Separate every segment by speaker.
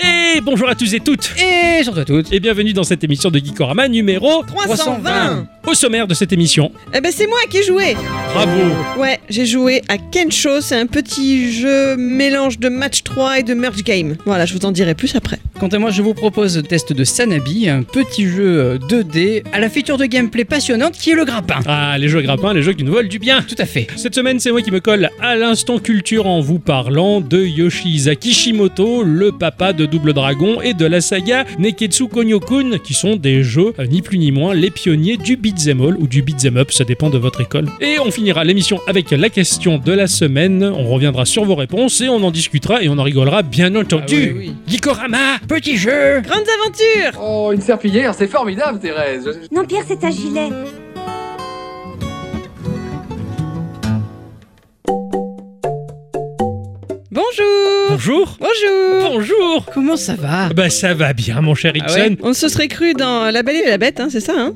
Speaker 1: Et bonjour à tous et toutes
Speaker 2: Et surtout à toutes.
Speaker 1: et bienvenue dans cette émission de Geekorama numéro
Speaker 2: 320.
Speaker 1: Au sommaire de cette émission,
Speaker 3: Eh ben c'est moi qui ai joué
Speaker 1: bravo
Speaker 3: Ouais, j'ai joué à Kensho, c'est un petit jeu mélange de match 3 et de merge game. Voilà, je vous en dirai plus après.
Speaker 2: Quant à moi, je vous propose le test de Sanabi, un petit jeu 2D à la feature de gameplay passionnante qui est le grappin.
Speaker 1: Ah, les jeux grappins, les jeux qui nous volent du bien
Speaker 2: Tout à fait.
Speaker 1: Cette semaine, c'est moi qui me colle à l'instant culture en vous parlant de Yoshiza Kishimoto, le papa de Double Dragon, et de la saga Neketsu Konyo-kun, qui sont des jeux, euh, ni plus ni moins, les pionniers du beat'em all ou du beat'em up, ça dépend de votre école. Et on finira l'émission avec la question de la semaine, on reviendra sur vos réponses et on en discutera et on en rigolera bien
Speaker 2: Ah
Speaker 1: entendu. Gikorama
Speaker 2: Petit jeu
Speaker 3: Grandes aventures
Speaker 4: Oh, une serpillière, c'est formidable, Thérèse. Je- je-
Speaker 5: Non, Pierre, c'est un gilet.
Speaker 3: Bonjour
Speaker 1: Bonjour
Speaker 3: Bonjour
Speaker 1: Bonjour
Speaker 2: Comment ça va
Speaker 1: Bah ça va bien mon cher
Speaker 2: Ah
Speaker 1: Ixon,
Speaker 2: ouais
Speaker 3: On se serait cru dans La Belle et la Bête, hein, c'est ça hein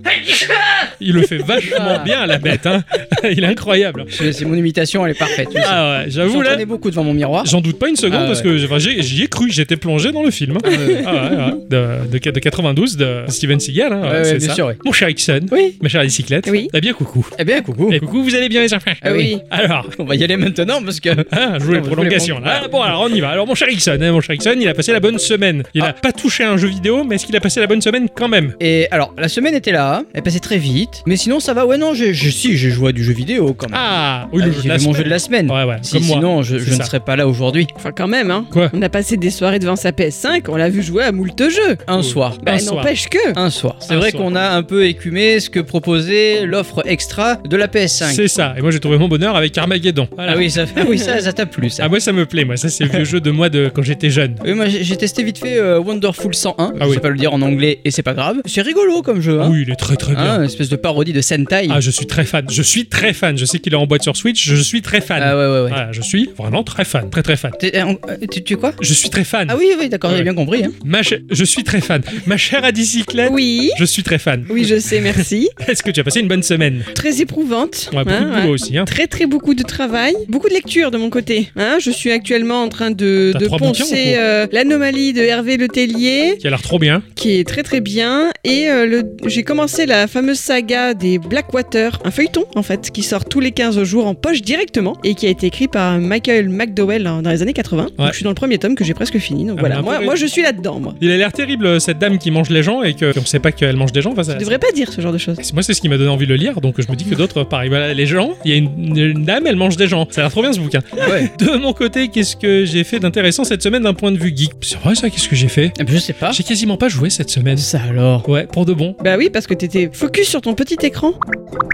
Speaker 1: il le fait vachement bien la bête, hein il est incroyable.
Speaker 2: Ah. Je- C'est mon imitation, elle est parfaite. je sais.
Speaker 1: Ah ouais, j'avoue
Speaker 2: J'en
Speaker 1: là,
Speaker 2: prenais beaucoup devant mon miroir.
Speaker 1: J'en doute pas une seconde
Speaker 2: Ah
Speaker 1: parce que enfin, j'ai- j'y ai cru, j'étais plongé dans le film.
Speaker 2: Ah ouais.
Speaker 1: Ah ouais, ouais, de, de- de 92 de Steven Seagal, hein,
Speaker 2: Ouais, ouais,
Speaker 1: c'est
Speaker 2: bien
Speaker 1: ça.
Speaker 2: sûr, ouais.
Speaker 1: Mon cher Ixon,
Speaker 2: Oui.
Speaker 1: ma chère bicyclette,
Speaker 3: Oui.
Speaker 1: eh bien coucou.
Speaker 2: Eh bien, coucou.
Speaker 1: Et coucou, vous allez bien les enfants
Speaker 2: Ah oui.
Speaker 1: Alors,
Speaker 2: On va y aller maintenant parce que.
Speaker 1: hein, je voulais
Speaker 2: Non, mais je voulais
Speaker 1: prolongation
Speaker 2: prendre-
Speaker 1: là. Ah, bon, alors on y va. Alors mon cher Ixon, hein, mon cher Ixon, il a passé la bonne semaine. Il
Speaker 2: Ah.
Speaker 1: a pas touché à un jeu vidéo, mais est-ce qu'il a passé la bonne semaine quand même
Speaker 2: Et alors, la semaine était là, elle passait très vite. Mais sinon, ça va. Ouais, non, j'ai- j'ai- si, j'ai joué à du jeu vidéo quand même.
Speaker 1: Ah, oui,
Speaker 2: Ah,
Speaker 1: le jeu de
Speaker 2: j'ai
Speaker 1: la
Speaker 2: vu mon
Speaker 1: semaine.
Speaker 2: jeu de la semaine.
Speaker 1: Ouais, ouais,
Speaker 2: Si,
Speaker 1: comme moi.
Speaker 2: sinon, je,
Speaker 1: c'est
Speaker 2: je ne
Speaker 1: ça.
Speaker 2: serais pas là aujourd'hui.
Speaker 3: Enfin quand même, hein
Speaker 1: Quoi
Speaker 3: On a passé des soirées devant sa PS5, on l'a vu jouer à moult jeux
Speaker 2: Un
Speaker 1: Ouais.
Speaker 2: soir.
Speaker 3: Bah
Speaker 1: Un soir.
Speaker 3: n'empêche que
Speaker 2: Un soir. C'est
Speaker 1: Un
Speaker 2: vrai
Speaker 1: soir.
Speaker 2: qu'on a un peu écumé ce que proposait l'offre extra de la PS5.
Speaker 1: C'est ça. Et moi j'ai trouvé mon bonheur avec Armageddon. Voilà.
Speaker 2: Ah oui, ça, oui, ça, ça t'a plu ça.
Speaker 1: Ah, moi ça me plaît, moi ça c'est le vieux jeu de moi de quand j'étais jeune.
Speaker 2: Oui, moi j'ai j'ai testé vite fait euh, Wonderful 101.
Speaker 1: Ah
Speaker 2: je
Speaker 1: oui.
Speaker 2: sais pas le dire en anglais et c'est pas grave. C'est rigolo comme jeu. Hein
Speaker 1: Oui, il est très très bien.
Speaker 2: Hein, une espèce de parodie de Sentai.
Speaker 1: Ah, je suis très fan. Je suis très fan. Je sais qu'il est en boîte sur Switch. Je suis très fan.
Speaker 2: Ah, ouais, ouais, ouais.
Speaker 1: Voilà, je suis vraiment très fan. Très très fan.
Speaker 2: T'es- euh, on- euh, Tu, tu es quoi
Speaker 1: Je suis très fan.
Speaker 2: Ah oui, oui, d'accord,
Speaker 1: Ouais.
Speaker 2: j'ai bien compris. hein.
Speaker 1: Ma chè- Je suis très fan. Ma chère Adicyclette,
Speaker 3: oui
Speaker 1: je suis très fan.
Speaker 3: Oui je sais, merci.
Speaker 1: Est-ce que tu as passé une bonne semaine
Speaker 3: très éprouvante.
Speaker 1: On a beaucoup
Speaker 3: hein,
Speaker 2: Ah,
Speaker 1: de
Speaker 3: ouais.
Speaker 1: boulot aussi. Hein.
Speaker 3: Très très beaucoup de travail, beaucoup de lecture de mon côté. Hein, je suis actuellement en train de,
Speaker 1: T'as
Speaker 3: de
Speaker 1: trois bouquins en
Speaker 3: poncer
Speaker 1: cours.
Speaker 3: euh, l'anomalie de Hervé Le Tellier,
Speaker 1: Qui a l'air trop bien.
Speaker 3: qui est très très bien. Et euh, le- j'ai commencé la fameuse saga des Blackwater, un feuilleton en fait, qui sort tous les 15 jours en poche directement et qui a été écrit par Michael McDowell hein, dans les années 80.
Speaker 1: Ouais.
Speaker 3: Donc, je suis dans le premier tome que j'ai presque fini. Donc
Speaker 1: Ah, mais
Speaker 3: voilà,
Speaker 1: un
Speaker 3: moi,
Speaker 1: peu-
Speaker 3: moi je suis là-dedans. Moi.
Speaker 1: Il a l'air terrible, euh, cette dame qui mange les gens et que- qu'on ne sait pas qu'elle mange des gens. Enfin, ça-
Speaker 3: Je devrais pas dire ce genre de choses.
Speaker 1: Moi, c'est ce qui m'a donné envie de le lire, donc je me dis que d'autres, pareil. Voilà, les gens, il y a une, une dame, elle mange des gens. Ça a l'air trop bien ce bouquin.
Speaker 2: Ouais.
Speaker 1: De mon côté, qu'est-ce que j'ai fait d'intéressant cette semaine d'un point de vue geek C'est vrai ça, qu'est-ce que j'ai fait
Speaker 2: Ah, bah, je sais pas.
Speaker 1: J'ai quasiment pas joué cette semaine.
Speaker 2: Ça alors.
Speaker 1: Ouais, pour de bon.
Speaker 3: Bah oui, parce que t'étais focus sur ton petit écran.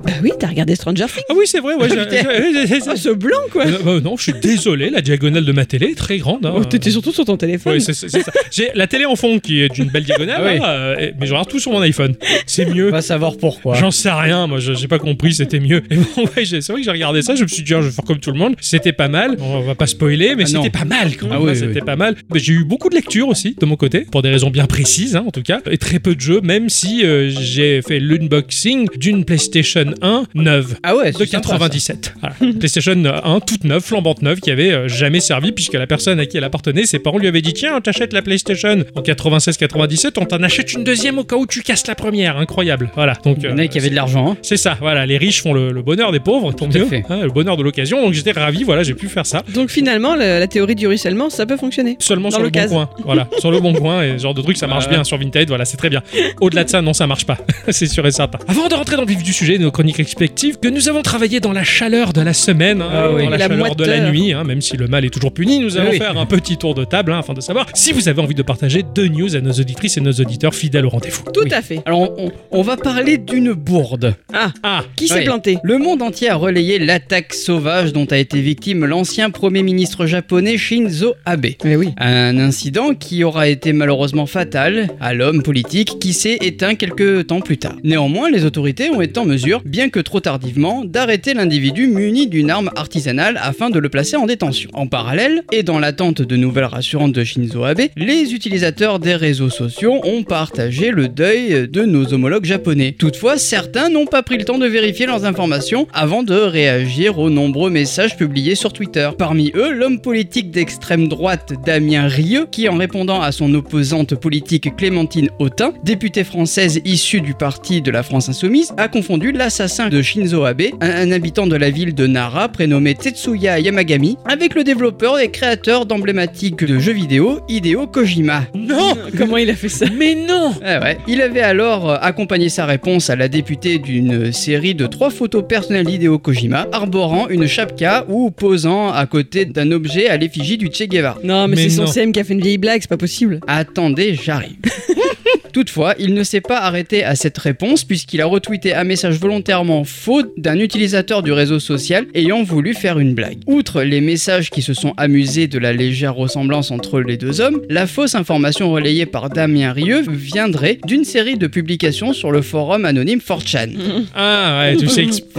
Speaker 3: Bah oui, t'as regardé Stranger Things.
Speaker 1: Ah oui, c'est vrai, ouais. j'ai-
Speaker 2: Putain.
Speaker 1: j'ai- j'ai- j'ai-
Speaker 3: Oh, ce blanc quoi
Speaker 1: Euh, bah non, je suis désolé, la diagonale de ma télé est très grande. hein.
Speaker 3: Oh, T'étais surtout sur ton téléphone.
Speaker 1: Ouais, c'est- c'est- c'est ça. J'ai la télé en fond qui est d'une belle diagonale,
Speaker 2: Ah oui.
Speaker 1: hein, euh, et- mais je regarde tout sur mon iPhone. C'est mieux.
Speaker 2: Va savoir pourquoi.
Speaker 1: J'en sais rien, moi je- j'ai pas compris, c'était mieux. Et bon, ouais, j'ai- c'est vrai que j'ai regardé ça, je me suis dit, ah, je vais faire comme tout le monde, c'était pas mal. Bon, on va pas spoiler, mais
Speaker 2: Ah non.
Speaker 1: c'était pas mal quand même.
Speaker 2: Ah oui,
Speaker 1: Ouais,
Speaker 2: oui,
Speaker 1: c'était
Speaker 2: oui.
Speaker 1: pas mal. Mais j'ai eu beaucoup de lectures aussi de mon côté, pour des raisons bien précises hein, en tout cas, et très peu de jeux, même si euh, j'ai fait l'unboxing d'une PlayStation 1 neuve
Speaker 2: Ah ouais,
Speaker 1: de
Speaker 2: c'est sympa, ça.
Speaker 1: 97. Voilà. PlayStation 1 toute neuve, flambante neuve, qui avait euh, jamais servi puisque la personne à qui elle appartenait, ses parents lui avaient dit tiens, t'achètes la PlayStation en 96-97, on t'en achète une deuxième au cas où tu casses la première. Incroyable. Voilà. Donc
Speaker 2: Il y en a qui
Speaker 1: euh,
Speaker 2: avaient de l'argent. hein.
Speaker 1: c'est ça, voilà, les riches font le, le bonheur des pauvres, tant
Speaker 2: à
Speaker 1: mieux,
Speaker 2: fait.
Speaker 1: hein, le bonheur de l'occasion, donc j'étais ravi, voilà, j'ai pu faire ça.
Speaker 3: Donc finalement, le- la théorie du ruissellement, ça peut fonctionner.
Speaker 1: Seulement
Speaker 3: Dans
Speaker 1: sur le bon
Speaker 3: l'occasion.
Speaker 1: coin, voilà, sur le bon coin et ce genre de truc, ça marche
Speaker 2: Ouais.
Speaker 1: bien sur Vinted, voilà, c'est très bien. Au-delà de ça, non, ça marche pas, c'est sûr et certain. Avant de rentrer dans le vif du sujet, nos chroniques respectives, que nous avons travaillé dans la chaleur de la semaine, hein,
Speaker 2: Ah oui.
Speaker 1: dans la,
Speaker 3: La
Speaker 1: chaleur de la
Speaker 3: moiteur.
Speaker 1: nuit, hein, même si le mal est toujours puni, nous allons
Speaker 2: Oui.
Speaker 1: faire un petit tour de table hein, afin de savoir si vous avez envie de partager deux news à nos auditrices et nos auditeurs fidèles au rendez-vous.
Speaker 3: Tout
Speaker 2: Oui.
Speaker 3: à fait.
Speaker 2: Alors, on, on va parler d'une bourde.
Speaker 3: Ah,
Speaker 1: Ah,
Speaker 3: qui s'est
Speaker 2: Oui.
Speaker 3: planté
Speaker 2: Le monde entier a relayé l'attaque sauvage dont a été victime l'ancien Premier ministre japonais Shinzo Abe.
Speaker 3: Mais oui.
Speaker 2: Un incident qui aura été malheureusement fatal à l'homme politique qui s'est éteint quelques temps plus tard. Néanmoins, les autorités ont été en mesure, bien que trop tardivement, d'arrêter l'individu muni d'une arme artisanale afin de le placer en détention. En parallèle, et dans l'attente de nouvelles rassurantes de Shinzo Abe, les utilisateurs des réseaux sociaux ont partagé le deuil de nos homologues japonais. Toutefois, certains n'ont pas pris le temps de vérifier leurs informations avant de réagir aux nombreux messages publiés sur Twitter. Parmi eux, l'homme politique d'extrême l'extrême droite Damien Rieu, qui en répondant à son opposante politique Clémentine Autain, députée française issue du parti de la France Insoumise, a confondu l'assassin de Shinzo Abe, un, un habitant de la ville de Nara prénommé Tetsuya Yamagami, avec le développeur et créateur d'emblématiques de jeux vidéo Hideo Kojima.
Speaker 1: Non
Speaker 3: Comment il a fait ça
Speaker 1: Mais non
Speaker 2: Ah ouais. Il avait alors euh, accompagné sa réponse à la députée d'une série de trois photos personnelles d'Hideo Kojima, arborant une chapka ou posant à côté d'un objet à l'effigie du Che Guevara.
Speaker 3: Non, mais,
Speaker 1: Mais
Speaker 3: c'est son
Speaker 1: non.
Speaker 3: CM qui a fait une vieille blague, c'est pas possible.
Speaker 2: Attendez, j'arrive. Toutefois, il ne s'est pas arrêté à cette réponse puisqu'il a retweeté un message volontairement faux d'un utilisateur du réseau social ayant voulu faire une blague. Outre les messages qui se sont amusés de la légère ressemblance entre les deux hommes, la fausse information relayée par Damien Rieu viendrait d'une série de publications sur le forum anonyme 4chan.
Speaker 1: Ah ouais, tout s'explique.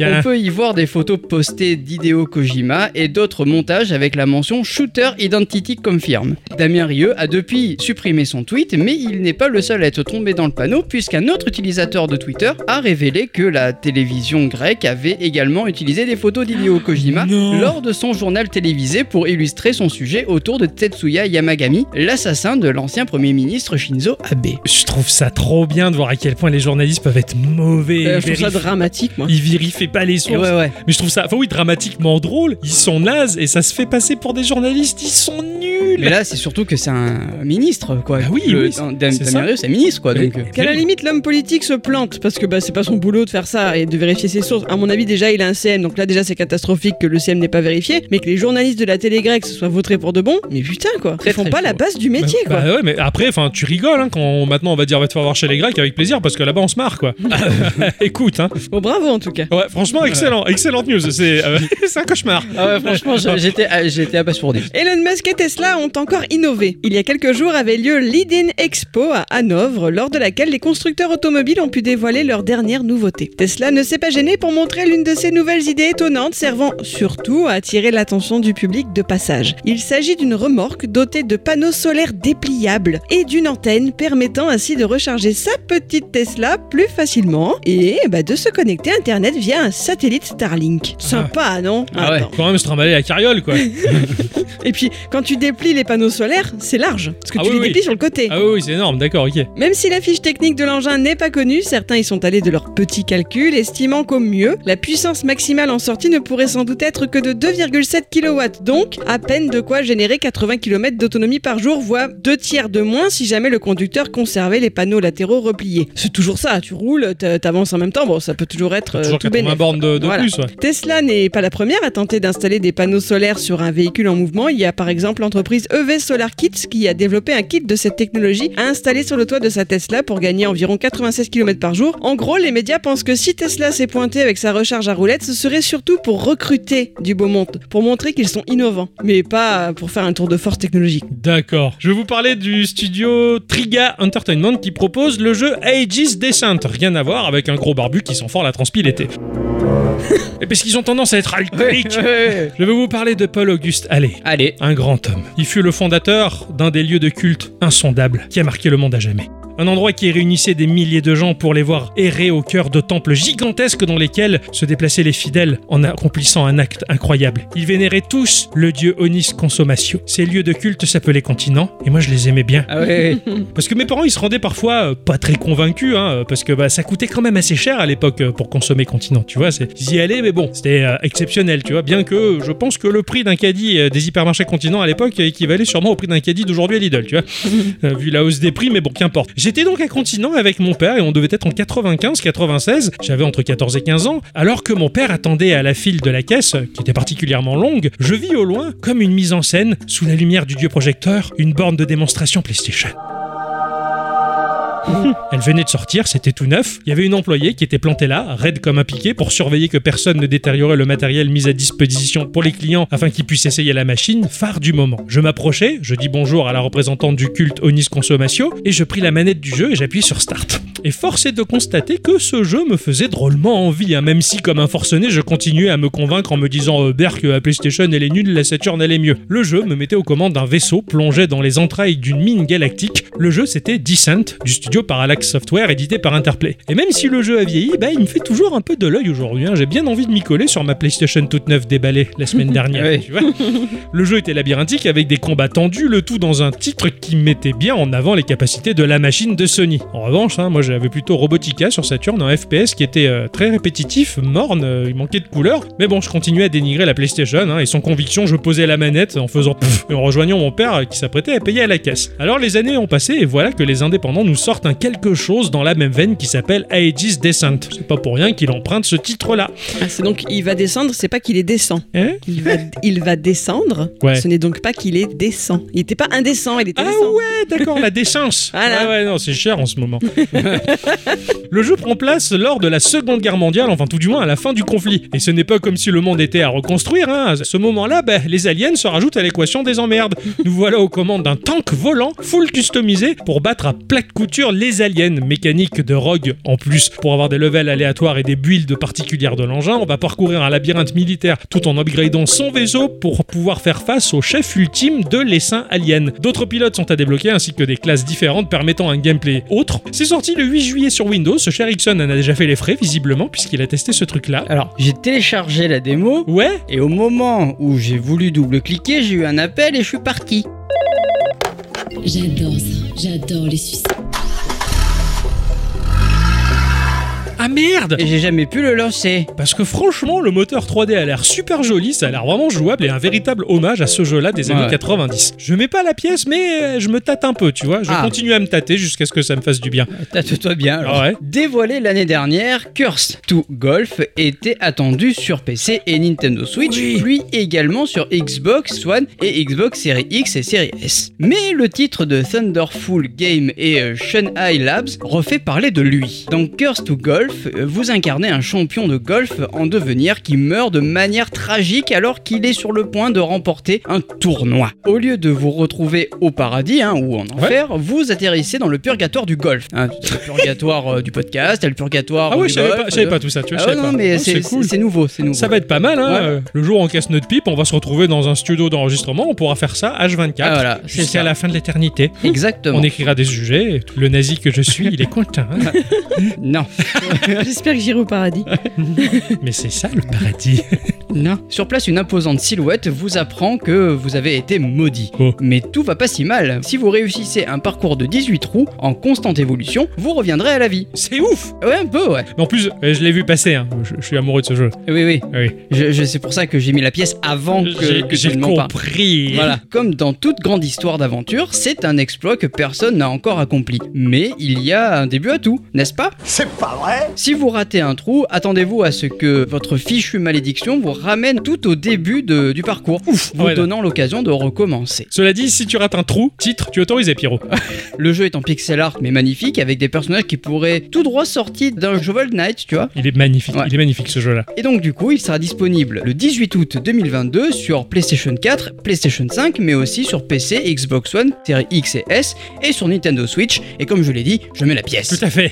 Speaker 2: On
Speaker 1: hein.
Speaker 2: peut y voir des photos postées d'Hideo Kojima et d'autres montages avec la mention Shooter Identity Confirm. Damien Rieu a depuis supprimé son tweet, mais il n'est pas le seul à être tombé dans le panneau puisqu'un autre utilisateur de Twitter a révélé que la télévision grecque avait également utilisé des photos d'Hideo Kojima
Speaker 1: Ah, Non.
Speaker 2: lors de son journal télévisé pour illustrer son sujet autour de Tetsuya Yamagami, l'assassin de l'ancien premier ministre Shinzo Abe.
Speaker 1: Je trouve ça trop bien de voir à quel point les journalistes peuvent être mauvais.
Speaker 3: Euh,
Speaker 1: ils,
Speaker 3: je trouve ça
Speaker 1: vérifient,
Speaker 3: dramatique, moi.
Speaker 1: ils vérifient pas les
Speaker 2: Et
Speaker 1: sources.
Speaker 2: ouais ouais.
Speaker 1: Mais je trouve ça, enfin oui, dramatiquement drôle. Ils sont nazes et ça se fait passer pour des journalistes. Ils sont nuls.
Speaker 2: Mais là, c'est surtout que c'est un ministre, quoi.
Speaker 1: Bah oui,
Speaker 2: Le-
Speaker 1: oui, c'est-
Speaker 2: Dan- Dan-
Speaker 1: c'est ça.
Speaker 2: Damien Rieu, c'est un ministre, quoi. Donc,
Speaker 1: Mais-
Speaker 2: euh,
Speaker 3: Qu'à la
Speaker 1: mais-
Speaker 3: limite, l'homme politique se plante parce que bah, c'est pas son boulot de faire ça et de vérifier ses sources. À mon avis, déjà, il a un CM, donc là, déjà, c'est catastrophique que le CM n'ait pas vérifié, mais que les journalistes de la télé grecque se soient votés pour de bon. Mais putain, quoi.
Speaker 2: Très,
Speaker 3: Ils font
Speaker 2: très
Speaker 3: pas
Speaker 2: chaud.
Speaker 3: la base du métier,
Speaker 1: Bah,
Speaker 3: quoi.
Speaker 1: bah ouais, mais après, enfin, tu rigoles hein, quand on- maintenant on va dire va te faire voir chez les Grecs avec plaisir parce que là-bas on se marre quoi. Écoute, hein.
Speaker 3: Bon, bravo en tout cas.
Speaker 1: Ouais, franchement, excellent, excellente news. C'est euh, c'est un cauchemar.
Speaker 2: Ah ouais, franchement, je- j'étais, ah, j'étais abasourdi.
Speaker 3: Elon Musk et Tesla ont encore innové. Il y a quelques jours avait lieu l'IDIN Expo à Hanovre, lors de laquelle les constructeurs automobiles ont pu dévoiler leurs dernières nouveautés. Tesla ne s'est pas gêné pour montrer l'une de ses nouvelles idées étonnantes, servant surtout à attirer l'attention du public de passage. Il s'agit d'une remorque dotée de panneaux solaires dépliables et d'une antenne permettant ainsi de recharger sa petite Tesla plus facilement et bah, de se connecter à Internet via un satellite Starlink. Sympa, non
Speaker 2: Ah ouais.
Speaker 3: Attends.
Speaker 1: Quand même se trimballer la carriole quoi.
Speaker 3: Et puis, quand tu déplies les panneaux solaires, c'est large, parce que
Speaker 1: Ah
Speaker 3: tu
Speaker 1: oui,
Speaker 3: les
Speaker 1: oui.
Speaker 3: déplies sur le côté.
Speaker 1: Ah oui, oui, c'est énorme, d'accord, ok.
Speaker 3: Même si la fiche technique de l'engin n'est pas connue, certains y sont allés de leurs petits calculs, estimant qu'au mieux, la puissance maximale en sortie ne pourrait sans doute être que de 2,7 kW, donc à peine de quoi générer 80 km d'autonomie par jour, voire deux tiers de moins si jamais le conducteur conservait les panneaux latéraux repliés. C'est toujours ça, tu roules, t'a- t'avances en même temps, bon, ça peut toujours être euh,
Speaker 1: Toujours
Speaker 3: tout
Speaker 1: 80
Speaker 3: bénef.
Speaker 1: bornes de, de
Speaker 3: Voilà.
Speaker 1: plus. ouais.
Speaker 3: Tesla n'est pas la première à tenter d'installer des panneaux solaires sur un véhicule en mouvement. Il y a par exemple l'entreprise EV Solar Kits qui a développé un kit de cette technologie à installer sur le toit de sa Tesla pour gagner environ 96 km par jour. En gros, les médias pensent que si Tesla s'est pointé avec sa recharge à roulette, ce serait surtout pour recruter du beau monde, pour montrer qu'ils sont innovants, mais pas pour faire un tour de force technologique.
Speaker 1: D'accord. Je vais vous parler du studio Triga Entertainment qui propose le jeu Aegis Descent. Rien à voir avec un gros barbu qui sent fort la transpi l'été. Et parce qu'ils ont tendance à être alcooliques. Je vais vous parler de Paul Auguste Allais.
Speaker 2: Allez.
Speaker 1: un grand homme. Il fut le fondateur d'un des lieux de culte insondables qui a marqué le monde à jamais. Un endroit qui réunissait des milliers de gens pour les voir errer au cœur de temples gigantesques dans lesquels se déplaçaient les fidèles en accomplissant un acte incroyable. Ils vénéraient tous le dieu Onis Consommatio. Ces lieux de culte s'appelaient continents, et moi je les aimais bien.
Speaker 2: Ah ouais.
Speaker 1: Parce que mes parents, ils se rendaient parfois euh, pas très convaincus, hein, euh, parce que bah, ça coûtait quand même assez cher à l'époque euh, pour consommer Continent, tu vois. c'est- Ils y allaient, mais bon, c'était euh, exceptionnel, tu vois. Bien que euh, je pense que le prix d'un caddie euh, des hypermarchés Continent à l'époque euh, équivalait sûrement au prix d'un caddie d'aujourd'hui à Lidl, tu vois. Euh, vu la hausse des prix, mais bon, qu'importe. J'étais donc à Continent avec mon père et on devait être en 95-96, j'avais entre 14 et 15 ans, alors que mon père attendait à la file de la caisse, euh, qui était particulièrement longue, je vis au loin, comme une mise en scène, sous la lumière du dieu projecteur, une borne de démonstration PlayStation. Elle venait de sortir, c'était tout neuf. Il y avait une employée qui était plantée là, raide comme un piquet, pour surveiller que personne ne détériorait le matériel mis à disposition pour les clients afin qu'ils puissent essayer la machine, phare du moment. Je m'approchais, je dis bonjour à la représentante du culte Onis Consommatio, et je pris la manette du jeu et j'appuie sur Start. Et force est de constater que ce jeu me faisait drôlement envie, hein, même si comme un forcené je continuais à me convaincre en me disant euh, Berk, la PlayStation elle est nulle, la Saturn elle est mieux. Le jeu me mettait aux commandes d'un vaisseau plongé dans les entrailles d'une mine galactique. Le jeu c'était Descent, du studio Parallax Software édité par Interplay. Et même si le jeu a vieilli, bah, il me fait toujours un peu de l'œil aujourd'hui. hein. J'ai bien envie de m'y coller sur ma PlayStation toute neuve déballée la semaine dernière.
Speaker 2: Ouais.
Speaker 1: tu vois. Le jeu était labyrinthique avec des combats tendus, le tout dans un titre qui mettait bien en avant les capacités de la machine de Sony. En revanche, hein, moi j'avais plutôt Robotica sur Saturn, un FPS qui était euh, très répétitif, morne, euh, il manquait de couleur. Mais bon, je continuais à dénigrer la PlayStation, hein, et sans conviction, je posais la manette en faisant pfff et en rejoignant mon père euh, qui s'apprêtait à payer à la caisse. Alors les années ont passé, et voilà que les indépendants nous sortent un quelque chose dans la même veine qui s'appelle Aegis Descent. C'est pas pour rien qu'il emprunte ce titre-là.
Speaker 3: Ah, c'est donc il va descendre, c'est pas qu'il est décent.
Speaker 1: Hein
Speaker 3: Il va, il va descendre.
Speaker 1: Ouais.
Speaker 3: Ce n'est donc pas qu'il est décent. Il n'était pas indécent, il était
Speaker 1: Ah
Speaker 3: décent.
Speaker 1: ouais, d'accord, la décence.
Speaker 3: Voilà.
Speaker 1: Ah ouais, non, c'est cher en ce moment. le jeu prend place lors de la Seconde Guerre mondiale, enfin tout du moins à la fin du conflit. Et ce n'est pas comme si le monde était à reconstruire. Hein. À ce moment-là, bah, les aliens se rajoutent à l'équation des emmerdes. Nous voilà aux commandes d'un tank volant, full customisé, pour battre à plate couture les aliens. Mécanique de rogue en plus. Pour avoir des levels aléatoires et des builds particulières de l'engin, on va parcourir un labyrinthe militaire tout en upgradant son vaisseau pour pouvoir faire face au chef ultime de l'essaim alien. D'autres pilotes sont à débloquer ainsi que des classes différentes permettant un gameplay autre. C'est sorti le 8 juillet sur Windows. Ce cher Ixon en a déjà fait les frais visiblement puisqu'il a testé ce truc là.
Speaker 2: Alors, j'ai téléchargé la démo,
Speaker 1: Ouais,
Speaker 2: et au moment où j'ai voulu double-cliquer, j'ai eu un appel et je suis parti.
Speaker 5: J'adore ça, j'adore les suicides.
Speaker 1: ah merde
Speaker 2: Et j'ai jamais pu le lancer.
Speaker 1: Parce que franchement, le moteur 3D a l'air super joli, ça a l'air vraiment jouable et un véritable hommage à ce jeu-là des années
Speaker 2: Ouais.
Speaker 1: 90. Je mets pas la pièce, mais euh, je me tâte un peu, tu vois. Je
Speaker 2: Ah.
Speaker 1: continue à me tâter jusqu'à ce que ça me fasse du bien. Ah
Speaker 2: Tâte-toi bien. Alors.
Speaker 1: Ouais.
Speaker 2: Ah Dévoilé l'année dernière, Curse to Golf était attendu sur PC et Nintendo Switch, puis également sur Xbox One et Xbox Series X et Series S. Mais le titre de Thunderful Game et euh, Shanghai Labs refait parler de lui. Dans Curse to Golf, euh, vous incarnez un champion de golf en devenir qui meurt de manière tragique alors qu'il est sur le point de remporter un tournoi. Au lieu de vous retrouver au paradis hein, ou en enfer, vous atterrissez dans le purgatoire du golf. Hein, c'est le purgatoire euh, du podcast, c'est le purgatoire
Speaker 1: Ah
Speaker 2: euh,
Speaker 1: oui,
Speaker 2: du
Speaker 1: je savais
Speaker 2: golf,
Speaker 1: pas, je savais
Speaker 2: euh,
Speaker 1: pas tout ça, tu vois.
Speaker 2: ah
Speaker 1: je
Speaker 2: ouais,
Speaker 1: savais
Speaker 2: non,
Speaker 1: pas.
Speaker 2: mais
Speaker 1: Oh,
Speaker 2: c'est
Speaker 1: cool.
Speaker 2: c'est nouveau, c'est nouveau.
Speaker 1: Ça va être pas mal, hein.
Speaker 2: Ouais.
Speaker 1: euh, Le jour où on casse notre pipe, on va se retrouver dans un studio d'enregistrement, on pourra faire ça H24
Speaker 2: Ah, voilà, c'est
Speaker 1: jusqu'à
Speaker 2: ça.
Speaker 1: la fin de l'éternité.
Speaker 2: Exactement.
Speaker 1: On écrira des sujets, et le nazi que je suis, il est content. hein.
Speaker 2: Non,
Speaker 3: J'espère que j'irai au paradis.
Speaker 1: Mais c'est ça le paradis.
Speaker 2: non. Sur place, une imposante silhouette vous apprend que vous avez été maudit.
Speaker 1: Oh.
Speaker 2: Mais tout va pas si mal. Si vous réussissez un parcours de 18 trous en constante évolution, vous reviendrez à la vie.
Speaker 1: C'est ouf
Speaker 2: Ouais, un peu, ouais.
Speaker 1: En plus, euh, je l'ai vu passer, hein. je, je suis amoureux de ce jeu.
Speaker 2: Oui, oui.
Speaker 1: Ah Oui.
Speaker 2: Je, je- c'est pour ça que j'ai mis la pièce avant que,
Speaker 1: J'ai-
Speaker 2: que tu
Speaker 1: J'ai
Speaker 2: ne m'en parles.
Speaker 1: compris.
Speaker 2: euh, Voilà. Comme dans toute grande histoire d'aventure, c'est un exploit que personne n'a encore accompli. Mais il y a un début à tout, n'est-ce pas
Speaker 6: C'est pas vrai
Speaker 2: Si vous ratez un trou, attendez-vous à ce que votre fichue malédiction vous ramène tout au début de- du parcours, vous
Speaker 1: Ah Ouais, là.
Speaker 2: donnant l'occasion de recommencer.
Speaker 1: Cela dit, si tu rates un trou, titre, tu es autorisé, Pierrot.
Speaker 2: Le jeu est en pixel art mais magnifique, avec des personnages qui pourraient tout droit sortis d'un Shovel Knight, tu vois.
Speaker 1: Il est magnifique,
Speaker 2: Ouais.
Speaker 1: il est magnifique ce jeu-là.
Speaker 2: Et donc du coup, il sera disponible le 18 août 2022 sur PlayStation 4, PlayStation 5, mais aussi sur PC, Xbox One, Series X et S, et sur Nintendo Switch. Et comme je l'ai dit, je mets la pièce.
Speaker 1: Tout à fait.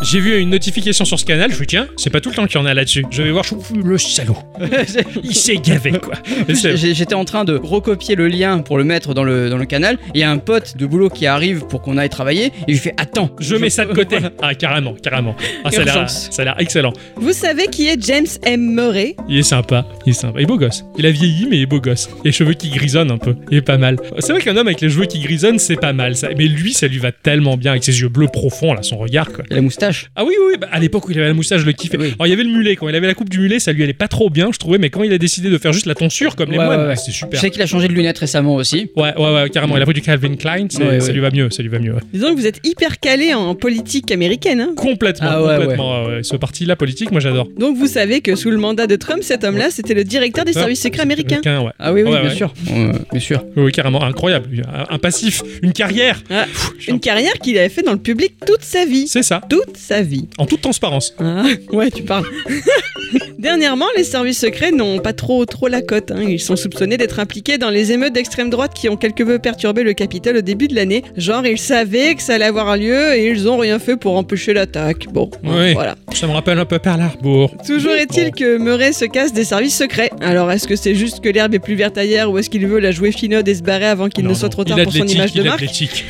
Speaker 1: J'ai vu une notification sur ce canal, je me dis tiens, c'est pas tout le temps qu'il y en a là-dessus. Je vais voir, je trouve le salaud. Il s'est gavé quoi. Et c'est-
Speaker 2: J'ai- J'étais en train de recopier le lien pour le mettre dans le, dans le canal. et Il y a un pote de boulot qui arrive pour qu'on aille travailler. Et je fais Attends,
Speaker 1: Je mets ça de côté. Ah carrément, carrément. Ah, ça a l'air-
Speaker 2: Urgence.
Speaker 1: ça a l'air excellent.
Speaker 3: Vous savez qui est James M. Murray
Speaker 1: Il est sympa, il est sympa. Il est beau gosse. Il a vieilli, mais il est beau gosse. Et les cheveux qui grisonnent un peu. Il est pas mal. C'est vrai qu'un homme avec les cheveux qui grisonnent, c'est pas mal. Ça. Mais lui, ça lui va tellement bien avec ses yeux bleus profonds, là, son regard, quoi.
Speaker 2: Et la moustache.
Speaker 1: Ah oui, oui, oui, bah, à l'époque où il avait la moustache, je le kiffais.
Speaker 2: Oui.
Speaker 1: Alors il y avait le mulet, quand il avait la coupe du mulet, ça lui allait pas trop bien, je trouvais, mais quand il a décidé de faire juste la tonsure comme les
Speaker 2: Ouais,
Speaker 1: moines,
Speaker 2: ouais, ouais.
Speaker 1: c'est
Speaker 2: Je
Speaker 1: super.
Speaker 2: sais qu'il a changé de lunettes récemment aussi.
Speaker 1: Ouais, ouais, ouais, carrément, il a pris du Calvin Klein, c'est-
Speaker 2: Ouais,
Speaker 1: ça
Speaker 2: ouais.
Speaker 1: lui va mieux, ça lui va mieux. ouais.
Speaker 3: Disons que vous êtes hyper calé en politique américaine. hein.
Speaker 1: Complètement,
Speaker 2: Ah ouais,
Speaker 1: complètement. ouais, ouais. Ce parti-là politique, moi j'adore.
Speaker 3: Donc vous savez que sous le mandat de Trump, cet homme-là, c'était le directeur des
Speaker 1: Ah,
Speaker 3: services secrets américains.
Speaker 1: Quelqu'un, ouais.
Speaker 2: Ah oui, oui,
Speaker 1: Ouais,
Speaker 2: bien
Speaker 1: ouais.
Speaker 2: sûr. Euh, bien sûr.
Speaker 1: Oui, carrément, incroyable. Un, un passif, une carrière.
Speaker 3: Ah,
Speaker 1: Pfff, je suis un-
Speaker 3: Une carrière qu'il avait fait dans le public toute sa vie.
Speaker 1: C'est ça.
Speaker 3: Toute sa vie.
Speaker 1: En toute transparence.
Speaker 3: Ah, ouais, tu parles. Dernièrement, les services secrets n'ont pas trop trop la cote. hein. Ils sont soupçonnés d'être impliqués dans les émeutes d'extrême droite qui ont quelque peu perturbé le Capitole au début de l'année. Genre, ils savaient que ça allait avoir lieu et ils ont rien fait pour empêcher l'attaque. Bon, hein,
Speaker 1: Ouais.
Speaker 3: voilà.
Speaker 1: Ça me rappelle un peu Pearl Harbor.
Speaker 3: Toujours est-il que Murray se casse des services secrets. Alors, est-ce que c'est juste que l'herbe est plus verte ailleurs ou est-ce qu'il veut la jouer finode et se barrer avant qu'il
Speaker 1: Non,
Speaker 3: ne soit
Speaker 1: non.
Speaker 3: trop tard
Speaker 1: Il est
Speaker 3: pour son
Speaker 1: athlétique,
Speaker 3: image de
Speaker 1: il est
Speaker 3: marque
Speaker 1: athlétique.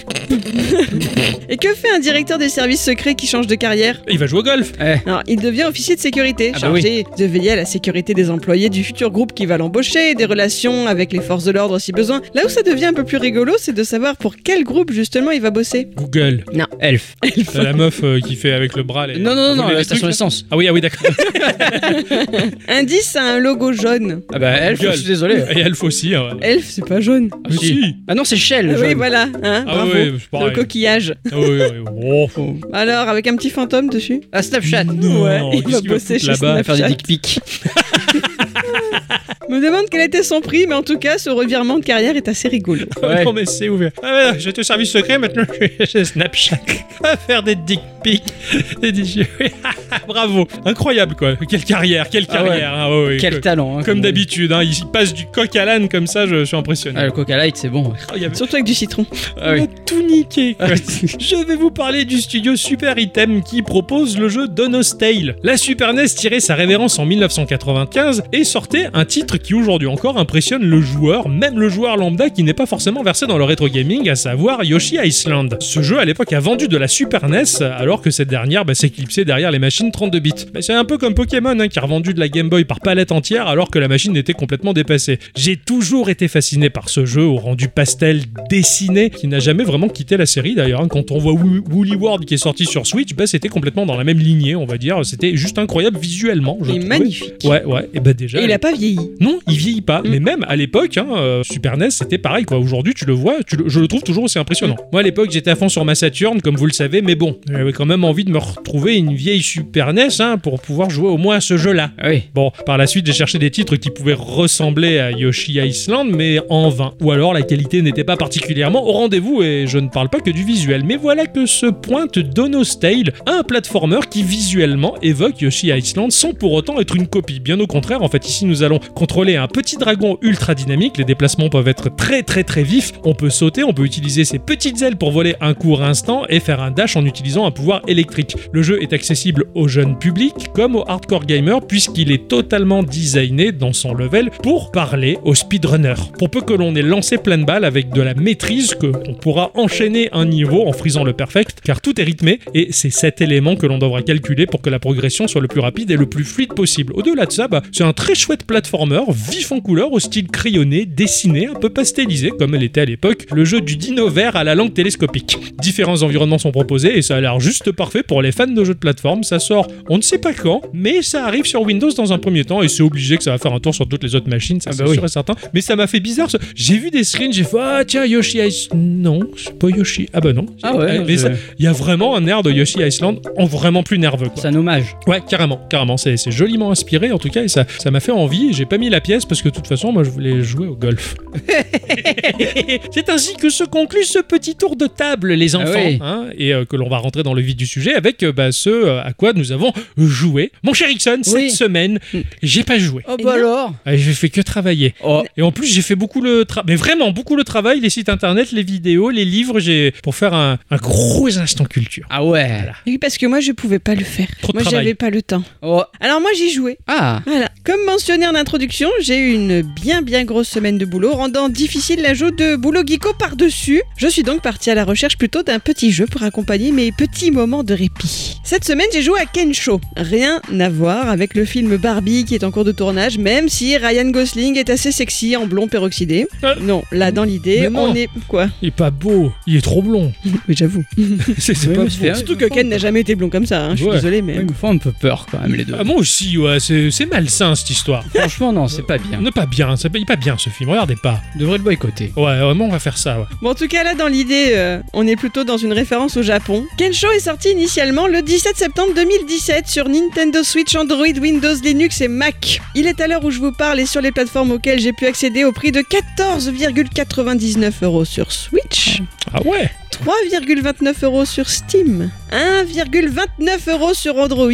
Speaker 3: Et que fait un directeur des services secrets qui change de carrière
Speaker 1: Il va jouer au golf.
Speaker 3: Alors, il devient officier de sécurité,
Speaker 2: Ah bah
Speaker 3: chargé de veiller à la sécurité des employés du futur groupe qui va l'embaucher, des relations avec les forces de l'ordre si besoin. Là où ça devient un peu plus rigolo, c'est de savoir pour quel groupe justement il va bosser.
Speaker 1: Google.
Speaker 2: Elf.
Speaker 1: T'as la meuf euh, qui fait avec le bras. les-
Speaker 2: Non, non, non, non,
Speaker 1: les
Speaker 2: la
Speaker 1: trucs,
Speaker 2: station
Speaker 1: là.
Speaker 2: essence.
Speaker 1: Ah oui, ah oui, d'accord.
Speaker 3: Indice à un logo jaune.
Speaker 2: Ah bah, Elf,
Speaker 1: Gueule.
Speaker 2: je suis désolé.
Speaker 1: Et Elf aussi. ah ouais.
Speaker 3: Elf, c'est pas jaune.
Speaker 1: Mais
Speaker 2: si. Ah non, c'est Shell.
Speaker 3: Ah oui,
Speaker 2: jaune.
Speaker 3: voilà,
Speaker 1: Ah
Speaker 3: hein, bravo.
Speaker 1: oui, c'est pareil.
Speaker 3: le coquillage.
Speaker 1: Ah oui, oui, oui. Oh.
Speaker 3: Alors, avec un petit fantôme dessus
Speaker 2: Ah, Snapchat.
Speaker 1: Non,
Speaker 3: Ouais, il
Speaker 1: qu'est-ce
Speaker 3: va
Speaker 1: qu'il
Speaker 3: bosser
Speaker 1: foutre
Speaker 3: chez
Speaker 1: là-bas
Speaker 2: On va faire des
Speaker 3: Snapchat.
Speaker 2: dick pics.
Speaker 3: Je me demande quel était son prix, mais en tout cas, ce revirement de carrière est assez rigolo.
Speaker 2: Ouais.
Speaker 1: Non Oh, mais c'est ouvert. Ah ouais, j'étais au service secret, maintenant je suis chez Snapchat. À faire des dick pics. Des dick- Bravo. Incroyable quoi. Quelle carrière, quelle
Speaker 2: Ah ouais.
Speaker 1: carrière. hein, ouais, ouais.
Speaker 2: Quel
Speaker 1: Comme-
Speaker 2: talent. hein,
Speaker 1: Comme
Speaker 2: on dit.
Speaker 1: d'habitude, hein, il passe du coq à l'âne comme ça, je suis impressionné.
Speaker 2: Ah, le Coca Light, c'est bon.
Speaker 1: Oh, il y avait-
Speaker 3: Surtout avec du citron.
Speaker 2: Ah
Speaker 1: On
Speaker 2: oui.
Speaker 1: a tout niqué. quoi.
Speaker 2: Ah,
Speaker 1: Je vais vous parler du studio Super Item qui propose le jeu Dono's Tale. La Super NES tirait sa révérence en 1995 et sortait un titre qui aujourd'hui encore impressionne le joueur, même le joueur lambda qui n'est pas forcément versé dans le rétro gaming, à savoir Yoshi Island. Ce jeu à l'époque a vendu de la Super NES alors que cette dernière bah, s'éclipsait derrière les machines 32 bits. Bah, C'est un peu comme Pokémon hein, qui a revendu de la Game Boy par palette entière alors que la machine était complètement dépassée. J'ai toujours été fasciné par ce jeu au rendu pastel dessiné qui n'a jamais vraiment quitté la série d'ailleurs. hein. Quand on voit Wou- Woolly World qui est sorti sur Switch, bah, c'était complètement dans la même lignée, on va dire. C'était juste incroyable visuellement. je
Speaker 3: Il est
Speaker 1: trouvais.
Speaker 3: magnifique.
Speaker 1: Ouais, ouais, et bah déjà.
Speaker 3: Et il a pas vieilli.
Speaker 1: Non, il vieillit pas.
Speaker 3: Mm.
Speaker 1: Mais même à l'époque, hein, euh, Super NES, c'était pareil. quoi. Aujourd'hui, tu le vois, tu le- je le trouve toujours aussi impressionnant. Moi, à l'époque, j'étais à fond sur ma Saturn, comme vous le savez, mais bon, j'avais quand même envie de me retrouver une vieille Super NES hein, pour pouvoir jouer au moins à ce jeu-là.
Speaker 2: Ah oui.
Speaker 1: Bon, par la suite, j'ai cherché des titres qui pouvaient ressembler à Yoshi Island, mais en vain. Ou alors la qualité n'était pas particulièrement au rendez-vous, et je ne parle pas que du visuel. Mais voilà que se pointe Dono's Tale, un platformer qui visuellement évoque Yoshi Island sans pour autant être une copie. Bien au contraire, en fait, ici nous allons contrôler un petit dragon ultra dynamique. Les déplacements peuvent être très très très vifs. On peut sauter, on peut utiliser ses petites ailes pour voler un court instant et faire un dash en utilisant un pouvoir électrique. Le jeu est accessible au jeune public comme aux hardcore gamers puisqu'il est totalement designé dans son level pour parler aux speedrunners. Pour peu que l'on ait lancé plein de balles avec de la maîtrise que on pourra enchaîner un niveau en frisant le perfect car tout est rythmé et c'est cet élément que l'on devra calculer pour que la progression soit le plus rapide et le plus fluide possible. Au-delà de ça, bah, c'est un très chouette platformer vif en couleur au style crayonné, dessiné, un peu pastelisé comme elle était à l'époque, le jeu du dino vert à la langue télescopique. Différents environnements sont proposés et ça a l'air juste parfait pour les fans de jeux de plateforme. Ça sort on ne sait pas quand, mais ça arrive sur Windows dans un premier temps et c'est obligé que ça va faire un tour sur toutes les autres machines, ça
Speaker 2: Ah bah
Speaker 1: c'est
Speaker 2: oui.
Speaker 1: sûr et certain. Mais ça m'a fait bizarre. ce- J'ai vu des screens, j'ai fait Ah tiens, Yoshi Ice. Non, c'est pas Yoshi. Ah bah non.
Speaker 2: Ah ouais.
Speaker 1: Mais
Speaker 2: je-
Speaker 1: ça- Il y a vraiment un air de Yoshi Island en vraiment plus nerveux. Quoi.
Speaker 2: C'est un hommage.
Speaker 1: Ouais, carrément, carrément. C'est c'est joliment inspiré en tout cas et ça ça m'a fait envie. J'ai pas mis la pièce parce que de toute façon, moi je voulais jouer au golf. C'est ainsi que se conclut ce petit tour de table, les enfants,
Speaker 2: oui.
Speaker 1: hein, et euh, que l'on va rentrer dans le vif du sujet avec euh, bah, ce euh, à quoi nous avons joué. Mon cher Ixon,
Speaker 2: Oui.
Speaker 1: cette semaine,
Speaker 2: Mm.
Speaker 1: j'ai pas joué.
Speaker 2: Oh
Speaker 3: Et
Speaker 2: bah
Speaker 3: non.
Speaker 2: alors.
Speaker 1: Euh, J'ai fait que travailler.
Speaker 2: Oh.
Speaker 1: Et en plus, j'ai fait beaucoup le travail, mais vraiment beaucoup le travail, les sites internet, les vidéos, les livres, j'ai pour faire un, un gros instant culture.
Speaker 2: Ah ouais.
Speaker 3: Oui, parce que moi, je pouvais pas le faire.
Speaker 1: Trop de
Speaker 3: moi,
Speaker 1: travail.
Speaker 3: j'avais pas le temps.
Speaker 2: Oh.
Speaker 3: Alors, moi, j'y jouais.
Speaker 2: Ah.
Speaker 3: Voilà. Comme mentionné en introduction, j'ai eu une bien bien grosse semaine de boulot, rendant difficile l'ajout de boulot geeko par-dessus. Je suis donc partie à la recherche plutôt d'un petit jeu pour accompagner mes petits moments de répit. Cette semaine, j'ai joué à Kensho. Rien à voir avec le film Barbie qui est en cours de tournage, même si Ryan Gosling est assez sexy en blond peroxydé.
Speaker 1: Ah.
Speaker 3: Non, là, dans l'idée,
Speaker 1: Mais oh. non.
Speaker 3: on est... Quoi
Speaker 1: Il est pas beau, il est trop blond.
Speaker 3: Oui, j'avoue.
Speaker 1: C'est c'est
Speaker 2: Oui,
Speaker 1: pas
Speaker 2: mais c'est
Speaker 1: beau.
Speaker 2: vrai.
Speaker 3: Surtout que Ken n'a jamais été blond comme ça, hein, je suis
Speaker 1: Ouais.
Speaker 3: désolée, mais...
Speaker 2: Ils me font un peu peur quand même les deux.
Speaker 1: Ah, moi aussi, ouais, c'est c'est malsain cette histoire.
Speaker 2: Franchement non, c'est pas bien.
Speaker 1: Ne pas bien, ça paye pas bien ce film, regardez pas.
Speaker 2: On devrait le boycotter.
Speaker 1: Ouais, vraiment, on va faire ça. ouais.
Speaker 3: Bon, en tout cas, là, dans l'idée, euh, on est plutôt dans une référence au Japon. Kensho est sorti initialement le 17 septembre 2017 sur Nintendo Switch, Android, Windows, Linux et Mac. Il est à l'heure où je vous parle et sur les plateformes auxquelles j'ai pu accéder au prix de 14,99 euros sur Switch,
Speaker 1: Ah ouais
Speaker 3: 3,29 euros sur Steam, 1,29 euros sur Android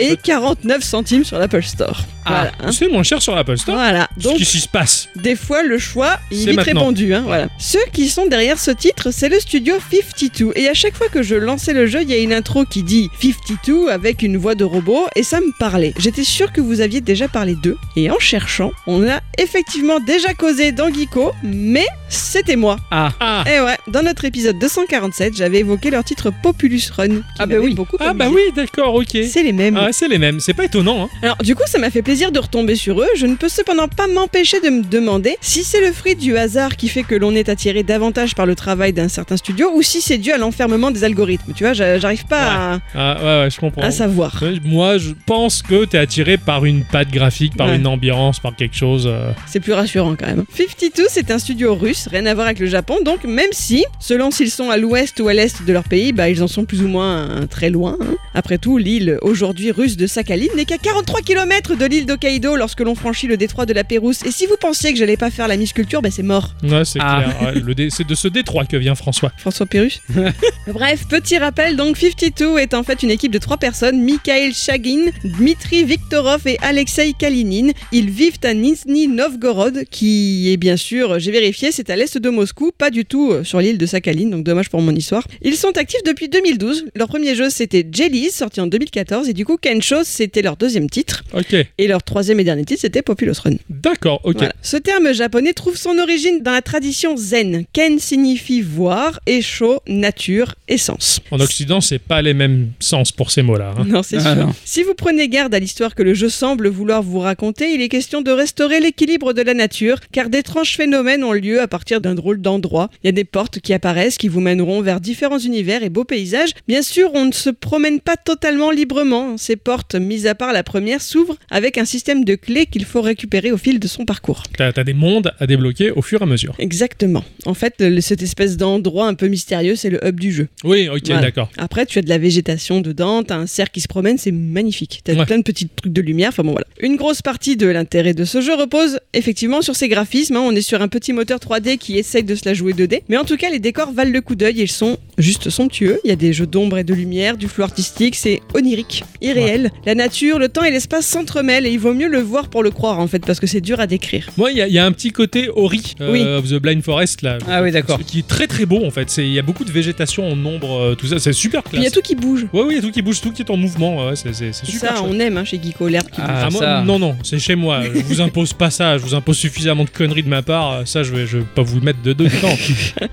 Speaker 3: et 49 centimes sur l'Apple Store.
Speaker 2: Ah.
Speaker 3: Voilà. hein.
Speaker 1: C'est moins cher sur l'Apple Store.
Speaker 3: Voilà.
Speaker 1: Ce
Speaker 3: Donc,
Speaker 1: qui s'y se passe.
Speaker 3: des fois, le choix il est
Speaker 1: C'est
Speaker 3: vite
Speaker 1: maintenant.
Speaker 3: répandu. hein, voilà. Ceux qui sont derrière ce titre, c'est le studio 52. Et à chaque fois que je lançais le jeu, il y a une intro qui dit 52 avec une voix de robot et ça me parlait. J'étais sûre que vous aviez déjà parlé d'eux. Et en cherchant, on a effectivement déjà causé dans Geeko, mais c'était moi.
Speaker 2: Ah,
Speaker 1: Ah,
Speaker 3: Et ouais, dans notre épisode 247, j'avais évoqué leur titre Populus Run. qui
Speaker 2: Ah bah
Speaker 3: m'avait
Speaker 2: oui.
Speaker 3: beaucoup
Speaker 1: ah bah
Speaker 3: amusé.
Speaker 1: oui, d'accord, ok.
Speaker 3: C'est les mêmes.
Speaker 1: Ah, c'est les mêmes, c'est pas étonnant. Hein.
Speaker 3: Alors du coup, ça m'a fait plaisir de retomber sur eux. Je ne peux cependant pas m'empêcher de me demander si c'est le fruit du hasard qui fait que l'on est attiré davantage par le travail d'un certain studio ou si c'est dû à l'enfermement des algorithmes. Tu vois, j'a- j'arrive pas
Speaker 1: Ah, ouais, ouais, je comprends.
Speaker 3: à, à savoir.
Speaker 1: Ouais, Moi, je pense que t'es attiré par une patte graphique, par
Speaker 3: Ouais.
Speaker 1: une ambiance, par quelque chose. euh.
Speaker 3: C'est plus rassurant quand même. 52, c'est un studio russe, rien à voir avec le Japon, donc même si, selon s'ils sont à l'ouest ou à l'est de leur pays, bah ils en sont plus ou moins euh, très loin. hein. Après tout, l'île aujourd'hui russe de Sakhaline n'est qu'à 43 km de l'île d'Hokkaido lorsque l'on franchit le détroit de la Pérouse. Et si vous pensiez que j'allais pas faire la Miss Culture, bah c'est mort.
Speaker 1: Ouais, c'est
Speaker 2: Ah.
Speaker 1: clair. Ouais, le dé- C'est de ce détroit que vient François.
Speaker 3: François Pérus. Bref, petit rappel, donc 52 est en fait une équipe de trois personnes, Mikhail Chagin, Dmitri Viktorov et Alexei Kalinin. Ils vivent à Nizhny Novgorod, qui est bien sûr, euh, j'ai vérifié, c'est à l'est de Moscou, pas du tout euh, sur l'île de Sakhaline, donc dommage pour mon histoire. Ils sont actifs depuis 2012. Leur premier jeu c'était Jellies, sorti en 2014, et du coup Kensho c'était leur deuxième titre,
Speaker 1: Ok,
Speaker 3: et leur troisième et dernier titre c'était Populous Run.
Speaker 1: d'accord, ok.
Speaker 3: Voilà. Ce terme japonais trouve son origine dans la tradition zen. Ken signifie voir et sho nature, essence.
Speaker 1: En Occident, c'est pas les mêmes sens pour ces mots-là. hein.
Speaker 3: Non, c'est
Speaker 2: Ah,
Speaker 3: sûr.
Speaker 2: non.
Speaker 3: Si vous prenez garde à l'histoire que le jeu semble vouloir vous raconter, il est question de restaurer l'équilibre de la nature, car d'étranges phénomènes ont lieu à partir d'un drôle d'endroit. Il y a des portes qui apparaissent qui vous mèneront vers différents univers et beaux paysages. Bien sûr, on ne se promène pas totalement librement. Ces portes, mis à part la première, s'ouvrent avec un système de clés qu'il faut récupérer au fil de son parcours.
Speaker 1: T'as t'as des mondes à débloquer au fur et à mesure.
Speaker 3: Exactement. En fait, le- cette espèce d'endroit un peu mystérieux, c'est le hub du jeu.
Speaker 1: Oui, ok,
Speaker 3: Voilà.
Speaker 1: d'accord.
Speaker 3: Après, tu as de la végétation dedans, t'as un cerf qui se promène, c'est magnifique. T'as
Speaker 1: Ouais.
Speaker 3: plein de petits trucs de lumière, enfin bon voilà. Une grosse partie de l'intérêt de ce jeu repose effectivement sur ses graphismes. hein. On est sur un petit moteur 3D qui essaye de se la jouer 2D. Mais en tout cas, les décors valent le coup d'œil, ils sont juste somptueux. Il y a des jeux d'ombre et de lumière, du flou artistique, c'est onirique, irréel. La nature, le temps et l'espace s'entremêlent et il vaut mieux le voir pour le croire en fait, parce que c'est dur à décrire.
Speaker 1: Moi, il y, a- il y a un petit côté Ori euh,
Speaker 3: Oui.
Speaker 1: of the Blind Forest là.
Speaker 2: Ah oui, d'accord.
Speaker 1: Qui est très très beau en fait. C'est- Il y a beaucoup de végétation en ombre, euh, tout ça. C'est super
Speaker 3: Puis il
Speaker 1: classe.
Speaker 3: y a tout qui bouge.
Speaker 1: Ouais, oui, il y a tout qui bouge, tout qui est en mouvement. ouais, c'est c'est- c'est super.
Speaker 3: Ça,
Speaker 1: chouette.
Speaker 3: on aime hein, chez Geeko, l'herbe qui
Speaker 2: Ah,
Speaker 1: Ah, moi,
Speaker 2: ça.
Speaker 1: non, non, c'est chez moi. Je vous impose pas ça. Je vous impose suffisamment de conneries de ma part. Euh, Ça, je vais, je vais pas vous mettre de dedans.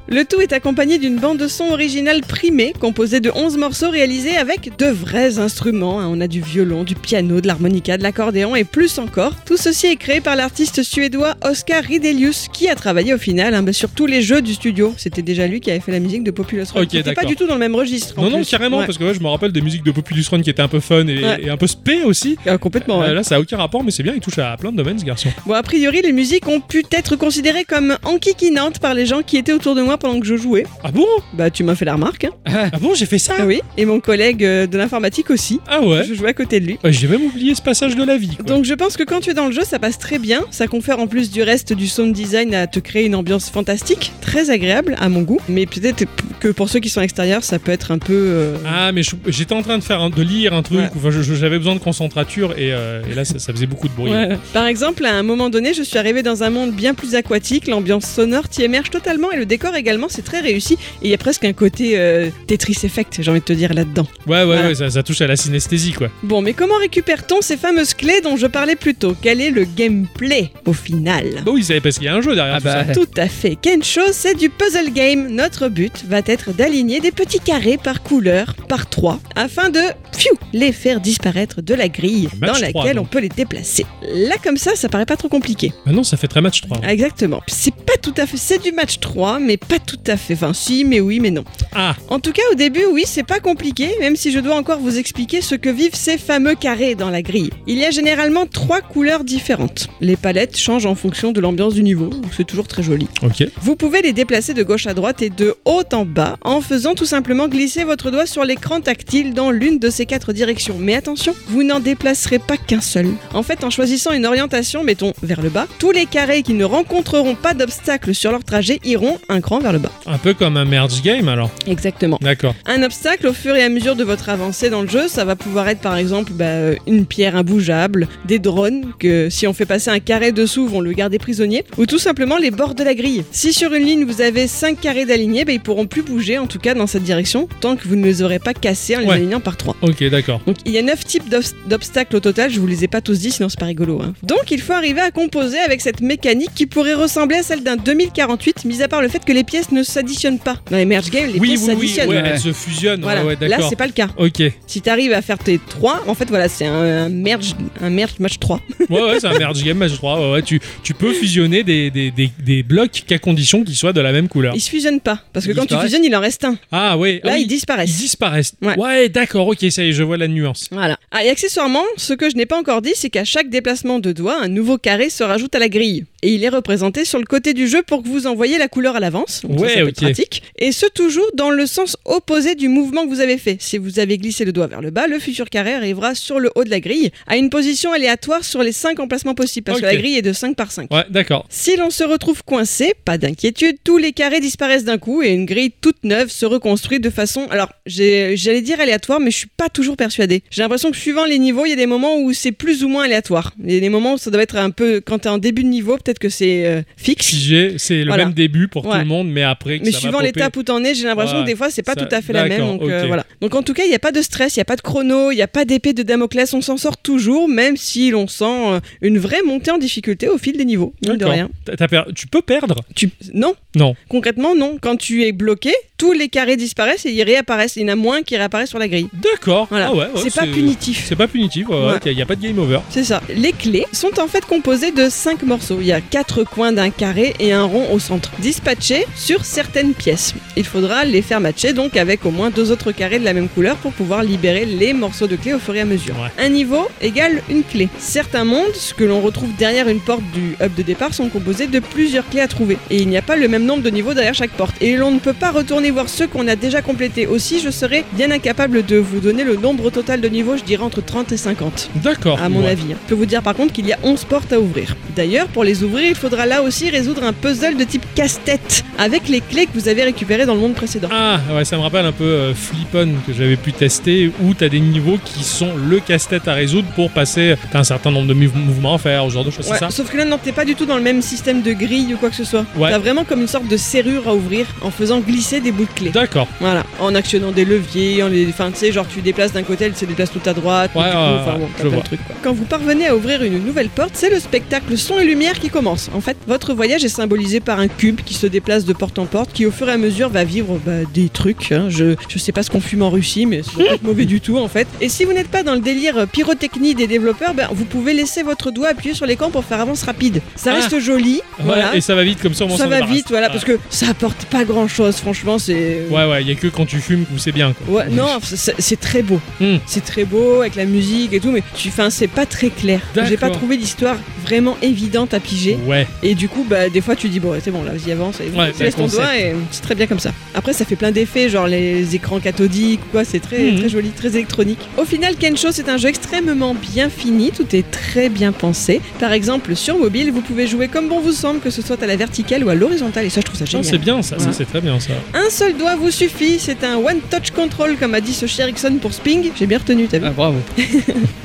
Speaker 3: Le tout est accompagné d'une bande de son originale primée, composée de 11 morceaux réalisés avec de vrais instruments. hein. On a du violon, du piano, de l'harmonica, de l'accordéon et plus encore. Tout ceci est créé par l'artiste suédois Oscar Ridelius, qui a travaillé au final hein, bah, sur tous les jeux du studio. C'était déjà lui qui avait fait la musique de Populous Rock.
Speaker 1: Ok,
Speaker 3: qui était pas
Speaker 1: d'accord.
Speaker 3: du tout dans le même registre. en
Speaker 1: non, non,
Speaker 3: plus.
Speaker 1: carrément,
Speaker 3: Ouais.
Speaker 1: parce que ouais, je me rappelle des musiques de Populus Run qui étaient un peu fun et,
Speaker 3: Ouais.
Speaker 1: et un peu spé aussi.
Speaker 3: Ah, complètement. ouais.
Speaker 1: Euh, là, ça a aucun rapport, mais c'est bien. Il touche à plein de domaines, ce garçon.
Speaker 3: Bon, a priori, les musiques ont pu être considérées comme enquiquinantes par les gens qui étaient autour de moi pendant que je jouais.
Speaker 1: Ah bon
Speaker 3: Bah, tu m'as fait la remarque. hein.
Speaker 1: Ah bon, j'ai fait ça
Speaker 3: Ah oui. Et mon collègue euh, de l'informatique aussi.
Speaker 1: Ah ouais.
Speaker 3: Je jouais à côté de lui.
Speaker 1: Ouais, J'ai même oublié ce passage de la vie. quoi.
Speaker 3: Donc je pense que quand tu es dans le jeu, ça passe très bien. Ça confère en plus du reste du sound design à te créer une ambiance fantastique, très agréable à mon goût. Mais peut-être que pour ceux qui sont extérieurs, ça peut être un peu. euh,
Speaker 1: Ah mais je- j'étais en train de faire un- de lire un truc,
Speaker 3: Ouais.
Speaker 1: enfin, je- je- j'avais besoin de concentrature et, euh, et là ça, ça faisait beaucoup de bruit.
Speaker 3: ouais. Par exemple, à un moment donné, je suis arrivée dans un monde bien plus aquatique. L'ambiance sonore t'y émerge totalement et le décor également, c'est très réussi. Et il y a presque un côté euh, Tetris Effect, j'ai envie de te dire là-dedans.
Speaker 1: Ouais ouais,
Speaker 3: Voilà.
Speaker 1: ouais, ça, ça touche à la synesthésie quoi.
Speaker 3: Bon, mais comment récupère-t-on ces fameuses clés dont je parlais plus tôt Quel est le gameplay au final
Speaker 1: Bah oui c'est parce qu'il y a un jeu derrière
Speaker 2: Ah
Speaker 1: tout
Speaker 2: bah.
Speaker 1: ça.
Speaker 3: Tout à fait. Kensho, c'est du puzzle game. Notre but va être d'aligner des petits carrés par couleur, par trois, afin de pfiou, les faire disparaître de la grille
Speaker 1: Match
Speaker 3: dans
Speaker 1: trois,
Speaker 3: laquelle on
Speaker 1: donc.
Speaker 3: peut les déplacer. Là, comme ça, ça paraît pas trop compliqué.
Speaker 1: Bah non ça fait très match 3.
Speaker 3: Ah, Exactement. C'est pas tout à fait. C'est du match 3, mais pas tout à fait. Enfin, si, mais oui, mais non.
Speaker 1: Ah
Speaker 3: En tout cas, au début, oui, c'est pas compliqué, même si je dois encore vous expliquer ce que vivent ces fameux carrés dans la grille. Il y a généralement trois couleurs différentes. Les palettes changent en fonction de l'ambiance du niveau, donc c'est toujours très joli.
Speaker 1: ok.
Speaker 3: Vous pouvez les déplacer de gauche à droite et de haut en bas en faisant tout simplement glisser votre doigt sur l'écran tactile dans l'une de ces quatre directions. Mais attention, vous n'en déplacerez pas qu'un seul. En fait, en choisissant une orientation, mettons vers le bas, tous les carrés qui ne rencontreront pas d'obstacle sur leur trajet iront un cran vers le bas.
Speaker 1: Un peu comme un merge game alors.
Speaker 3: Exactement.
Speaker 1: D'accord.
Speaker 3: Un obstacle au fur et à mesure de votre avancée dans le jeu, ça va pouvoir être par exemple bah, euh, une pierre imbougeable, des drones que si on fait passer un carré dessous vont le garder prisonnier, ou tout simplement les bords de la grille. Si sur une ligne vous avez 5 carrés d'alignés, bah, ils pourront plus bouger en tout cas dans cette direction tant que vous ne les aurez pas cassés en les
Speaker 1: Ouais.
Speaker 3: alignant par 3.
Speaker 1: Ok, d'accord.
Speaker 3: Donc il y a 9 types d'obs- d'obstacles au total, je vous les ai pas tous dit sinon c'est pas rigolo. hein. Donc il faut arriver à composer avec cette mécanique qui pourrait ressembler à celle d'un 2048, mis à part le fait que les pièces ne s'additionnent pas. Dans les merge games, les
Speaker 1: oui,
Speaker 3: pièces
Speaker 1: oui, oui,
Speaker 3: s'additionnent.
Speaker 1: ouais,
Speaker 2: ouais.
Speaker 1: elles se fusionnent.
Speaker 3: Voilà,
Speaker 1: ouais, ouais,
Speaker 3: là
Speaker 1: d'accord.
Speaker 3: c'est pas le cas.
Speaker 1: Ok. Ouais,
Speaker 3: Si t'arrives à faire tes 3, en fait voilà, c'est un, un merge, un merge match 3.
Speaker 1: ouais, c'est un merge game, je crois. Ouais, ouais, tu, tu peux fusionner des, des, des, des blocs qu'à condition qu'ils soient de la même couleur.
Speaker 3: Ils se fusionnent pas, parce que
Speaker 2: Ils
Speaker 3: quand tu
Speaker 2: disparaissent.
Speaker 3: fusionnes, il en reste un.
Speaker 1: Ah ouais. ah
Speaker 3: Là,
Speaker 1: oui,
Speaker 3: ils disparaissent.
Speaker 1: ils disparaissent.
Speaker 3: Ouais.
Speaker 1: d'accord, ok, ça y est, je vois la nuance.
Speaker 3: Voilà. Ah, et accessoirement, ce que je n'ai pas encore dit, c'est qu'à chaque déplacement de doigt, un nouveau carré se rajoute à la grille. Et il est représenté sur le côté du jeu pour que vous envoyiez la couleur à l'avance. Donc ça,
Speaker 1: Ouais,
Speaker 3: ça, peut
Speaker 1: ok.
Speaker 3: être pratique. Et ce toujours dans le sens opposé du mouvement que vous avez fait. Si vous avez glissé le doigt vers le bas, le futur carré arrivera sur le haut de la grille, à une position aléatoire sur les 5 emplacements possibles, parce
Speaker 1: Ok.
Speaker 3: que la grille est de 5 par 5.
Speaker 1: Ouais, d'accord.
Speaker 3: Si l'on se retrouve coincé, pas d'inquiétude, tous les carrés disparaissent d'un coup et une grille toute neuve se reconstruit de façon. Alors, j'ai- j'allais dire aléatoire, mais je suis pas toujours persuadée. J'ai l'impression que suivant les niveaux, il y a des moments où c'est plus ou moins aléatoire. Il y a des moments où ça doit être un peu. Quand t'es en début de niveau, peut-être que c'est euh, fixe.
Speaker 1: Figé, c'est le
Speaker 3: Voilà.
Speaker 1: même début pour tout
Speaker 3: Ouais.
Speaker 1: le monde, mais après que
Speaker 3: Mais
Speaker 1: ça va
Speaker 3: suivant
Speaker 1: popper.
Speaker 3: l'étape où t'en es, j'ai l'impression
Speaker 1: Ouais,
Speaker 3: que des fois c'est pas
Speaker 1: ça-
Speaker 3: tout à fait la même.
Speaker 1: d'accord,
Speaker 3: Donc euh,
Speaker 1: ok.
Speaker 3: voilà. Donc en tout cas, il n'y a pas de stress, il n'y a pas de chrono, il n'y a pas d'épée de Damoclès, on s'en sort toujours, même si l'on sent euh, une vraie montée en difficulté au fil des niveaux. Mine de
Speaker 1: D'accord.
Speaker 3: rien.
Speaker 1: T'as- t'as per- Tu peux perdre
Speaker 3: Tu... Non.
Speaker 1: Non.
Speaker 3: Concrètement, non. Quand tu es bloqué, tous les carrés disparaissent et ils réapparaissent. Il y en a moins qui réapparaissent sur la grille.
Speaker 1: D'accord.
Speaker 3: Voilà.
Speaker 1: Ah ouais, ouais,
Speaker 3: c'est pas punitif.
Speaker 1: C'est pas punitif, il ouais,
Speaker 3: Ouais.
Speaker 1: n'y a, pas de game over.
Speaker 3: C'est ça. Les clés sont en fait composées de 5 morceaux. Il y a 4 coins d'un carré et un rond au centre, dispatchés sur certaines pièces. Il faudra les faire matcher donc avec au moins deux autres carrés de la même couleur pour pouvoir libérer les morceaux de clés au fur et à mesure.
Speaker 1: Ouais.
Speaker 3: Un niveau égale une clé. Certains mondes, ce que l'on retrouve derrière une porte du hub de départ, sont composés de plusieurs clés à trouver. Et il n'y a pas le même nombre de niveaux derrière chaque porte. Et l'on ne peut pas retourner voir ceux qu'on a déjà complétés. Aussi, je serais bien incapable de vous donner le nombre total de niveaux, je dirais entre 30 et 50
Speaker 1: D'accord.
Speaker 3: à mon
Speaker 1: Ouais.
Speaker 3: avis. hein. Je peux vous dire par contre qu'il y a 11 portes à ouvrir. D'ailleurs, pour les ouvrir, il faudra là aussi résoudre un puzzle de type casse-tête avec les clés que vous avez récupérées dans le monde précédent.
Speaker 1: Ah ouais, ça me rappelle un peu euh, Flip-On que j'avais pu tester où t'as des niveaux qui sont le casse-tête à résoudre pour passer t'as un certain nombre de mou- mouvements à faire, ce genre de choses,
Speaker 3: Ouais,
Speaker 1: c'est ça
Speaker 3: sauf que là, non, t'es pas du tout dans le même système de grille ou quoi que ce soit.
Speaker 1: Ouais.
Speaker 3: T'as vraiment comme une sorte de serrure à ouvrir en faisant glisser des bouts de clés.
Speaker 1: D'accord.
Speaker 3: Voilà, en actionnant des leviers, en les... enfin, tu sais, genre tu déplaces d'un côté, elle se déplace tout à droite,
Speaker 1: Ouais,
Speaker 3: tout-
Speaker 1: ouais,
Speaker 3: enfin,
Speaker 1: ouais,
Speaker 3: bon,
Speaker 1: je
Speaker 3: t'as plein de
Speaker 1: vois.
Speaker 3: trucs, quoi. Quand vous parvenez à ouvrir une nouvelle porte, c'est le spectacle son et lumière qui commence. En fait, votre voyage est symbolisé par un cube qui se déplace de porte en porte, qui au fur et à mesure va vivre bah, des trucs. hein. Je, je sais pas ce qu'on fume en Russie, mais c'est pas être mauvais du tout en fait. Et si vous n'êtes pas dans le délire pyrotechnie des développeurs, ben, vous pouvez laisser votre doigt appuyer sur les camps pour faire avance rapide. Ça
Speaker 1: Ah.
Speaker 3: reste joli,
Speaker 1: Ouais,
Speaker 3: voilà.
Speaker 1: Et ça va vite comme ça, on
Speaker 3: Ça va vite, voilà, parce que ça apporte pas grand chose, franchement, c'est.
Speaker 1: Ah. Ouais, ouais, il y a que quand tu fumes où c'est bien. Quoi.
Speaker 3: Ouais, non, c'est c'est très beau.
Speaker 1: Hmm.
Speaker 3: C'est très beau avec la musique et tout, mais tu, enfin, c'est pas très clair.
Speaker 1: D'accord.
Speaker 3: J'ai pas trouvé l'histoire vraiment évidente à piger.
Speaker 1: Ouais. Ah,
Speaker 3: Et du coup, bah, des fois, tu dis, bon, ouais, c'est bon, là, vas-y, avance. Et
Speaker 1: Ouais,
Speaker 3: tu laisses
Speaker 1: bah,
Speaker 3: ton
Speaker 1: concept.
Speaker 3: doigt et c'est très bien comme ça. Après, ça fait plein d'effets, genre les écrans cathodiques ou quoi, c'est très,
Speaker 1: Mhm.
Speaker 3: très joli, très électronique. Au final, Kensho, c'est un jeu extrêmement bien fini, tout est très bien pensé. Par exemple, sur mobile, vous pouvez jouer comme bon vous semble, que ce soit à la verticale ou à l'horizontale, et ça, je trouve ça
Speaker 1: Non,
Speaker 3: génial.
Speaker 1: c'est bien ça, ça
Speaker 3: Ouais.
Speaker 1: c'est très bien ça.
Speaker 3: Un seul doigt vous suffit, c'est un one touch control comme a dit ce cher Ericsson pour Sping. J'ai bien retenu, t'as vu
Speaker 2: Ah, bravo.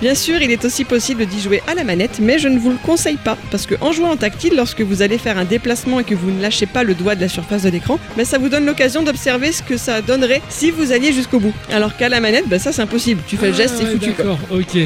Speaker 3: Bien sûr, il est aussi possible d'y jouer à la manette, mais je ne vous le conseille pas parce que en jouant en tactile, lorsque vous allez faire un déplacement et que vous ne lâchez pas le doigt de la surface de l'écran, bah, ça vous donne l'occasion d'observer ce que ça donnerait si vous alliez jusqu'au bout. Alors qu'à la manette, bah, ça c'est impossible. Tu fais le geste, c'est
Speaker 1: Ah,
Speaker 3: foutu quoi.
Speaker 1: D'accord, ok.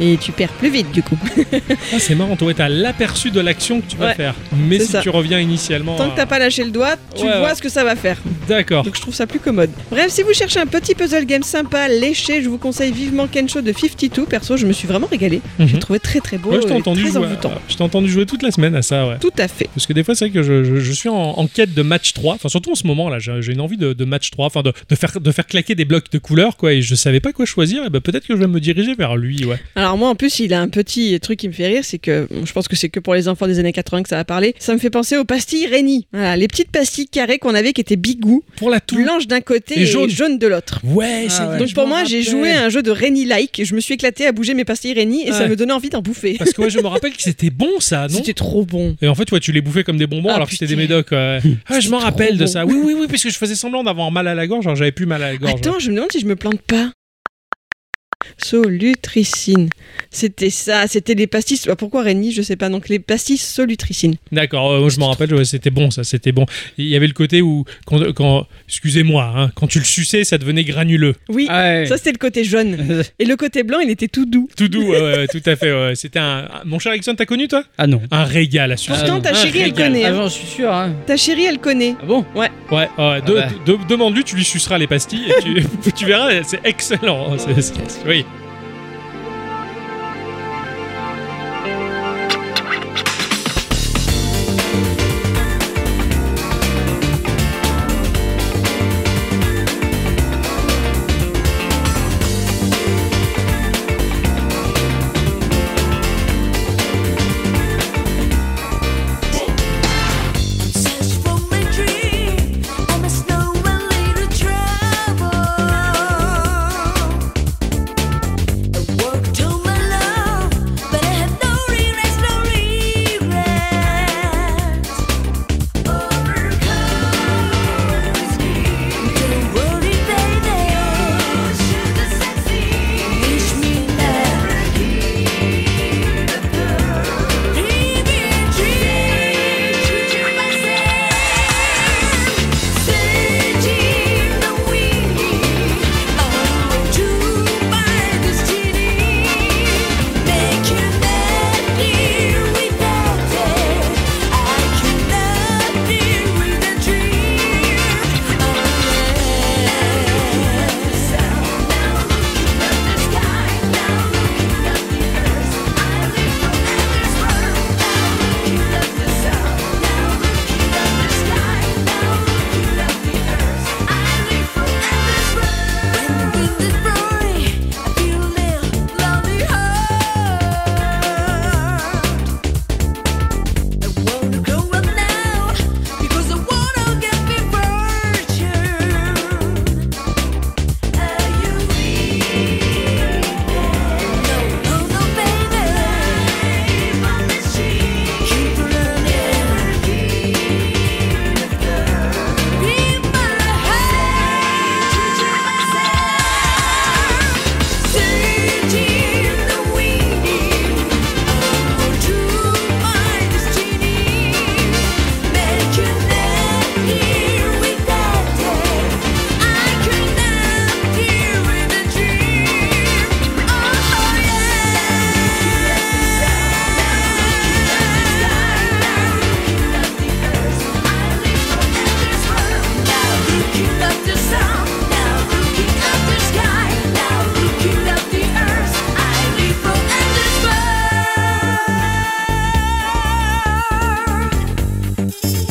Speaker 3: Et tu perds plus vite du coup.
Speaker 1: Ah, c'est marrant, toi, t'as l'aperçu de l'action que tu vas
Speaker 3: Ouais,
Speaker 1: faire. Mais
Speaker 3: c'est
Speaker 1: si
Speaker 3: ça.
Speaker 1: tu reviens initialement.
Speaker 3: Tant
Speaker 1: à-
Speaker 3: que t'as pas lâché le doigt, tu
Speaker 1: Oh. Ouais,
Speaker 3: vois
Speaker 1: ouais.
Speaker 3: ce que ça va faire.
Speaker 1: D'accord.
Speaker 3: Donc je trouve ça plus commode. Bref, si vous cherchez un petit puzzle game sympa, léché, je vous conseille vivement Kensho de 52. Perso, je me suis vraiment régalée. J'ai
Speaker 1: Mhm.
Speaker 3: trouvé très très beau
Speaker 1: Ouais, je t'ai
Speaker 3: et
Speaker 1: entendu,
Speaker 3: très
Speaker 1: jouer- euh,
Speaker 3: envoûtant.
Speaker 1: je t'ai entendu jouer toute la semaine à ça, ouais.
Speaker 3: Tout à fait.
Speaker 1: Parce que des fois, c'est vrai que je, je- je suis en, en quête de match 3. Enfin, surtout en ce moment, là, j'ai j'ai une envie de, de match 3. Enfin, de, de faire, de faire claquer des blocs de couleurs, quoi. Et je savais pas quoi choisir. Et ben, peut-être que je vais me diriger vers lui, ouais.
Speaker 3: Alors moi en plus il a un petit truc qui me fait rire, c'est que bon, je pense que c'est que pour les enfants des années 80 que ça va parler. Ça me fait penser aux pastilles Rénie. Voilà, les petites pastilles carrées qu'on avait qui étaient bigou,
Speaker 1: Pour la toux.
Speaker 3: blanches d'un côté
Speaker 1: Mmh. Et
Speaker 3: et,
Speaker 1: jaunes.
Speaker 3: jaunes de l'autre.
Speaker 1: Ouais, c'est
Speaker 2: Ah ouais.
Speaker 1: vrai,
Speaker 3: Donc
Speaker 1: je
Speaker 3: pour
Speaker 1: m'en
Speaker 3: moi j'ai
Speaker 1: rappelle.
Speaker 3: joué à un jeu de Rénie-like, et je me suis éclatée à bouger mes pastilles Rénie et ça
Speaker 1: Ouais.
Speaker 3: me donnait envie d'en bouffer.
Speaker 1: Parce que ouais, je me rappelle que c'était bon ça, non
Speaker 3: C'était trop bon.
Speaker 1: Et en fait, ouais, tu les bouffais comme des bonbons
Speaker 3: Ah,
Speaker 1: alors que c'était des
Speaker 3: putain.
Speaker 1: médocs. ouais. Ah, je
Speaker 3: C'est
Speaker 1: m'en
Speaker 3: trop
Speaker 1: rappelle de
Speaker 3: bon.
Speaker 1: ça. Oui, oui, oui, puisque je faisais semblant d'avoir mal à la gorge, alors j'avais plus mal à la gorge.
Speaker 3: Attends, je me demande si je me plante pas. Solutricine. C'était ça, c'était les pastilles. bah, Pourquoi Rénie Je sais pas. Donc les pastilles solutricine.
Speaker 1: D'accord, euh, je m'en rappelle, ouais, c'était bon ça, c'était bon. Il y avait le côté où, quand, quand- excusez-moi, hein, quand tu le suçais, ça devenait granuleux.
Speaker 3: Oui,
Speaker 2: Ah Ouais.
Speaker 3: ça c'était le côté jaune. Et le côté blanc, il était tout doux.
Speaker 1: Tout doux, ouais, ouais, ouais, tout à fait. ouais. C'était un... un- Mon cher Alexandre, t'as connu toi
Speaker 2: ah non.
Speaker 1: Un régal à sucer.
Speaker 2: Ah
Speaker 3: Pourtant
Speaker 2: non.
Speaker 3: ta
Speaker 1: Un
Speaker 3: chérie, elle
Speaker 1: régal.
Speaker 3: connaît.
Speaker 2: Ah
Speaker 3: hein.
Speaker 2: j'en suis sûr. Hein.
Speaker 3: Ta chérie, elle connaît.
Speaker 2: Ah bon
Speaker 1: Ouais, ouais, de-
Speaker 2: bah.
Speaker 1: de- de- demande-lui, tu lui suceras les pastilles et tu, tu verras, c'est excellent. C'est- c'est- oui.
Speaker 5: Says from my dream, I must know a little trouble. I walked on my love, but I had no regrets, no regrets. Overcomes me. Don't worry, baby. Should the succeed, wish me luck. Because I wanna get me virtue. Are you No, no, no, baby. Keep running. Keep my heart. Searching the wind. To my destiny. Make you here without it. I could not hear in a dream. Oh yeah.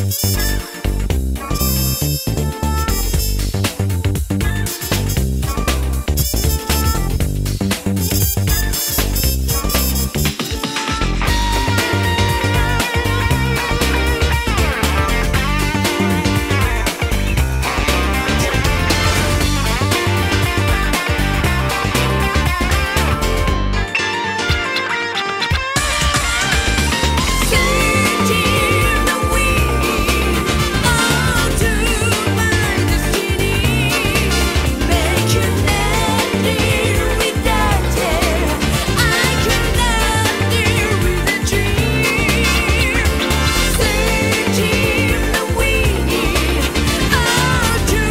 Speaker 5: Searching the wind, all to my destiny. Make you live without it. I cannot live with a dream. Searching the wind, all to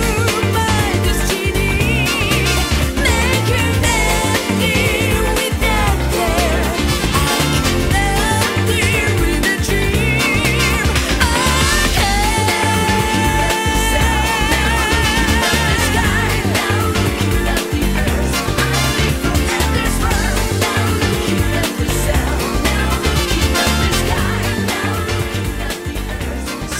Speaker 5: my destiny. Make you live without it. I cannot live with a dream.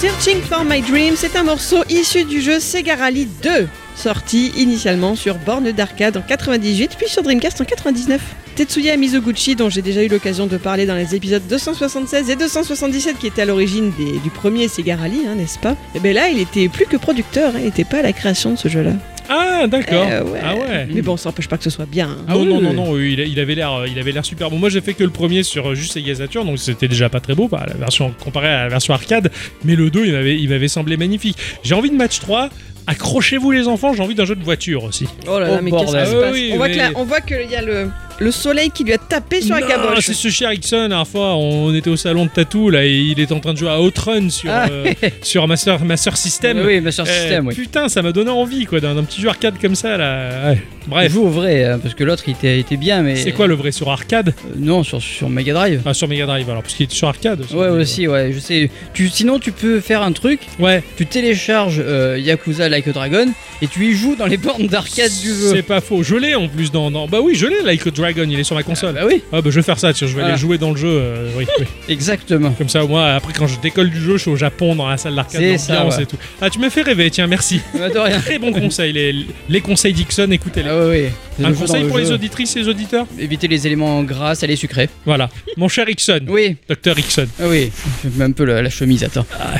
Speaker 3: Searching for My Dream, c'est un morceau issu du jeu Sega Rally 2, sorti initialement sur borne d'arcade en 98, puis sur Dreamcast en 99. Tetsuya Mizoguchi, dont j'ai déjà eu l'occasion de parler dans les épisodes 276 et 277 qui étaient à l'origine des- du premier Sega Rally, hein, n'est-ce pas Et bien là, il était plus que producteur, hein, il n'était pas à la création de ce jeu-là.
Speaker 1: Ah, d'accord.
Speaker 3: Euh, ouais.
Speaker 1: Ah ouais.
Speaker 3: Mais bon, ça n'empêche pas que ce soit bien. hein.
Speaker 1: non,
Speaker 2: Ah oui,
Speaker 1: non,
Speaker 2: oui.
Speaker 1: non, non, oui, il, il avait l'air, euh, il avait l'air super bon. Moi, j'ai fait que le premier sur euh, juste Sega Saturn, donc c'était déjà pas très beau, bah, la version comparé à la version arcade. Mais le 2, il m'avait, il m'avait semblé magnifique. J'ai envie de match 3. Accrochez-vous les enfants, j'ai envie d'un jeu de voiture aussi.
Speaker 3: Oh là
Speaker 2: Oh,
Speaker 3: là, mais qu'est-ce
Speaker 2: bordel.
Speaker 3: qui se
Speaker 1: Ah
Speaker 3: passe
Speaker 1: oui,
Speaker 3: On voit
Speaker 1: mais-
Speaker 3: que là- On voit qu'il y a le, le soleil qui lui a tapé sur la
Speaker 1: Non,
Speaker 3: caboche.
Speaker 1: C'est ce cher Ixon, la fois, on était au salon de Tatou, là, et il est en train de jouer à Outrun sur,
Speaker 2: Ah.
Speaker 1: euh, sur Master, Master System.
Speaker 2: Oui, Master
Speaker 1: Eh,
Speaker 2: System, oui.
Speaker 1: Putain, ça m'a donné envie, quoi, d'un d'un petit jeu arcade comme ça, là. Ouais.
Speaker 2: Il
Speaker 1: Bref.
Speaker 2: Joue au vrai, hein, parce que l'autre il était, il était bien, mais.
Speaker 1: C'est quoi le vrai sur arcade
Speaker 2: Euh, Non, sur, sur Mega Drive.
Speaker 1: Ah, sur Mega Drive alors, parce qu'il est sur arcade. aussi.
Speaker 2: Ouais, aussi, ouais, je sais. Tu, sinon, tu peux faire un truc,
Speaker 1: Ouais,
Speaker 2: tu télécharges euh, Yakuza Like a Dragon et tu y joues dans les bornes d'arcade du
Speaker 1: C'est
Speaker 2: jeu.
Speaker 1: pas faux. Je l'ai en plus dans, dans- Bah oui, je l'ai, Like a Dragon, il est sur ma console.
Speaker 2: Bah oui,
Speaker 1: Ah bah je vais faire ça, tiens, je vais
Speaker 2: Voilà.
Speaker 1: aller jouer dans le jeu. euh, oui, oui.
Speaker 2: exactement.
Speaker 1: Comme ça, moi, après quand je décolle du jeu, je suis au Japon dans la salle d'arcade,
Speaker 2: C'est ça,
Speaker 1: l'ambiance
Speaker 2: ouais.
Speaker 1: et tout. Ah, tu me fais rêver, tiens, merci.
Speaker 2: Bah, de rien.
Speaker 1: Très bon conseil, les, les conseils Dixon, écoutez-les.
Speaker 2: Ah ouais, ouais. C'est
Speaker 1: Un
Speaker 2: le jeu dans
Speaker 1: conseil
Speaker 2: le
Speaker 1: pour les
Speaker 2: jeu.
Speaker 1: auditrices et les auditeurs
Speaker 2: Éviter les éléments gras, salés, sucrés.
Speaker 1: Voilà. Mon cher Ixon,
Speaker 2: Oui,
Speaker 1: docteur Ixon,
Speaker 2: ah oui. Je mets un peu la, la chemise, attends.
Speaker 1: Ah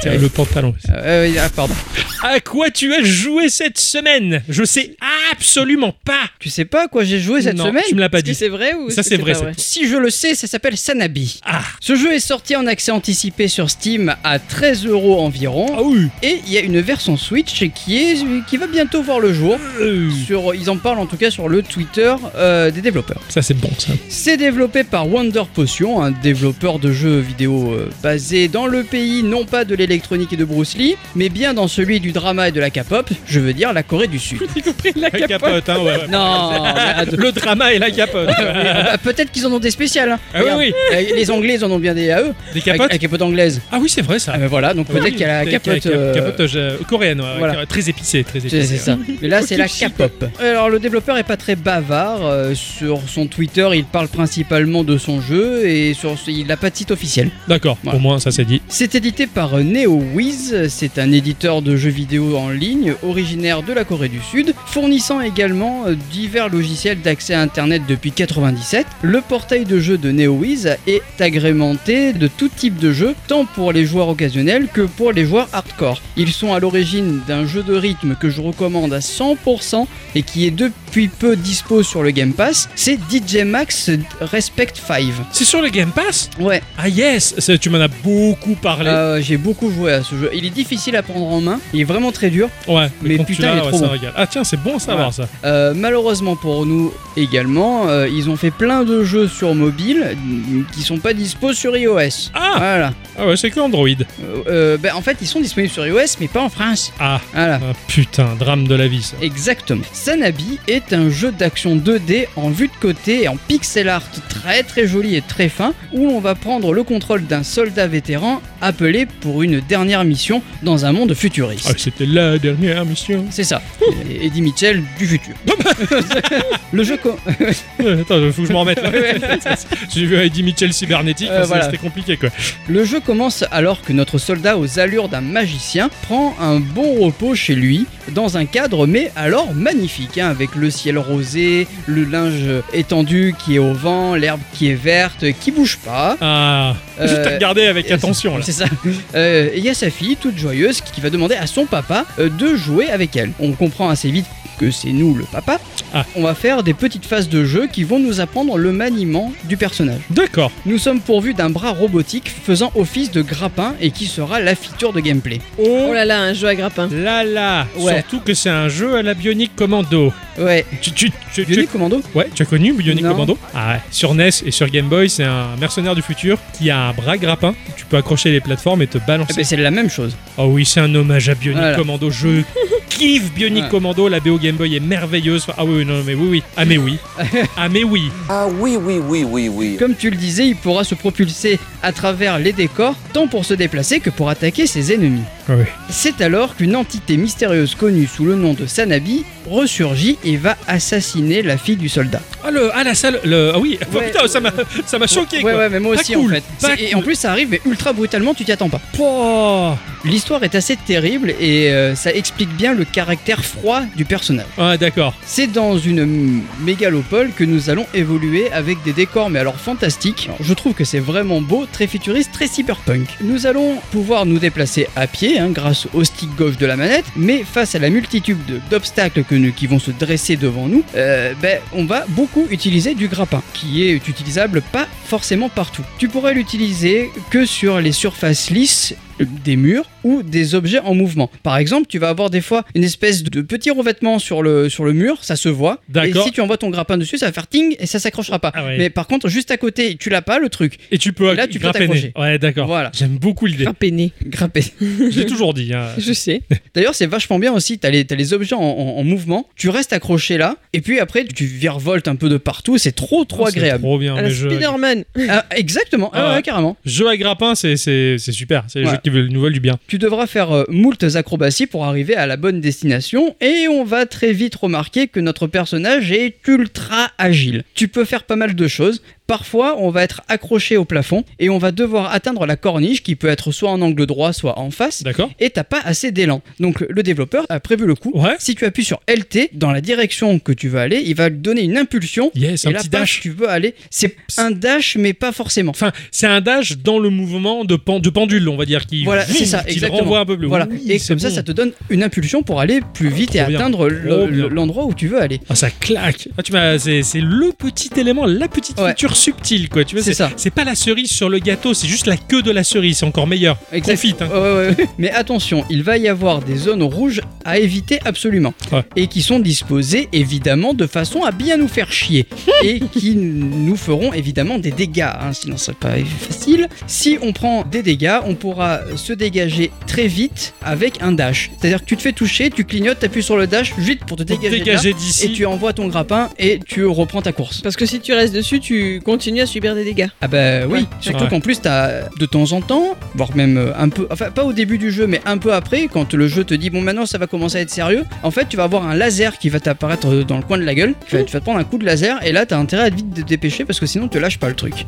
Speaker 1: tiens,
Speaker 2: Ouais.
Speaker 1: le pantalon.
Speaker 2: Ah, oui, ah, pardon.
Speaker 1: À quoi tu as joué cette semaine Je sais absolument pas.
Speaker 2: Tu sais pas à quoi j'ai joué cette
Speaker 1: Non,
Speaker 2: semaine
Speaker 1: Tu me l'as pas
Speaker 3: Est-ce que
Speaker 1: dit.
Speaker 3: c'est vrai ou est-ce
Speaker 1: Ça,
Speaker 3: que
Speaker 1: c'est vrai,
Speaker 3: pas
Speaker 1: c'est-
Speaker 2: Si je le sais, ça s'appelle Sanabi.
Speaker 1: Ah.
Speaker 2: Ce jeu est sorti en accès anticipé sur Steam à 13 euros environ.
Speaker 1: Ah oui.
Speaker 2: Et il y a une version Switch qui, est, qui va bientôt voir le jour.
Speaker 1: Euh,
Speaker 2: Sur, ils en parlent en tout cas sur le Twitter euh, des développeurs.
Speaker 1: Ça c'est bon ça.
Speaker 2: C'est développé par Wonder Potion, un développeur de jeux vidéo euh, basé dans le pays non pas de l'électronique et de Bruce Lee, mais bien dans celui du drama et de la K-pop, je veux dire la Corée du Sud.
Speaker 1: La capote, hein, ouais, ouais.
Speaker 2: non, mais attends.
Speaker 1: Le drama et la capote.
Speaker 2: Ah, peut-être qu'ils en ont des spéciales. hein.
Speaker 1: Ah oui,
Speaker 2: Regarde,
Speaker 1: oui.
Speaker 2: euh, Les Anglais, ils en ont bien des à eux.
Speaker 1: Des capotes
Speaker 2: La capote anglaise.
Speaker 1: Ah oui, c'est vrai ça.
Speaker 2: Ah, ben voilà, donc peut-être qu'il y a la
Speaker 1: Des
Speaker 2: capote.
Speaker 1: ca-
Speaker 2: euh,
Speaker 1: capote, euh, coréenne, ouais,
Speaker 2: voilà.
Speaker 1: très épicée, très
Speaker 2: C'est
Speaker 1: épicée.
Speaker 2: c'est ça. Mais là, c'est la
Speaker 1: Chip.
Speaker 2: K-pop. Alors, le développeur est pas très bavard. euh, sur son Twitter, il parle principalement de son jeu et sur ce- il n'a pas de site officiel.
Speaker 1: D'accord,
Speaker 2: Voilà.
Speaker 1: au moins ça c'est dit.
Speaker 2: C'est édité par NeoWiz. C'est un éditeur de jeux vidéo en ligne originaire de la Corée du Sud, fournissant également euh, divers logiciels d'accès à Internet depuis 97. Le portail de jeux de NeoWiz est agrémenté de tout type de jeux, tant pour les joueurs occasionnels que pour les joueurs hardcore. Ils sont à l'origine d'un jeu de rythme que je recommande à 100% et qui est depuis peu dispo sur le Game Pass. C'est DJ Max Respect 5.
Speaker 1: C'est sur le Game Pass
Speaker 2: Ouais,
Speaker 1: Ah yes Ça, Tu m'en as beaucoup parlé.
Speaker 2: euh, j'ai beaucoup joué à ce jeu. Il est difficile à prendre en main, il est vraiment très dur.
Speaker 1: ouais,
Speaker 2: mais
Speaker 1: quand tu
Speaker 2: putain,
Speaker 1: l'as,
Speaker 2: il est
Speaker 1: ouais,
Speaker 2: trop
Speaker 1: ça
Speaker 2: bon.
Speaker 1: régale. Ah tiens, c'est bon à savoir ça.
Speaker 2: Euh, malheureusement pour nous également, euh, ils ont fait plein de jeux sur mobile euh, qui sont pas dispo sur iOS.
Speaker 1: Ah,
Speaker 2: Voilà.
Speaker 1: ah ouais, c'est que Android.
Speaker 2: Euh, euh, ben, en fait, ils sont disponibles sur iOS, mais pas en France.
Speaker 1: Ah,
Speaker 2: Voilà.
Speaker 1: ah, putain, drame de la vie ça.
Speaker 2: Exactement. Sanabi est un jeu d'action 2D en vue de côté et en pixel art très très joli et très fin où l'on va prendre le contrôle d'un soldat vétéran appelé pour une dernière mission dans un monde futuriste.
Speaker 1: Ah, c'était la dernière mission.
Speaker 2: C'est ça. Et- Eddie Mitchell du futur. le jeu. co-
Speaker 1: Euh, Attends, faut que je m'en remette là. J'ai vu Eddie Mitchell cybernétique,
Speaker 2: Euh,
Speaker 1: ça,
Speaker 2: voilà.
Speaker 1: c'était compliqué quoi.
Speaker 2: Le jeu commence alors que notre soldat aux allures d'un magicien prend un bon repos chez lui, dans un cadre mais alors magnifique, hein, avec le ciel rosé, le linge étendu qui est au vent, l'herbe qui est verte, qui bouge pas.
Speaker 1: Ah, je t'ai
Speaker 2: Euh,
Speaker 1: regardé avec
Speaker 2: euh,
Speaker 1: attention là.
Speaker 2: C'est ça. Euh, Il y a sa fille, toute joyeuse, qui va demander à son papa euh, de jouer avec elle. On comprend assez vite que c'est nous le papa.
Speaker 1: Ah.
Speaker 2: On va faire des petites phases de jeu qui vont nous apprendre le maniement du personnage.
Speaker 1: D'accord.
Speaker 2: Nous sommes pourvus d'un bras robotique faisant office de grappin et qui sera la feature de gameplay.
Speaker 3: Oh là là, un jeu à grappin.
Speaker 1: Là là,
Speaker 2: Ouais.
Speaker 1: surtout que c'est un jeu à la Bionic Commando.
Speaker 2: Ouais.
Speaker 1: Tu, tu, tu- tu- Eh
Speaker 2: Bionic Commando
Speaker 1: ouais, tu as connu Bionic
Speaker 2: Non.
Speaker 1: Commando ah ouais. Sur NES et sur Game Boy, c'est un mercenaire du futur qui a un bras grappin. Tu peux accrocher les plateformes et te
Speaker 2: Eh
Speaker 1: balancer.
Speaker 2: ben, C'est la même chose.
Speaker 1: Oh oui, c'est un hommage à Bionic
Speaker 2: Voilà.
Speaker 1: Commando. Je kiffe Bionic
Speaker 2: Ouais.
Speaker 1: Commando. La BO Game Boy est merveilleuse. Enfin, Ah oui, oui, non, mais oui, oui. Ah mais oui. ah mais oui.
Speaker 6: Ah oui, oui, oui, oui, oui.
Speaker 2: Comme tu le disais, il pourra se propulser à travers les décors, tant pour se déplacer que pour attaquer ses ennemis.
Speaker 1: Ah Oui.
Speaker 2: C'est alors qu'une entité mystérieuse connue sous le nom de Sanabi ressurgit et va assassiner la fille du soldat.
Speaker 1: Ah, le, ah la salle. le- ah oui,
Speaker 2: Ouais.
Speaker 1: putain, ça m'a ça m'a choqué
Speaker 2: ouais,
Speaker 1: quoi.
Speaker 2: ouais, mais moi
Speaker 1: Pas
Speaker 2: aussi
Speaker 1: cool,
Speaker 2: en fait.
Speaker 1: pas
Speaker 2: C'est- Et en
Speaker 1: cool.
Speaker 2: plus, ça arrive, mais ultra brutalement, tu t'y attends pas.
Speaker 1: Pouah.
Speaker 2: L'histoire est assez terrible et euh, ça explique bien le caractère froid du personnage.
Speaker 1: Ouais, Ah, d'accord.
Speaker 2: C'est dans une mm, mégalopole que nous allons évoluer avec des décors, mais alors fantastiques. Alors, je trouve que c'est vraiment beau, très futuriste, très cyberpunk. Nous allons pouvoir nous déplacer à pied hein, grâce au stick gauche de la manette, mais face à la multitude de- d'obstacles que nous- qui vont se dresser devant nous, euh, ben, on va beaucoup utiliser du grappin, qui est utilisable pas forcément partout. Tu pourrais l'utiliser que sur les surfaces lisses des murs ou des objets en mouvement. Par exemple, tu vas avoir des fois une espèce de petit revêtement sur le, sur le mur, ça se voit. Et
Speaker 1: D'accord.
Speaker 2: si tu envoies ton grappin dessus, ça va faire ting et ça s'accrochera pas.
Speaker 1: Ah ouais.
Speaker 2: Mais par contre, juste à côté, tu l'as pas le truc.
Speaker 1: Et tu peux
Speaker 2: Et là, tu peux
Speaker 1: grappiner.
Speaker 2: t'accrocher.
Speaker 1: Ouais, d'accord.
Speaker 2: Voilà.
Speaker 1: J'aime beaucoup l'idée.
Speaker 3: Faire peiner.
Speaker 2: Grapper.
Speaker 1: Je l'ai toujours dit. hein.
Speaker 3: Je sais.
Speaker 2: D'ailleurs, c'est vachement bien aussi. T'as les, t'as les objets en, en- en mouvement, tu restes accroché là, et puis après, tu virevoltes un peu de partout. C'est trop, trop
Speaker 1: Oh, C'est
Speaker 2: agréable.
Speaker 1: Trop bien.
Speaker 3: à la
Speaker 1: mais je-
Speaker 3: Spider-Man.
Speaker 2: Ah, exactement. Ah
Speaker 1: Ah ouais.
Speaker 2: ouais, carrément.
Speaker 1: Jeu à grappin, c'est c'est- c'est super. C'est les
Speaker 2: Ouais.
Speaker 1: jeux qui veulent nouvelles du bien.
Speaker 2: Tu devras faire euh, moultes acrobaties pour arriver à la bonne destination et on va très vite remarquer que notre personnage est ultra agile. Tu peux faire pas mal de choses. Parfois, on va être accroché au plafond et on va devoir atteindre la corniche qui peut être soit en angle droit, soit en face.
Speaker 1: D'accord
Speaker 2: Et t'as pas assez d'élan. Donc le développeur a prévu le coup.
Speaker 1: Ouais.
Speaker 2: Si tu appuies sur LT dans la direction que tu veux aller, il va te donner une impulsion.
Speaker 1: Yes,
Speaker 2: et
Speaker 1: un
Speaker 2: là,
Speaker 1: petit
Speaker 2: paf,
Speaker 1: dash.
Speaker 2: tu veux aller. C'est un dash, mais pas forcément.
Speaker 1: Enfin, c'est un dash dans le mouvement de, pen- de pendule, on va dire, qui,
Speaker 2: Voilà,
Speaker 1: vroom,
Speaker 2: c'est ça,
Speaker 1: qui le
Speaker 2: exactement.
Speaker 1: renvoie un peu plus.
Speaker 2: Voilà.
Speaker 1: Oui,
Speaker 2: et
Speaker 1: c'est
Speaker 2: comme ça,
Speaker 1: bon. Ah,
Speaker 2: ça te donne une impulsion pour aller plus vite et
Speaker 1: Trop bien. Trop
Speaker 2: atteindre le-
Speaker 1: bien.
Speaker 2: le- l'endroit où tu veux aller.
Speaker 1: Ah, ça claque. Ah, tu m'as, c'est, c'est le petit élément, la petite
Speaker 2: Ouais.
Speaker 1: feature subtile, quoi. Tu vois,
Speaker 2: C'est ça.
Speaker 1: C'est pas la cerise sur le gâteau, c'est juste la queue de la cerise. C'est encore meilleur.
Speaker 2: Exact.
Speaker 1: Profite. hein.
Speaker 2: Ouais, ouais, ouais. Mais attention, il va y avoir des zones rouges à éviter absolument.
Speaker 1: Ouais.
Speaker 2: Et qui sont disposées évidemment de façon à bien nous faire chier. et qui nous feront évidemment des dégâts. hein, sinon, c'est pas facile. Si on prend des dégâts, on pourra se dégager très vite avec un dash. C'est-à-dire que tu te fais toucher, tu clignotes, t'appuies sur le dash vite pour te
Speaker 1: Pour
Speaker 2: dégager. de là,
Speaker 1: dégager
Speaker 2: et
Speaker 1: d'ici.
Speaker 2: tu envoies ton grappin et tu reprends ta course.
Speaker 3: Parce que si tu restes dessus, tu continues à subir des dégâts.
Speaker 2: Ah bah oui,
Speaker 3: Ouais.
Speaker 2: surtout
Speaker 1: Ouais.
Speaker 2: qu'en plus t'as de temps en temps, voire même euh, un peu, enfin pas au début du jeu, mais un peu après, quand le jeu te dit bon maintenant ça va commencer à être sérieux, en fait tu vas avoir un laser qui va t'apparaître euh, dans le coin de la gueule, tu vas, tu vas te prendre un coup de laser et là t'as intérêt à vite te dépêcher parce que sinon te lâche pas le truc.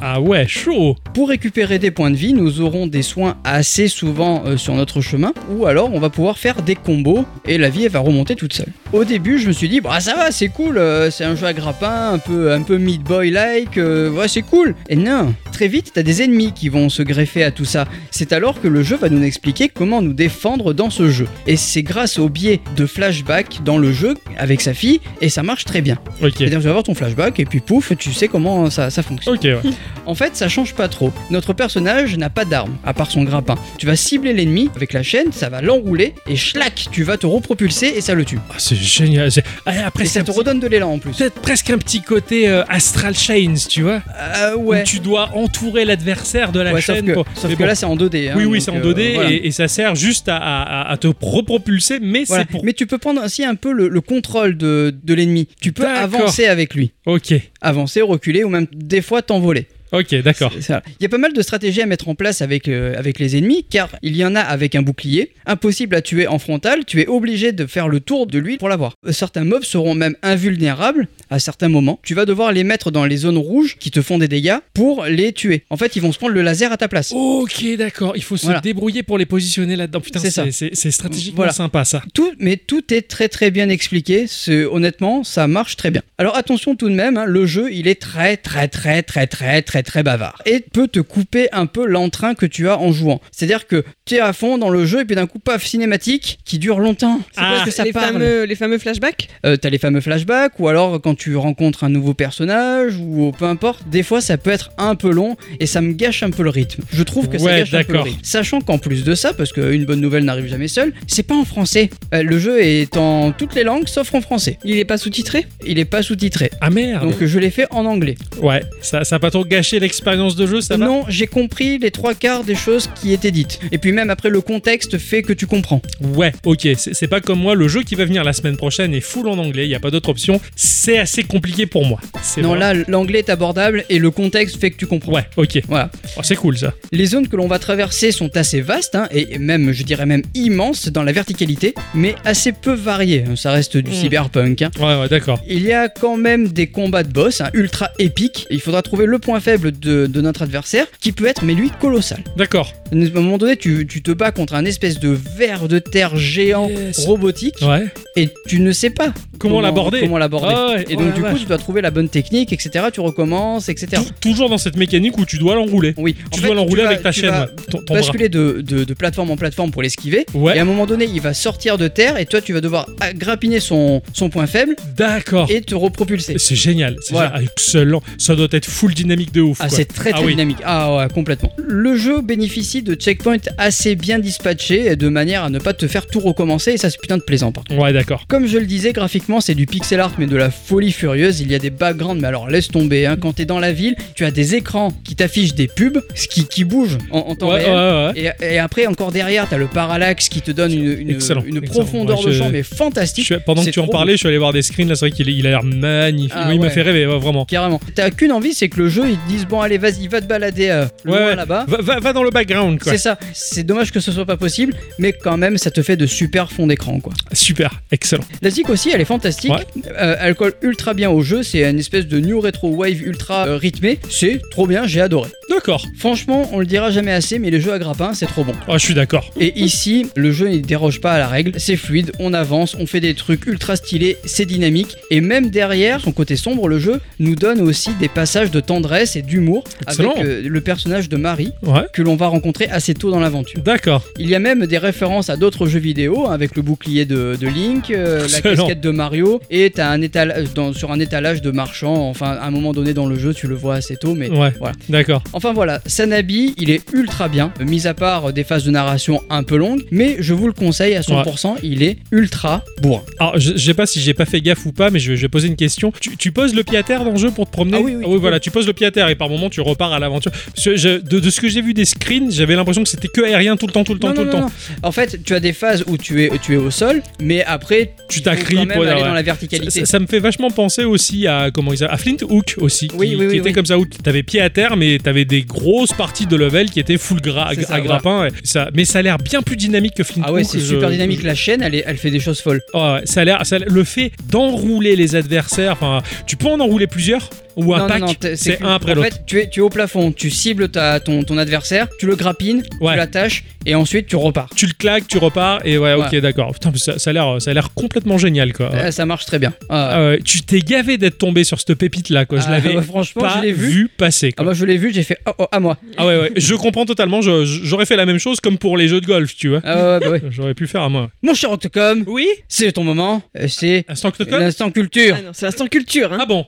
Speaker 1: Ah ouais, chaud.
Speaker 2: Pour récupérer des points de vie, nous aurons des soins assez souvent euh, sur notre chemin, ou alors on va pouvoir faire des combos et la vie elle va remonter toute seule. Au début, je me suis dit, bah ça va, c'est cool, euh, c'est un jeu à grappin, un peu, un peu Meat Boy-like, euh, ouais, c'est cool. Et non, très vite, t'as des ennemis qui vont se greffer à tout ça. C'est alors que le jeu va nous expliquer comment nous défendre dans ce jeu. Et c'est grâce au biais de flashbacks dans le jeu avec sa fille, et ça marche très bien.
Speaker 1: Ok.
Speaker 2: C'est-à-dire, que tu vas avoir ton flashback, et puis pouf, tu sais comment ça, ça fonctionne.
Speaker 1: Ok, ouais.
Speaker 2: En fait, ça change pas trop. Notre personnage n'a pas d'arme, à part son grappin. Tu vas cibler l'ennemi avec la chaîne, ça va l'enrouler, et schlac, tu vas te repropulser et ça le tue.
Speaker 1: Ah, c'est génial. C'est- Ah, après,
Speaker 2: Et ça
Speaker 1: c'est
Speaker 2: te
Speaker 1: un petit-
Speaker 2: redonne de l'élan en plus.
Speaker 1: peut-être presque un petit côté euh, Astral Chains, tu vois.
Speaker 2: Euh,
Speaker 1: Où
Speaker 2: ouais.
Speaker 1: tu dois entourer l'adversaire de la
Speaker 2: Ouais, sauf
Speaker 1: chaîne.
Speaker 2: que,
Speaker 1: pour-
Speaker 2: sauf
Speaker 1: Mais
Speaker 2: que
Speaker 1: bon.
Speaker 2: là, c'est en 2D. hein,
Speaker 1: oui, oui,
Speaker 2: donc,
Speaker 1: c'est en
Speaker 2: euh,
Speaker 1: 2D
Speaker 2: voilà.
Speaker 1: et, et ça sert juste à, à- à- à te repropulser, mais
Speaker 2: Voilà.
Speaker 1: c'est pour.
Speaker 2: Mais tu peux prendre aussi un peu le, le contrôle de, de l'ennemi. Tu peux
Speaker 1: D'accord.
Speaker 2: avancer avec lui.
Speaker 1: Ok,
Speaker 2: Avancer, reculer ou même des fois t'envoler.
Speaker 1: ok, d'accord.
Speaker 2: C'est ça. Il y a pas mal de stratégies à mettre en place avec, euh, avec les ennemis, car il y en a avec un bouclier, impossible à tuer en frontal, tu es obligé de faire le tour de lui pour l'avoir. Euh, Certains mobs seront même invulnérables à certains moments. Tu vas devoir les mettre dans les zones rouges qui te font des dégâts pour les tuer. En fait, ils vont se prendre le laser à ta place.
Speaker 1: Ok, d'accord. Il faut se
Speaker 2: Voilà.
Speaker 1: débrouiller pour les positionner là-dedans. Putain,
Speaker 2: C'est ça.
Speaker 1: c'est- c'est c'est stratégiquement
Speaker 2: Voilà.
Speaker 1: sympa ça.
Speaker 2: Tout, mais tout est très très bien expliqué. C'est- Honnêtement, ça marche très bien. Alors attention tout de même, hein, le jeu il est très très très très très très très bavard et peut te couper un peu l'entrain que tu as en jouant. C'est-à-dire que tu es à fond dans le jeu et puis d'un coup paf cinématique qui dure longtemps. C'est
Speaker 1: Ah,
Speaker 2: parce que ça
Speaker 3: les,
Speaker 2: parle.
Speaker 3: fameux, les fameux flashbacks
Speaker 2: Euh, T'as les fameux flashbacks ou alors quand tu rencontres un nouveau personnage ou peu importe. Des fois ça peut être un peu long et ça me gâche un peu le rythme. Je trouve que ça
Speaker 1: Ouais,
Speaker 2: gâche un peu le
Speaker 1: d'accord.
Speaker 2: rythme. Sachant qu'en plus de ça, parce qu'une bonne nouvelle n'arrive jamais seule, c'est pas en français. Euh, le jeu est en toutes les langues sauf en français.
Speaker 3: Il est pas sous-titré
Speaker 2: Il est pas sous-titré.
Speaker 1: Ah merde.
Speaker 2: Donc je l'ai fait en anglais.
Speaker 1: Ouais, ça, ça a pas trop gâché lâché l'expérience de jeu, ça va
Speaker 2: non, j'ai compris les trois quarts des choses qui étaient dites. Et puis même après, le contexte fait que tu comprends.
Speaker 1: Ouais, ok, c'est c'est pas comme moi, le jeu qui va venir la semaine prochaine est full en anglais, il n'y a pas d'autre option, c'est assez compliqué pour moi. C'est
Speaker 2: Non,
Speaker 1: vrai.
Speaker 2: là, l'anglais est abordable et le contexte fait que tu comprends.
Speaker 1: Ouais, ok,
Speaker 2: Voilà.
Speaker 1: Oh, c'est cool ça.
Speaker 2: Les zones que l'on va traverser sont assez vastes, hein, et même, je dirais même immenses dans la verticalité, mais assez peu variées. Ça reste du
Speaker 1: Mm.
Speaker 2: cyberpunk. hein.
Speaker 1: Ouais, ouais, d'accord.
Speaker 2: Il y a quand même des combats de boss hein, ultra épiques. Il faudra trouver le point faible de, de notre adversaire, qui peut être, mais lui, colossal.
Speaker 1: D'accord.
Speaker 2: À un moment donné, tu, tu te bats contre un espèce de ver de terre géant
Speaker 1: Yes.
Speaker 2: robotique,
Speaker 1: Ouais.
Speaker 2: et tu ne sais pas
Speaker 1: Comment l'aborder
Speaker 2: Comment l'aborder.
Speaker 1: Ah ouais,
Speaker 2: Et
Speaker 1: oh
Speaker 2: donc
Speaker 1: la
Speaker 2: du coup,
Speaker 1: vache.
Speaker 2: tu dois trouver la bonne technique, etc. Tu recommences, etc.
Speaker 1: Tou- toujours dans cette mécanique où tu dois l'enrouler.
Speaker 2: Oui. En
Speaker 1: Tu
Speaker 2: fait,
Speaker 1: dois l'enrouler
Speaker 2: vas-
Speaker 1: avec ta
Speaker 2: tu
Speaker 1: chaîne,
Speaker 2: vas
Speaker 1: ouais, ton, ton bras.
Speaker 2: basculer de, de- de plateforme en plateforme pour l'esquiver.
Speaker 1: Ouais.
Speaker 2: Et à un moment donné, il va sortir de terre et toi, tu vas devoir ah, grappiner son, son point faible
Speaker 1: D'accord.
Speaker 2: et te repropulser.
Speaker 1: Ah. C'est génial, c'est
Speaker 2: Voilà.
Speaker 1: génial. Ah, excellent. Ça doit être full dynamique de ouf.
Speaker 2: Ah,
Speaker 1: quoi.
Speaker 2: c'est très très
Speaker 1: Ah oui.
Speaker 2: dynamique. Ah ouais, complètement. Le jeu bénéficie de checkpoints assez bien dispatchés et de manière à ne pas te faire tout recommencer et ça c'est putain de plaisant par contre.
Speaker 1: Ouais, d'accord.
Speaker 2: Comme je le disais, graphiquement c'est du pixel art mais de la folie furieuse. Il y a des backgrounds mais alors laisse tomber. Hein. Quand t'es dans la ville, tu as des écrans qui t'affichent des pubs, ce qui, qui bouge en, en temps
Speaker 1: Ouais, ouais,
Speaker 2: réel.
Speaker 1: ouais.
Speaker 2: Et, et après, encore derrière, t'as le parallaxe qui te donne une, une-
Speaker 1: Excellent,
Speaker 2: une
Speaker 1: excellent.
Speaker 2: profondeur
Speaker 1: Ouais,
Speaker 2: de
Speaker 1: je-
Speaker 2: champ, mais
Speaker 1: Je
Speaker 2: fantastique.
Speaker 1: suis- pendant que
Speaker 2: c'est
Speaker 1: tu en
Speaker 2: trop
Speaker 1: parlais, je suis allé voir des screens. Là, c'est vrai qu'il est- il a l'air magnifique.
Speaker 2: Ah
Speaker 1: Oui, il m'a
Speaker 2: ouais.
Speaker 1: fait rêver, ouais, vraiment.
Speaker 2: Carrément. T'as qu'une envie, c'est que le jeu, ils te disent bon, allez, vas-y, va te balader euh, loin
Speaker 1: Ouais, ouais.
Speaker 2: là-bas.
Speaker 1: Va, va- va dans le background, quoi.
Speaker 2: C'est ça. C'est dommage que ce soit pas possible, mais quand même, ça te fait de super fonds d'écran, quoi.
Speaker 1: Super, excellent.
Speaker 2: La zik aussi, elle est fantastique. Euh, elle colle ultra bien au jeu. C'est une espèce de new retro wave ultra euh, rythmé. C'est trop bien. J'ai adoré.
Speaker 1: D'accord.
Speaker 2: Franchement, on le dira jamais assez, mais les jeux à grappin, c'est trop bon.
Speaker 1: Ah, je suis d'accord.
Speaker 2: Et ici, le jeu ne déroge pas à la règle, c'est fluide, on avance, on fait des trucs ultra stylés, c'est dynamique, et même derrière, son côté sombre, le jeu nous donne aussi des passages de tendresse et d'humour avec
Speaker 1: Excellent.
Speaker 2: euh, le personnage de Marie
Speaker 1: Ouais.
Speaker 2: que l'on va rencontrer assez tôt dans l'aventure.
Speaker 1: D'accord.
Speaker 2: Il y a même des références à d'autres jeux vidéo, hein, avec le bouclier de, de Link, euh, la
Speaker 1: Excellent.
Speaker 2: casquette de Mario, et t'as un étal- dans- sur un étalage de marchands, enfin à un moment donné dans le jeu, tu le vois assez tôt, mais
Speaker 1: Ouais.
Speaker 2: voilà.
Speaker 1: D'accord.
Speaker 2: Enfin voilà, Sanabi, il est ultra bien, mis à part euh, des phases de narration un peu longues, mais je vous le conseille à 100%, il est ultra bourrin.
Speaker 1: Alors, je, je sais pas si j'ai pas fait gaffe ou pas, mais je, je vais poser une question. Tu, tu poses le pied à terre dans le jeu pour te promener
Speaker 2: Ah oui, oui, tu
Speaker 1: voilà, tu poses le pied à terre et par moment tu repars à l'aventure. Parce que je- De, de ce que j'ai vu des screens, j'avais l'impression que c'était que aérien tout le temps, tout le temps,
Speaker 2: Non,
Speaker 1: tout
Speaker 2: non,
Speaker 1: le
Speaker 2: non,
Speaker 1: temps.
Speaker 2: non. En fait, tu as des phases où tu es, tu es au sol, mais après,
Speaker 1: Tu
Speaker 2: il faut
Speaker 1: t'accris,
Speaker 2: quand même
Speaker 1: voilà,
Speaker 2: aller
Speaker 1: ouais.
Speaker 2: dans la
Speaker 1: Ça,
Speaker 2: verticalité.
Speaker 1: ça- ça me fait vachement penser aussi à comment il s'appelle- à Flint Hook aussi, qui,
Speaker 2: Oui,
Speaker 1: qui
Speaker 2: oui, oui,
Speaker 1: était
Speaker 2: oui.
Speaker 1: comme ça où t'avais pied à terre, mais t'avais des grosses parties de level qui étaient full gras à,
Speaker 2: C'est ça,
Speaker 1: à grappin. ouais. Ça, mais ça a l'air bien plus dynamique que Flint
Speaker 2: Ah ouais,
Speaker 1: Hook,
Speaker 2: c'est
Speaker 1: je-
Speaker 2: super dynamique,
Speaker 1: je-
Speaker 2: la chaîne, elle, est- elle fait des choses folles.
Speaker 1: Ouais, ouais, ça a l'air, ça a l'air- le fait d'enrouler les adversaires. Enfin, tu peux en enrouler plusieurs ou un
Speaker 2: non,
Speaker 1: pack.
Speaker 2: non, non, t'es-
Speaker 1: c'est
Speaker 2: que-
Speaker 1: un après
Speaker 2: En
Speaker 1: l'autre.
Speaker 2: fait, tu es, tu es au plafond, tu cibles ta, ton, ton adversaire, tu le grappines,
Speaker 1: Ouais.
Speaker 2: tu l'attaches, et ensuite tu repars.
Speaker 1: Tu le claques, tu repars et ouais, ok,
Speaker 2: Ouais.
Speaker 1: d'accord. Putain, mais ça, ça a l'air, ça a l'air complètement génial quoi.
Speaker 2: Ah, ça marche très bien. Ah,
Speaker 1: Euh, tu t'es gavé d'être tombé sur cette pépite là quoi. Je
Speaker 2: ah,
Speaker 1: l'avais
Speaker 2: ouais, franchement,
Speaker 1: pas
Speaker 2: je l'ai
Speaker 1: vu,
Speaker 2: vu.
Speaker 1: passer.
Speaker 2: Ah,
Speaker 1: Quoi.
Speaker 2: moi, je l'ai vu, j'ai fait oh, oh, à moi.
Speaker 1: Ah ouais, ouais. Je comprends totalement. je- je- J'aurais fait la même chose comme pour les jeux de golf, tu vois.
Speaker 2: Ah, ouais, bah, ouais.
Speaker 1: J'aurais pu faire à moi.
Speaker 2: Mon cher Octocom,
Speaker 1: Oui.
Speaker 2: C'est ton moment, euh, c'est
Speaker 1: Instant que te-
Speaker 2: l'instant culture.
Speaker 3: Ah non, c'est l'instant culture. Hein.
Speaker 1: Ah bon.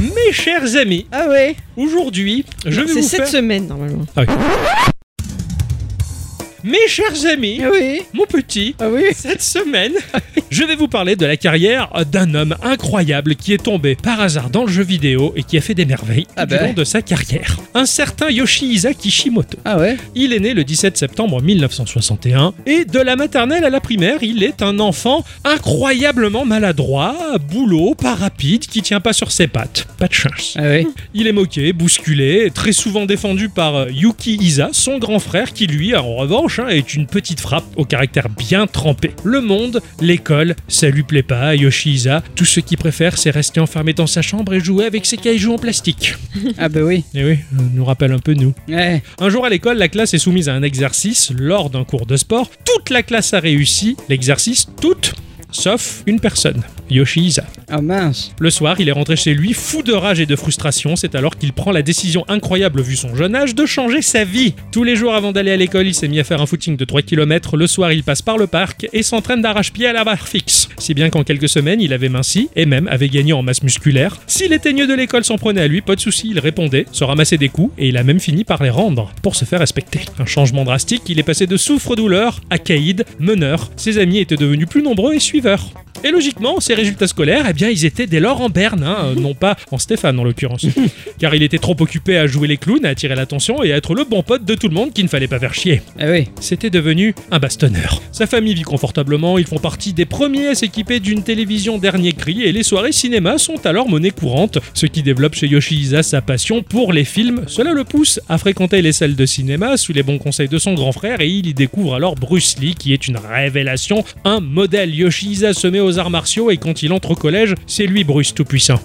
Speaker 1: Mes chers amis,
Speaker 2: Ah ouais
Speaker 1: aujourd'hui, je vais
Speaker 3: Ah, C'est
Speaker 1: vous
Speaker 3: cette
Speaker 1: faire...
Speaker 3: semaine normalement.
Speaker 1: Mes chers amis,
Speaker 2: Ah oui
Speaker 1: mon petit,
Speaker 2: Ah oui
Speaker 1: Cette semaine,
Speaker 3: Ah
Speaker 1: je vais vous parler de la carrière d'un homme incroyable qui est tombé par hasard dans le jeu vidéo et qui a fait des merveilles
Speaker 2: Ah
Speaker 1: tout
Speaker 2: bah.
Speaker 3: ben.
Speaker 1: au long de sa carrière. Un certain Yoshihisa Kishimoto.
Speaker 2: Ah ouais
Speaker 1: Il est né le 17 septembre 1961 et de la maternelle à la primaire, il est un enfant incroyablement maladroit, boulot, pas rapide, qui tient pas sur ses pattes. Pas de chance.
Speaker 2: Ah ouais
Speaker 1: Il est moqué, bousculé, très souvent défendu par euh, Yuki Isa, son grand frère, qui lui, en revanche, hein, est une petite frappe au caractère bien trempé. Le monde, l'école, ça lui plaît pas, à Yoshi Isa, tout ce qu'il préfère, c'est rester enfermé dans sa chambre et jouer avec ses cailloux en plastique.
Speaker 2: Ah bah oui Eh,
Speaker 1: Et oui, euh, nous rappelle un peu nous.
Speaker 2: Ouais
Speaker 1: Un jour à l'école, la classe est soumise à un exercice lors d'un cours de sport. Toute la classe a réussi l'exercice, toute, sauf une personne. Yoshi's.
Speaker 2: Ah mince.
Speaker 1: Le soir, il est rentré chez lui, fou de rage et de frustration. C'est alors qu'il prend la décision incroyable, vu son jeune âge, de changer sa vie. Tous les jours avant d'aller à l'école, il s'est mis à faire un footing de 3 km. Le soir, il passe par le parc et s'entraîne d'arrache-pied à la barre fixe. Si bien qu'en quelques semaines, il avait minci et même avait gagné en masse musculaire. Si les teigneux de l'école s'en prenaient à lui, pas de souci, il répondait, se ramassait des coups et il a même fini par les rendre pour se faire respecter. Un changement drastique, il est passé de souffre-douleur à caïd, meneur. Ses amis étaient devenus plus nombreux et suiveurs. Et logiquement, ses résultats scolaires, eh bien, ils étaient dès lors en berne, hein, euh, non pas en Stéphane en l'occurrence, car il était trop occupé à jouer les clowns, à attirer l'attention et à être le bon pote de tout le monde qu'il ne fallait pas faire chier.
Speaker 2: Eh oui.
Speaker 1: C'était devenu un bastonneur. Sa famille vit confortablement, ils font partie des premiers à s'équiper d'une télévision dernier cri et les soirées cinéma sont alors monnaie courante, ce qui développe chez Yoshihisa sa passion pour les films. Cela le pousse à fréquenter les salles de cinéma sous les bons conseils de son grand frère et il y découvre alors Bruce Lee qui est une révélation, un modèle. Yoshihisa se met aux arts martiaux et quand il entre au collège, c'est lui Bruce tout puissant.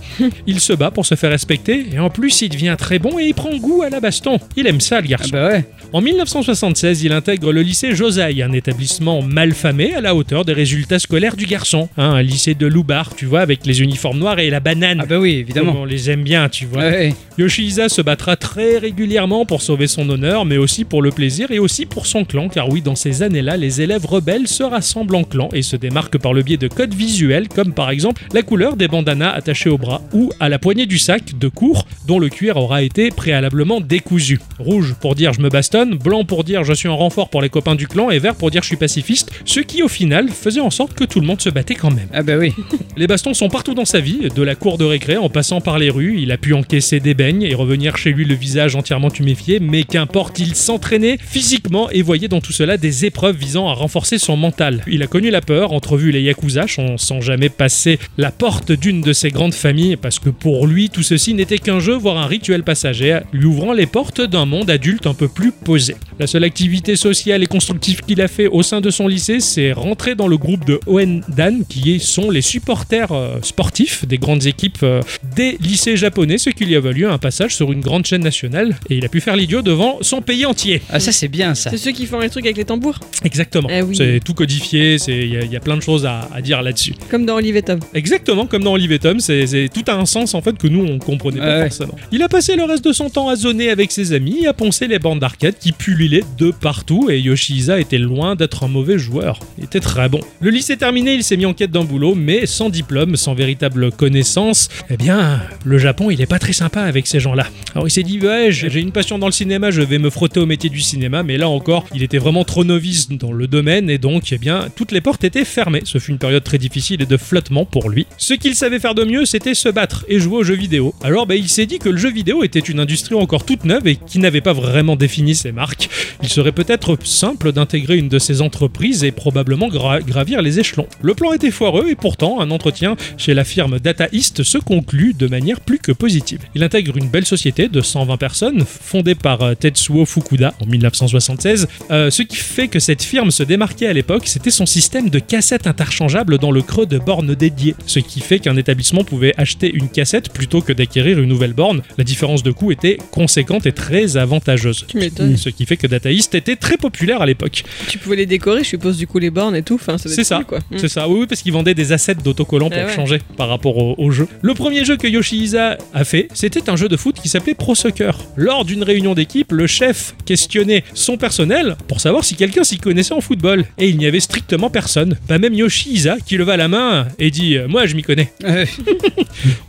Speaker 1: Il se bat pour se faire respecter et en plus il devient très bon et il prend goût à la baston. Il aime ça le garçon.
Speaker 2: Ah bah ouais.
Speaker 1: En 1976, il intègre le lycée Josaï, un établissement malfamé à la hauteur des résultats scolaires du garçon. Hein, un lycée de Loubar, tu vois, avec les uniformes noirs et la banane.
Speaker 2: Ah bah oui,
Speaker 1: Comme
Speaker 2: évidemment. Ah
Speaker 1: On les aime bien, tu vois.
Speaker 2: Ouais, ouais.
Speaker 1: Yoshihisa se battra très régulièrement pour sauver son honneur, mais aussi pour le plaisir et aussi pour son clan, car oui, dans ces années-là, les élèves rebelles se rassemblent en clan et se démarquent par le biais de codes visuels, comme par exemple la couleur des bandanas attachés au bras ou à la poignée du sac de cours, dont le cuir aura été préalablement décousu. Rouge pour dire je me bastonne, blanc pour dire je suis en renfort pour les copains du clan et vert pour dire je suis pacifiste, ce qui au final faisait en sorte que tout le monde se battait quand même.
Speaker 2: Ah bah oui.
Speaker 1: Les bastons sont partout dans sa vie, de la cour de récré en passant par les rues, il a pu encaisser des beignes et revenir chez lui le visage entièrement tuméfié, mais qu'importe, il s'entraînait physiquement et voyait dans tout cela des épreuves visant à renforcer son mental. Il a connu la peur, entrevu les Yakuza sans- sans jamais passer la porte d'une de ses grandes familles, parce que pour lui, tout ceci n'était qu'un jeu, voire un rituel passager, lui ouvrant les portes d'un monde adulte un peu plus posé. La seule activité sociale et constructive qu'il a fait au sein de son lycée, c'est rentrer dans le groupe de Oen Dan, qui est- sont les supporters euh, sportifs des grandes équipes euh, des lycées japonais, ce qui lui a valu un passage sur une grande chaîne nationale, et il a pu faire l'idiot devant son pays entier.
Speaker 2: Ah ça c'est bien ça.
Speaker 3: C'est ceux qui font les trucs avec les tambours,
Speaker 1: Exactement.
Speaker 3: Eh oui.
Speaker 1: C'est tout codifié, c'est- il y, a- il y a plein de choses à- à dire là-dessus.
Speaker 3: comme dans Olive et Tom.
Speaker 1: Exactement comme dans Olive et Tom, c'est c'est- tout a un sens en fait que nous on comprenait pas
Speaker 2: Ouais, ouais.
Speaker 1: forcément. Il a passé le reste de son temps à zoner avec ses amis et à poncer les bandes d'arcade qui pullulaient de partout et Yoshihisa était loin d'être un mauvais joueur. Il était très bon. Le lycée terminé, il s'est mis en quête d'un boulot, mais sans diplôme, sans véritable connaissance, eh bien, le Japon il est pas très sympa avec ces gens-là. Alors il s'est dit, ouais, j'ai j'ai une passion dans le cinéma, je vais me frotter au métier du cinéma, mais là encore, il était vraiment trop novice dans le domaine et donc, eh bien, toutes les portes étaient fermées. Ce fut une période très difficile et de flottement pour lui. Ce qu'il savait faire de mieux, c'était se battre et jouer aux jeux vidéo. Alors, bah, il s'est dit que le jeu vidéo était une industrie encore toute neuve et qui n'avait pas vraiment défini ses marques. Il serait peut-être simple d'intégrer une de ces entreprises et probablement gra- gravir les échelons. Le plan était foireux et pourtant un entretien chez la firme Data East se conclut de manière plus que positive. Il intègre une belle société de 120 personnes fondée par euh, Tetsuo Fukuda en 1976. Euh, ce qui fait que cette firme se démarquait à l'époque, c'était son système de cassettes interchangeables dans le creux de bornes dédiées. Ce qui fait qu'un établissement pouvait acheter une cassette plutôt que d'acquérir une nouvelle borne. La différence de coût était conséquente et très avantageuse.
Speaker 3: Tu m'étonnes.
Speaker 1: Ce qui fait que Data East était très populaire à l'époque.
Speaker 3: Tu pouvais les décorer, je suppose, du coup, les bornes et tout. Enfin, ça doit
Speaker 1: C'est
Speaker 3: être
Speaker 1: ça.
Speaker 3: cool, quoi. Mm.
Speaker 1: C'est ça, oui, oui, parce qu'ils vendaient des assets d'autocollants pour
Speaker 3: Eh ouais.
Speaker 1: changer par rapport au, au jeu. Le premier jeu que Yoshihisa a fait, c'était un jeu de foot qui s'appelait Pro Soccer. Lors d'une réunion d'équipe, le chef questionnait son personnel pour savoir si quelqu'un s'y connaissait en football. Et il n'y avait strictement personne. Pas même Yoshihisa qui leva la main et dit euh, Moi, je m'y connais.
Speaker 2: Euh,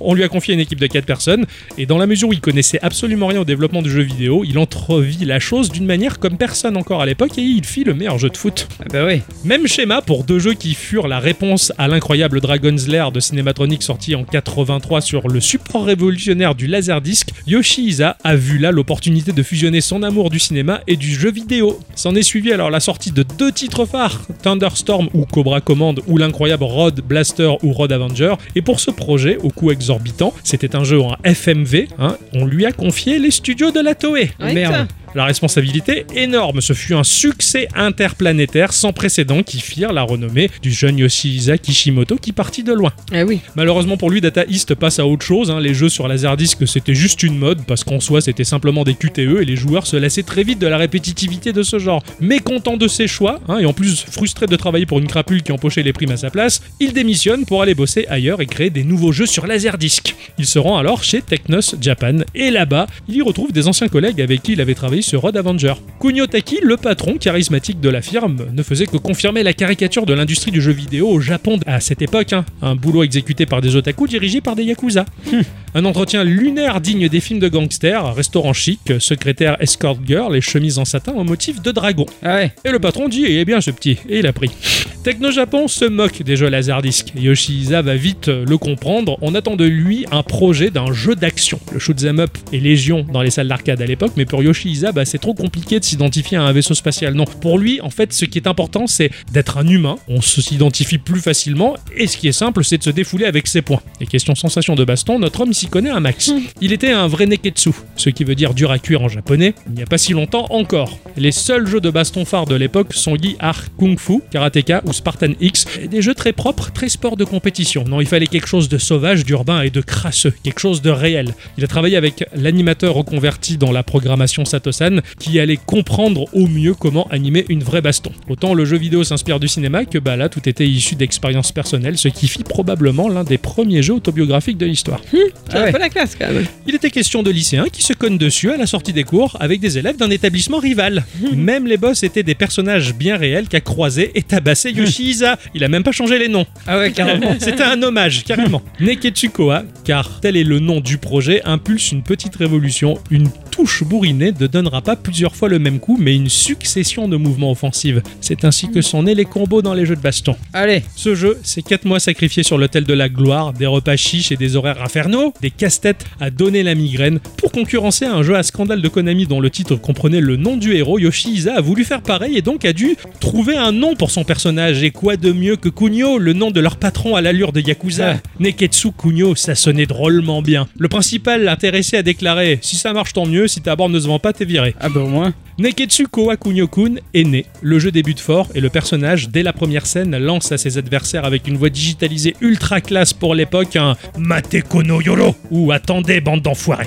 Speaker 1: On lui a confié une équipe de 4 personnes, et dans la mesure où il connaissait absolument rien au développement du jeu vidéo, il entrevit la chose d'une manière comme personne encore à l'époque, et il fit le meilleur jeu de foot.
Speaker 2: ah bah oui.
Speaker 1: Même schéma pour deux jeux qui furent la réponse à l'incroyable Dragon's Lair de Cinematronic sorti en 83 sur le support révolutionnaire du Laserdisc, Yoshihisa a vu là l'opportunité de fusionner son amour du cinéma et du jeu vidéo. S'en est suivi alors la sortie de deux titres phares, Thunderstorm ou Cobra Command ou l'incroyable Road Blaster ou Road Avenger, et pour ce projet, au coût exorbitant, c'était un jeu en FMV, hein, on lui a confié les studios de la Toei.
Speaker 3: Rien que
Speaker 2: Merde.
Speaker 3: ça.
Speaker 1: La responsabilité énorme, ce fut un succès interplanétaire sans précédent qui firent la renommée du jeune Yoshihisa Kishimoto qui partit de loin.
Speaker 3: Ah oui.
Speaker 1: Malheureusement pour lui, Data East passe à autre chose. hein. Les jeux sur Laserdisc, c'était juste une mode, parce qu'en soi, c'était simplement des QTE et les joueurs se lassaient très vite de la répétitivité de ce genre. Mécontent de ses choix, hein, et en plus frustré de travailler pour une crapule qui empochait les primes à sa place, il démissionne pour aller bosser ailleurs et créer des nouveaux jeux sur Laserdisc. Il se rend alors chez Technos Japan, et là-bas, il y retrouve des anciens collègues avec qui il avait travaillé sur Road Avenger. Kunio Taki, le patron charismatique de la firme, ne faisait que confirmer la caricature de l'industrie du jeu vidéo au Japon à cette époque, hein. un boulot exécuté par des otaku dirigés par des yakuza. Un entretien lunaire digne des films de gangsters, restaurant chic, secrétaire escort girl et chemise en satin en motif de dragon.
Speaker 2: Ah ouais.
Speaker 1: Et le patron dit Eh bien, ce petit. Et il a pris. Techno Japon se moque des jeux Laserdisc. Yoshihisa va vite le comprendre. On attend de lui un projet d'un jeu d'action. Le shoot'em up est légion dans les salles d'arcade à l'époque, mais pour Yoshihisa, bah, c'est trop compliqué de s'identifier à un vaisseau spatial. Non, pour lui, en fait, ce qui est important, c'est d'être un humain. On se- s'identifie plus facilement. Et ce qui est simple, c'est de se défouler avec ses points. Et question sensation de baston, notre homme s'y connaît un max. Il était un vrai neketsu, ce qui veut dire dur à cuire en japonais, il n'y a pas si longtemps encore. Les seuls jeux de baston phares de l'époque sont Yi Arc Kung Fu, Karateka ou Spartan X, et des jeux très propres, très sports de compétition. Non, il fallait quelque chose de sauvage, d'urbain et de crasseux, quelque chose de réel. Il a travaillé avec l'animateur reconverti dans la programmation Satosan, qui allait comprendre au mieux comment animer une vraie baston. Autant le jeu vidéo s'inspire du cinéma que bah là tout était issu d'expériences personnelles, ce qui fit probablement l'un des premiers jeux autobiographiques de l'histoire.
Speaker 3: C'est un peu la classe quand même.
Speaker 1: Il était question de lycéens qui se connent dessus à la sortie des cours avec des élèves d'un établissement rival. Même les boss étaient des personnages bien réels qu'a croisé et tabassé Yoshihisa. Il a même pas changé les noms.
Speaker 2: Ah ouais, carrément.
Speaker 1: C'était un hommage, carrément. Neketsu Koa, car tel est le nom du projet, impulse une petite révolution. Une touche bourrinée ne donnera pas plusieurs fois le même coup, mais une succession de mouvements offensifs. C'est ainsi que sont nés les combos dans les jeux de baston.
Speaker 2: Allez.
Speaker 1: Ce jeu, c'est 4 mois sacrifiés sur l'autel de la gloire, des repas chiches et des horaires infernaux, des casse-têtes à donner la migraine. Pour concurrencer un jeu à scandale de Konami dont le titre comprenait le nom du héros, Yoshihisa a voulu faire pareil et donc a dû trouver un nom pour son personnage. Et quoi de mieux que Kunio, le nom de leur patron à l'allure de Yakuza Neketsu Kunio, ça sonnait drôlement bien. Le principal intéressé a déclaré Si ça marche, tant mieux, si ta borne ne se vend pas, t'es viré.
Speaker 2: Ah bah au moins.
Speaker 1: Neketsu Kowa Kunio-kun est né. Le jeu débute fort et le personnage, dès la première scène, lance à ses adversaires avec une voix digitalisée ultra classe pour l'époque un Mateko no Yoro ou Attendez, bande d'enfoirés.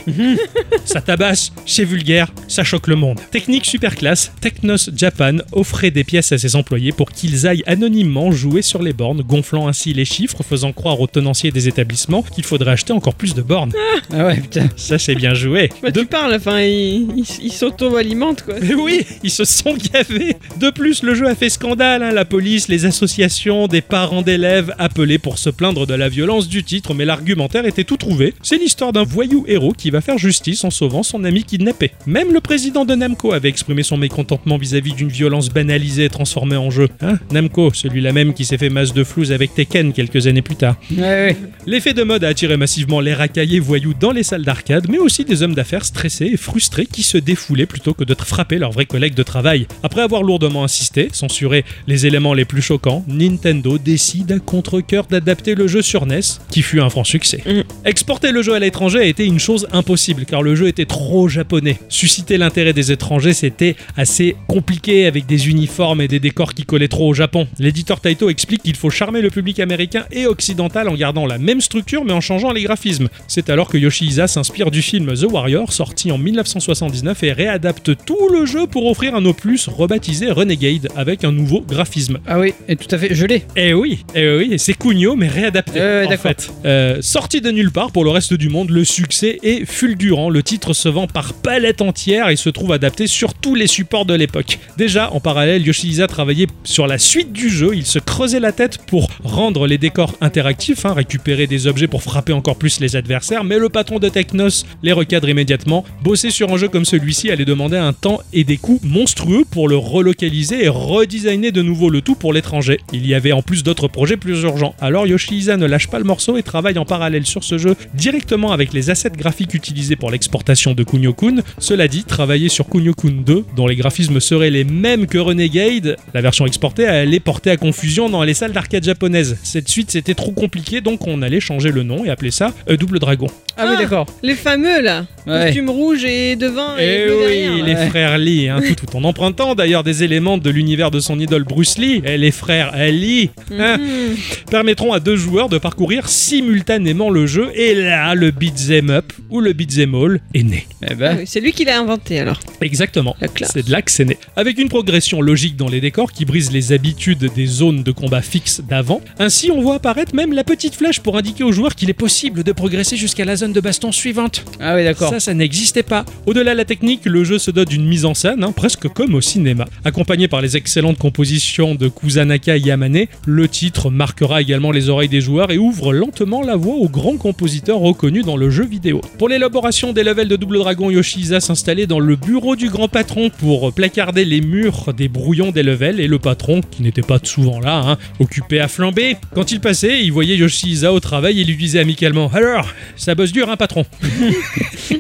Speaker 1: ça tabasse, c'est vulgaire, ça choque le monde. Technique super classe, Technos Japan offrait des pièces à ses employés pour qu'ils aillent anonymement jouer sur les bornes, gonflant ainsi les chiffres, faisant croire aux tenanciers des établissements qu'il faudrait acheter encore plus de bornes.
Speaker 2: Ah ouais, putain.
Speaker 1: Ça, c'est bien joué.
Speaker 3: Bah,
Speaker 1: De
Speaker 3: Tu parles, enfin, il, il- il s'auto-alimente quoi.
Speaker 1: mais oui, ils se sont gavés. De plus, le jeu a fait scandale. hein. La police, les associations, des parents d'élèves appelés pour se plaindre de la violence du titre, mais l'argumentaire était tout trouvé. C'est l'histoire d'un voyou héros qui va faire justice en sauvant son ami kidnappé. Même le président de Namco avait exprimé son mécontentement vis-à-vis d'une violence banalisée et transformée en jeu. Hein Namco, celui-là même qui s'est fait masse de flouze avec Tekken quelques années plus tard.
Speaker 2: Ouais, ouais.
Speaker 1: L'effet de mode a attiré massivement les racaillés voyous dans les salles d'arcade, mais aussi des hommes d'affaires stressés et frustrés qui se défoulaient plutôt que de tra- frapper leurs vrais collègues de travail. Après avoir lourdement insisté, censuré les éléments les plus choquants, Nintendo décide à contre-coeur d'adapter le jeu sur NES, qui fut un franc succès. Exporter le jeu à l'étranger a été une chose impossible car le jeu était trop japonais. Susciter l'intérêt des étrangers, c'était assez compliqué avec des uniformes et des décors qui collaient trop au Japon. L'éditeur Taito explique qu'il faut charmer le public américain et occidental en gardant la même structure mais en changeant les graphismes. C'est alors que Yoshihisa s'inspire du film The Warrior sorti en 1979 et réadapte tout le jeu pour offrir un opus rebaptisé Renegade avec un nouveau graphisme.
Speaker 2: Ah oui, et tout à fait, je l'ai.
Speaker 1: Eh oui, eh oui, c'est Cugno mais réadapté.
Speaker 2: Euh,
Speaker 1: en
Speaker 2: d'accord.
Speaker 1: fait. Euh, sorti de nulle part pour le reste du monde, le succès est fulgurant. Le titre se vend par palette entière et se trouve adapté sur tous les supports de l'époque. Déjà, en parallèle, Yoshihisa travaillait sur la suite du jeu. Il se creusait la tête pour rendre les décors interactifs, hein, récupérer des objets pour frapper encore plus les adversaires. Mais le patron de Technos les recadre immédiatement. Bosser sur un jeu comme celui-ci allait demander un temps et des coûts monstrueux pour le relocaliser et redesigner de nouveau le tout pour l'étranger. Il y avait en plus d'autres projets plus urgents. Alors Yoshihisa ne lâche pas le morceau et travaille en parallèle sur ce jeu directement avec les assets graphiques utilisés pour l'exportation de Kunio-kun. Cela dit, travailler sur Kunio-kun 2, dont les graphismes seraient les mêmes que Renegade, la version exportée allait porter à confusion dans les salles d'arcade japonaises. Cette suite, c'était trop compliqué, donc on allait changer le nom et appeler ça euh, Double Dragon.
Speaker 2: Ah oui,
Speaker 3: Ah.
Speaker 2: d'accord. Ah
Speaker 3: Les fameux là,
Speaker 2: Ouais.
Speaker 3: costume rouge et devin et,
Speaker 1: Eh
Speaker 3: bleu
Speaker 1: oui,
Speaker 3: derrière.
Speaker 1: les
Speaker 2: Ouais.
Speaker 1: frères Lee, hein, tout, tout en empruntant d'ailleurs des éléments de l'univers de son idole Bruce Lee. Et les frères Lee hein,
Speaker 3: Mhm.
Speaker 1: permettront à deux joueurs de parcourir simultanément le jeu. Et là, le beat'em up ou le beat'em all est né.
Speaker 2: Eh
Speaker 3: Ah
Speaker 2: ben,
Speaker 3: oui, C'est lui qui l'a inventé alors.
Speaker 1: Exactement.
Speaker 3: La classe.
Speaker 1: C'est de là que c'est né. Avec une progression logique dans les décors qui brise les habitudes des zones de combat fixes d'avant. Ainsi, on voit apparaître même la petite flèche pour indiquer aux joueurs qu'il est possible de progresser jusqu'à la zone de baston suivante.
Speaker 2: ah oui, d'accord.
Speaker 1: Ça, ça n'existait pas. Au-delà de la technique, le jeu se dote d'une mise en scène, hein, presque comme au cinéma. Accompagné par les excellentes compositions de Kusanaka Yamane, le titre marquera également les oreilles des joueurs et ouvre lentement la voie aux grands compositeurs reconnus dans le jeu vidéo. Pour l'élaboration des levels de Double Dragon, Yoshiza s'installait dans le bureau du grand patron pour placarder les murs des brouillons des levels et le patron, qui n'était pas souvent là, hein, occupé à flamber. Quand il passait, il voyait Yoshiza au travail et lui disait amicalement Alors, ça bosse dur, hein, patron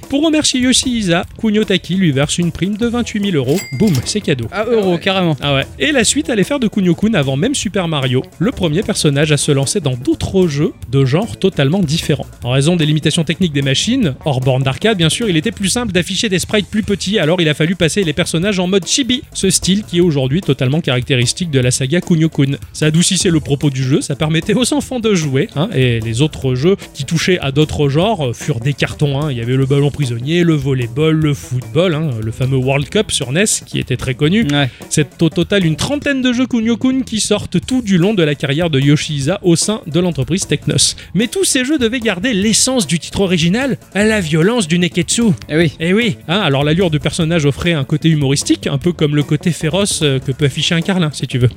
Speaker 1: pour remercier Yoshihisa, Kunyotaki lui verse une prime de 28 000 euros. Boum, c'est cadeau.
Speaker 2: Ah, euro, carrément.
Speaker 1: Ah ouais. Et la suite allait faire de Kunio-kun avant même Super Mario, le premier personnage à se lancer dans d'autres jeux de genre totalement différents. En raison des limitations techniques des machines, hors borne d'arcade bien sûr, il était plus simple d'afficher des sprites plus petits, alors il a fallu passer les personnages en mode chibi, ce style qui est aujourd'hui totalement caractéristique de la saga Kunio-kun. Ça adoucissait le propos du jeu, ça permettait aux enfants de jouer, hein, et les autres jeux qui touchaient à d'autres genres euh, furent des cartons. hein. Il y avait le ballon prisonnier, le volleyball, le football, hein, le fameux World Cup sur NES qui était très connu.
Speaker 2: Ouais.
Speaker 1: C'est au total une trentaine de jeux Kunio-kun qui sortent tout du long de la carrière de Yoshihisa au sein de l'entreprise Technos. Mais tous ces jeux devaient garder l'essence du titre original, à la violence du Neketsu.
Speaker 2: Eh oui.
Speaker 1: Eh oui hein, Alors l'allure du personnage offrait un côté humoristique, un peu comme le côté féroce euh, que peut afficher un carlin, si tu veux.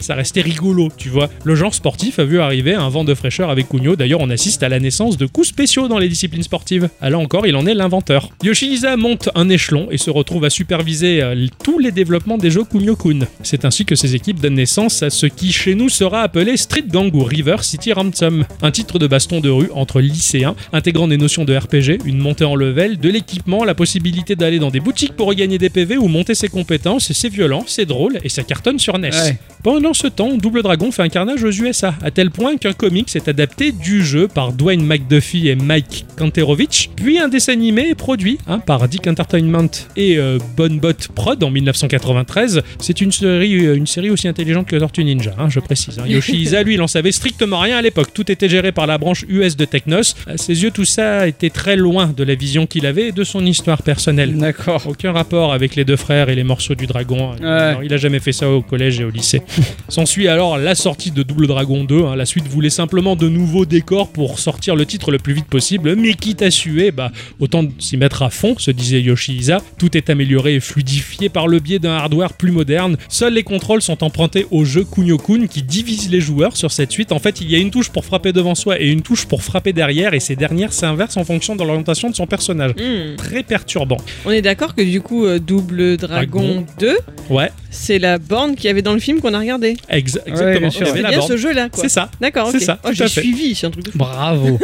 Speaker 1: Ça restait rigolo, tu vois. Le genre sportif a vu arriver un vent de fraîcheur avec Kunio. D'ailleurs, on assiste à la naissance de coups spéciaux dans les disciplines sportives. Ah, là encore, il en est l'inventeur. Yoshihisa monte un échelon et se retrouve à superviser euh, l- tous les développements des jeux Kunio-kun. C'est ainsi que ses équipes donnent naissance à ce qui chez nous sera appelé Street Gang ou River City Ransom, un titre de baston de rue entre lycéens, intégrant des notions de RPG, une montée en level, de l'équipement, la possibilité d'aller dans des boutiques pour regagner des PV ou monter ses compétences. C'est violent, c'est drôle et ça cartonne sur E NES.
Speaker 2: Ouais.
Speaker 1: Pendant ce temps, Double Dragon fait un carnage aux USA, à tel point qu'un comics est adapté du jeu par Dwayne McDuffie et Mike Kanterovich, puis un dessin animé est produit hein, par Dick Entertainment et euh, Bonbot Prod en 1993. C'est une série, euh, une série aussi intelligente que Tortue Ninja, hein, je précise. hein. Yoshihisa, lui, il en savait strictement rien à l'époque. Tout était géré par la branche US de Technos. À ses yeux, tout ça était très loin de la vision qu'il avait et de son histoire personnelle.
Speaker 2: D'accord.
Speaker 1: Aucun rapport avec les deux frères et les morceaux du dragon.
Speaker 2: Ouais.
Speaker 1: Non, il a jamais fait ça au collège et au lycée. S'ensuit alors la sortie de Double Dragon 2. hein. La suite voulait simplement de nouveaux décors pour sortir le titre le plus vite possible. Mais quitte à suer, bah, autant s'y mettre à fond, se disait Yoshihisa. Tout est amélioré et fluidifié par le biais d'un hardware plus moderne. Seuls les contrôles sont empruntés au jeu Kunio-kun qui divise les joueurs sur cette suite. En fait, il y a une touche pour frapper devant soi et une touche pour frapper derrière. Et ces dernières s'inversent en fonction de l'orientation de son personnage.
Speaker 3: Mhm.
Speaker 1: Très perturbant.
Speaker 3: On est d'accord que du coup, euh, Double Dragon,
Speaker 1: Dragon.
Speaker 3: 2,
Speaker 1: Ouais.
Speaker 3: c'est la borne qu'il y avait dans le film qu'on a regardé.
Speaker 1: Ex-
Speaker 2: Ouais,
Speaker 1: exactement.
Speaker 2: bien
Speaker 1: Il y
Speaker 2: sûr.
Speaker 1: avait
Speaker 3: C'est
Speaker 1: la
Speaker 3: bien
Speaker 1: borne.
Speaker 3: ce jeu-là, quoi.
Speaker 1: C'est ça.
Speaker 3: D'accord,
Speaker 1: c'est
Speaker 3: ok.
Speaker 1: ça,
Speaker 3: Oh,
Speaker 1: tout
Speaker 3: j'ai
Speaker 1: à fait.
Speaker 3: suivi, c'est un truc de fou.
Speaker 1: Bravo.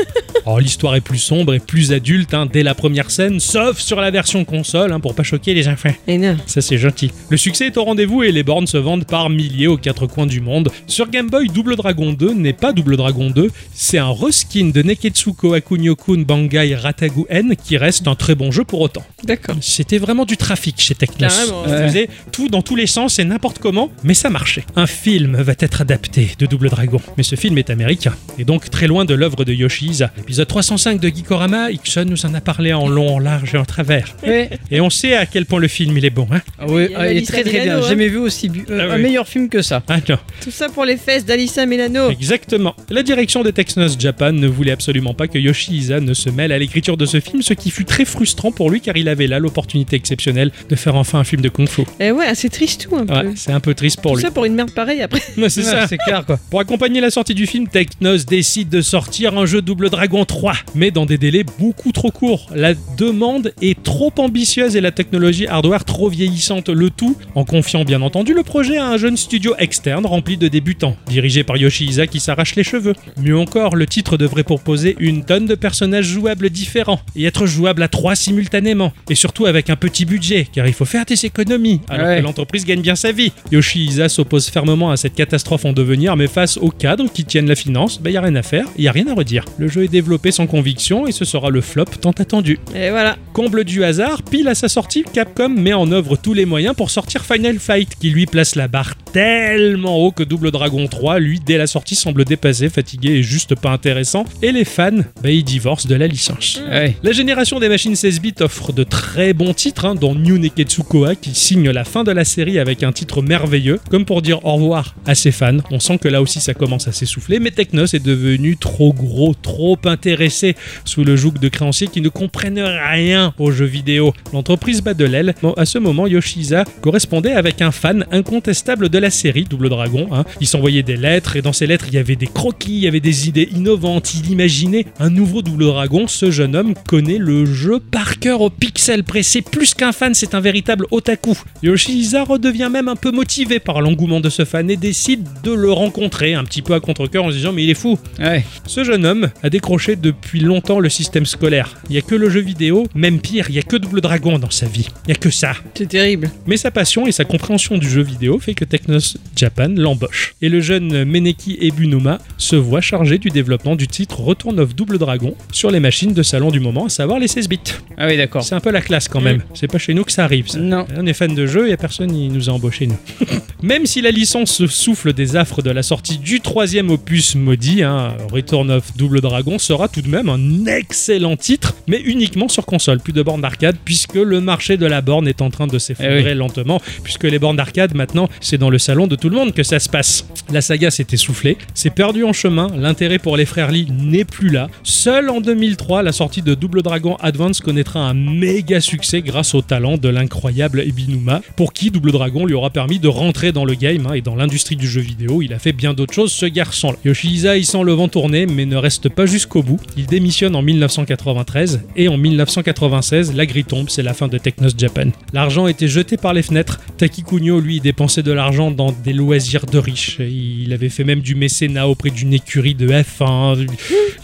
Speaker 1: Alors l'histoire est plus sombre et plus adulte hein, dès la première scène, sauf sur la version console hein, pour pas choquer les enfants.
Speaker 3: Énorme.
Speaker 1: Ça c'est gentil. Le succès est au rendez-vous et les bornes se vendent par milliers aux quatre coins du monde. Sur Game Boy, Double Dragon 2 n'est pas Double Dragon 2, c'est un reskin de Neketsu Kohakunyo-kun Bangai Ratagu N qui reste un très bon jeu pour autant.
Speaker 3: D'accord.
Speaker 1: C'était vraiment du trafic chez Technos.
Speaker 3: Carrément.
Speaker 1: On
Speaker 2: Ouais.
Speaker 1: faisait tout dans tous les sens et n'importe comment, mais ça marchait. Un film va être adapté de Double Dragon, mais ce film est américain et donc très loin de l'œuvre de Yoshihisa. L'épisode 305 de Gikorama, Ixon nous en a parlé en long, en large et en travers.
Speaker 2: Oui.
Speaker 1: Et on sait à quel point le film il est bon, hein
Speaker 2: Ah oui,
Speaker 3: Il y a
Speaker 2: ah, il est
Speaker 3: Alice
Speaker 2: très très
Speaker 3: Milano,
Speaker 2: bien.
Speaker 3: hein.
Speaker 2: J'ai jamais vu aussi bu- euh,
Speaker 1: Ah
Speaker 2: un
Speaker 1: oui.
Speaker 2: meilleur film que ça.
Speaker 1: Ah non.
Speaker 3: Tout ça pour les fesses d'Alissa
Speaker 1: Oh.
Speaker 3: Melano.
Speaker 1: Exactement. La direction des Texnos Japan ne voulait absolument pas que Yoshihisa ne se mêle à l'écriture de ce film, ce qui fut très frustrant pour lui car il avait là l'opportunité exceptionnelle de faire enfin un film de kung-fu.
Speaker 3: Eh ouais, c'est triste tout un peu.
Speaker 1: Ouais, c'est un peu triste pour
Speaker 3: Tout
Speaker 1: lui.
Speaker 3: ça pour une merde pareille après.
Speaker 1: Ouais, c'est ça.
Speaker 2: Ah, C'est clair quoi.
Speaker 1: Pour accompagner la sortie du film, Technos décide de sortir un jeu Double Dragon 3, mais dans des délais beaucoup trop courts. La demande est trop ambitieuse et la technologie hardware trop vieillissante. Le tout en confiant bien entendu le projet à un jeune studio externe rempli de débutants, dirigé par Yoshihisa qui s'arrache les cheveux. Mieux encore, le titre devrait proposer une tonne de personnages jouables différents et être jouable à trois simultanément, et surtout avec un petit budget, car il faut faire des économies alors
Speaker 2: Ouais.
Speaker 1: que l'entreprise gagne gagne bien sa vie. Yoshihisa s'oppose fermement à cette catastrophe en devenir, mais face aux cadres qui tiennent la finance, il n'y a rien à faire, il n'y a rien à redire. Le jeu est développé sans conviction et ce sera le flop tant attendu.
Speaker 3: Et Eh, voilà.
Speaker 1: Comble du hasard, pile à sa sortie, Capcom met en œuvre tous les moyens pour sortir Final Fight, qui lui place la barre tellement haut que Double Dragon 3, lui, dès la sortie, semble dépassé, fatigué et juste pas intéressant, et les fans, bah, ils divorcent de la licence.
Speaker 2: Ouais.
Speaker 1: La génération des machines 16 bits offre de très bons titres, hein, dont New Neketsu Koa qui signe la fin de la série avec un titre merveilleux, comme pour dire au revoir à ses fans. On sent que là aussi ça commence à s'essouffler, mais Technos est devenu trop gros, trop intéressé sous le joug de créanciers qui ne comprennent rien aux jeux vidéo. L'entreprise bat de l'aile. Bon, à ce moment, Yoshiza correspondait avec un fan incontestable de la série Double Dragon. hein. Il s'envoyait des lettres et dans ces lettres, il y avait des croquis, il y avait des idées innovantes. Il imaginait un nouveau Double Dragon. Ce jeune homme connaît le jeu par cœur au pixel près. C'est plus qu'un fan, c'est un véritable otaku. Yoshiza redevient même un peu motivé par l'engouement de ce fan et décide de le rencontrer un petit peu à contre-cœur en se disant mais il est fou,
Speaker 2: Ouais.
Speaker 1: ce jeune homme a décroché depuis longtemps le système scolaire. Il n'y a que le jeu vidéo, même pire, il n'y a que Double Dragon dans sa vie. Il n'y a que ça.
Speaker 3: C'est terrible.
Speaker 1: Mais sa passion et sa compréhension du jeu vidéo fait que Technos Japan l'embauche. Et le jeune Meneki Ebunoma se voit chargé du développement du titre Return of Double Dragon sur les machines de salon du moment, à savoir les 16 bits.
Speaker 2: Ah oui, d'accord.
Speaker 1: C'est un peu la classe quand même. C'est pas chez nous que ça arrive. ça.
Speaker 2: Non.
Speaker 1: On est fan de jeu et personne n'y nous a embauchés, nous. Même si la licence souffle des affres de la sortie du troisième opus maudit, hein, Return of Double Dragon sera tout de même un excellent titre, mais uniquement sur console, plus de bornes d'arcade, puisque le marché de la borne est en train de s'effondrer
Speaker 2: Eh oui.
Speaker 1: lentement, puisque les bornes d'arcade, maintenant, c'est dans le salon de tout le monde que ça se passe. La saga s'est essoufflée, s'est perdue en chemin, l'intérêt pour les frères Lee n'est plus là. Seul en 2003, la sortie de Double Dragon Advance connaîtra un méga succès grâce au talent de l'incroyable Ebinuma, pour qui Double Dragon lui aura permis de rentrer dans le game hein, et dans l'industrie du jeu vidéo. Il a fait bien d'autres choses, ce garçon-là. Yoshihisa, il sent le vent tourner, mais ne reste pas jusqu'au bout. Il démissionne en 1993 et en 1996, la grille tombe, c'est la fin de Technos Japan. L'argent était jeté par les fenêtres. Takikunio, lui, dépensait de l'argent dans des loisirs de riches. Il avait fait même du mécénat auprès d'une écurie de F1.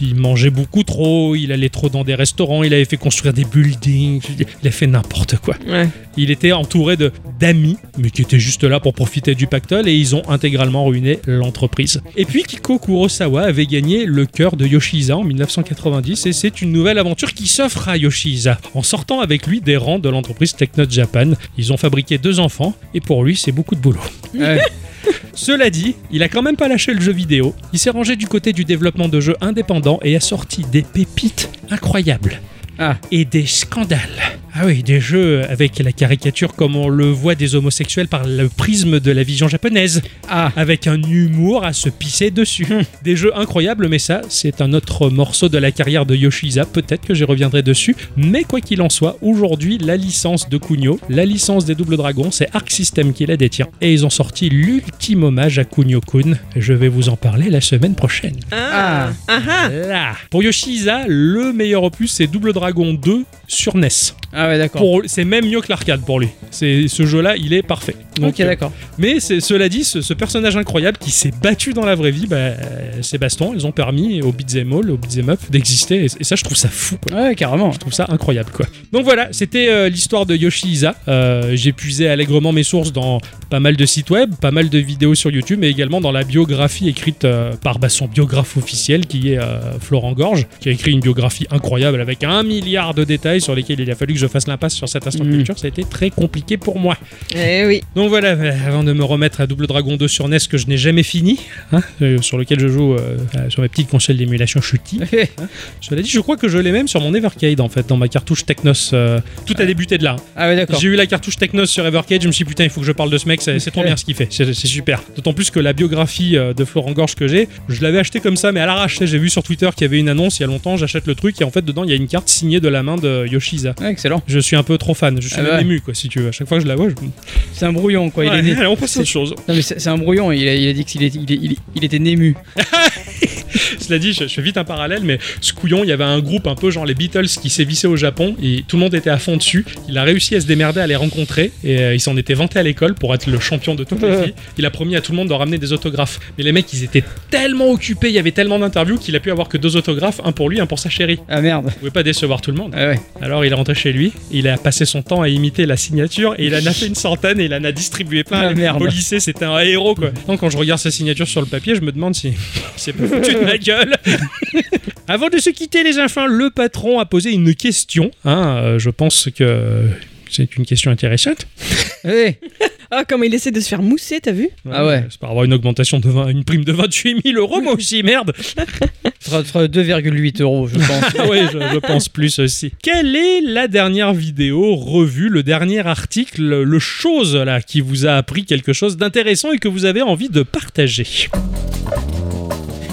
Speaker 1: Il mangeait beaucoup trop, il allait trop dans des restaurants, il avait fait construire des buildings, il a fait n'importe quoi.
Speaker 3: Ouais.
Speaker 1: Il était entouré de d'amis, mais qui étaient juste là pour profiter du pactole, et ils ont intégralement ruiné l'entreprise. Et puis Kiko Kurosawa avait gagné le cœur de Yoshihisa en 1990, et c'est une nouvelle aventure qui s'offre à Yoshihisa. En sortant avec lui des rangs de l'entreprise Techno Japan, ils ont fabriqué deux enfants, et pour lui c'est beaucoup de boulot.
Speaker 2: Ouais.
Speaker 1: Cela dit, il a quand même pas lâché le jeu vidéo. Il s'est rangé du côté du développement de jeux indépendants et a sorti des pépites incroyables.
Speaker 2: Ah.
Speaker 1: Et des scandales. Ah oui, des jeux avec la caricature comme on le voit des homosexuels par le prisme de la vision japonaise,
Speaker 2: Ah.
Speaker 1: avec un humour à se pisser dessus. des jeux incroyables, mais ça, c'est un autre morceau de la carrière de Yoshiza, peut-être que j'y reviendrai dessus. Mais quoi qu'il en soit, aujourd'hui, la licence de Kunio, la licence des Doubles Dragons, c'est Arc System qui la détient. Et ils ont sorti l'ultime hommage à Kunio-kun. Je vais vous en parler la semaine prochaine.
Speaker 3: Ah. Ah. ah.
Speaker 1: Là. Pour Yoshiza, le meilleur opus, c'est Double Dragon 2 sur E NES.
Speaker 2: Ah ouais, d'accord.
Speaker 1: Pour- c'est même mieux que l'arcade pour lui. C'est ce jeu-là, il est parfait. Donc,
Speaker 2: Ok, d'accord.
Speaker 1: euh, mais c'est- cela dit, ce, ce personnage incroyable qui s'est battu dans la vraie vie, bah, euh, ces bastons, ils ont permis au beat'em all, au beat'em up d'exister. Et, et ça, je trouve ça fou. Quoi.
Speaker 2: Ouais, carrément.
Speaker 1: Je trouve ça incroyable quoi. Donc voilà, c'était euh, l'histoire de Yoshihisa. Euh, J'ai puisé allègrement mes sources dans pas mal de sites web, pas mal de vidéos sur YouTube, mais également dans la biographie écrite euh, par bah, son biographe officiel qui est euh, Florent Gorge, qui a écrit une biographie incroyable avec un milliard de détails sur lesquels il a fallu que je fasse l'impasse sur cette instant
Speaker 2: Mm.
Speaker 1: culture. Ça a été très compliqué pour moi.
Speaker 3: Eh oui.
Speaker 1: Donc voilà, euh, avant de me remettre à Double Dragon 2 sur NES que je n'ai jamais fini, hein, euh, sur lequel je joue euh, euh, sur ma petite console d'émulation chutie. Cela dit, je crois que je l'ai même sur mon Evercade en fait, dans ma cartouche Technos. euh, tout a débuté de là.
Speaker 2: ah ouais, d'accord.
Speaker 1: J'ai eu la cartouche Technos sur Evercade, je me suis dit putain, il faut que je parle de ce mec, c'est c'est trop bien ce qu'il fait, c'est c'est super. D'autant plus que la biographie euh, de Florent Gorge que j'ai, je l'avais acheté comme ça, mais à l'arrache. tu sais, J'ai vu sur Twitter qu'il y avait une annonce il y a longtemps, j'achète le truc et en fait dedans il y a une carte signée de la main de Yoshiza.
Speaker 2: Ouais, excellent.
Speaker 1: Je suis un peu trop fan, je suis
Speaker 2: Ah
Speaker 1: même
Speaker 2: ouais.
Speaker 1: ému quoi, si tu veux. À chaque fois que je la vois, je...
Speaker 2: C'est un brouillon, quoi.
Speaker 1: Ouais,
Speaker 2: Il est né.
Speaker 1: allez, on passe à autre chose.
Speaker 2: Non, mais c'est c'est un brouillon. Il a, il a dit qu'il était, il, est- il est- il était nému.
Speaker 1: Cela dit, je, je fais vite un parallèle, mais ce couillon, il y avait un groupe un peu genre les Beatles qui sévissait au Japon et tout le monde était à fond dessus. Il a réussi à se démerder, à les rencontrer et euh, il s'en était vanté à l'école pour être le champion de toutes les filles. Il a promis à tout le monde de ramener des autographes. Mais les mecs, ils étaient tellement occupés, il y avait tellement d'interviews qu'il a pu avoir que deux autographes, un pour lui, un pour sa chérie.
Speaker 2: Ah merde.
Speaker 1: Il pouvait pas décevoir tout le monde.
Speaker 2: Ah ouais.
Speaker 1: Alors il est rentré chez lui, il a passé son temps à imiter la signature et il en a fait une centaine et il en a dit distribué plein.
Speaker 2: Ah, merde.
Speaker 1: Au lycée, c'était un héros, quoi. Donc, quand je regarde sa signature sur le papier, je me demande si c'est pas foutu de ma gueule. Avant de se quitter, les enfants, le patron a posé une question. Hein, euh, je pense que c'est une question intéressante.
Speaker 2: Eh,
Speaker 3: Ah, comme il essaie de se faire mousser, t'as vu
Speaker 2: Ah ouais.
Speaker 1: C'est pour avoir une augmentation de 20 une prime de 28 000 euros, moi aussi, merde.
Speaker 2: fera- fera 2,8 euros, je pense.
Speaker 1: Ah ouais, je, je pense plus aussi. Quelle est la dernière vidéo, revue, le dernier article, le chose là qui vous a appris quelque chose d'intéressant et que vous avez envie de partager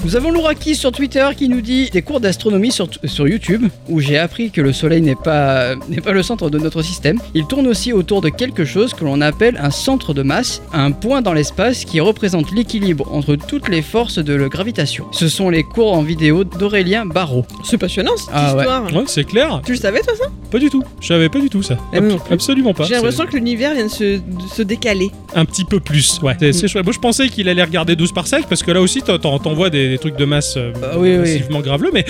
Speaker 2: Nous avons Louraki sur Twitter qui nous dit des cours d'astronomie sur, sur YouTube où j'ai appris que le Soleil n'est pas, n'est pas le centre de notre système. Il tourne aussi autour de quelque chose que l'on appelle un centre de masse, un point dans l'espace qui représente l'équilibre entre toutes les forces de la gravitation. Ce sont les cours en vidéo d'Aurélien Barraud.
Speaker 3: C'est passionnant cette
Speaker 2: Ah ouais.
Speaker 3: histoire.
Speaker 1: Ouais, c'est clair.
Speaker 3: Tu le savais toi ça
Speaker 1: Pas du tout. Je savais pas du tout ça.
Speaker 3: Eh ben, non plus.
Speaker 1: Absolument pas.
Speaker 3: J'ai l'impression que l'univers vient de se, de se décaler.
Speaker 1: C'est Un petit peu plus, ouais. C'est c'est chouette. Moi, je pensais qu'il allait regarder 12 par sec parce que là aussi, t'en- t'en t'en vois des, des trucs de masse euh,
Speaker 2: Ah oui, oui.
Speaker 1: massivement graveleux, mais,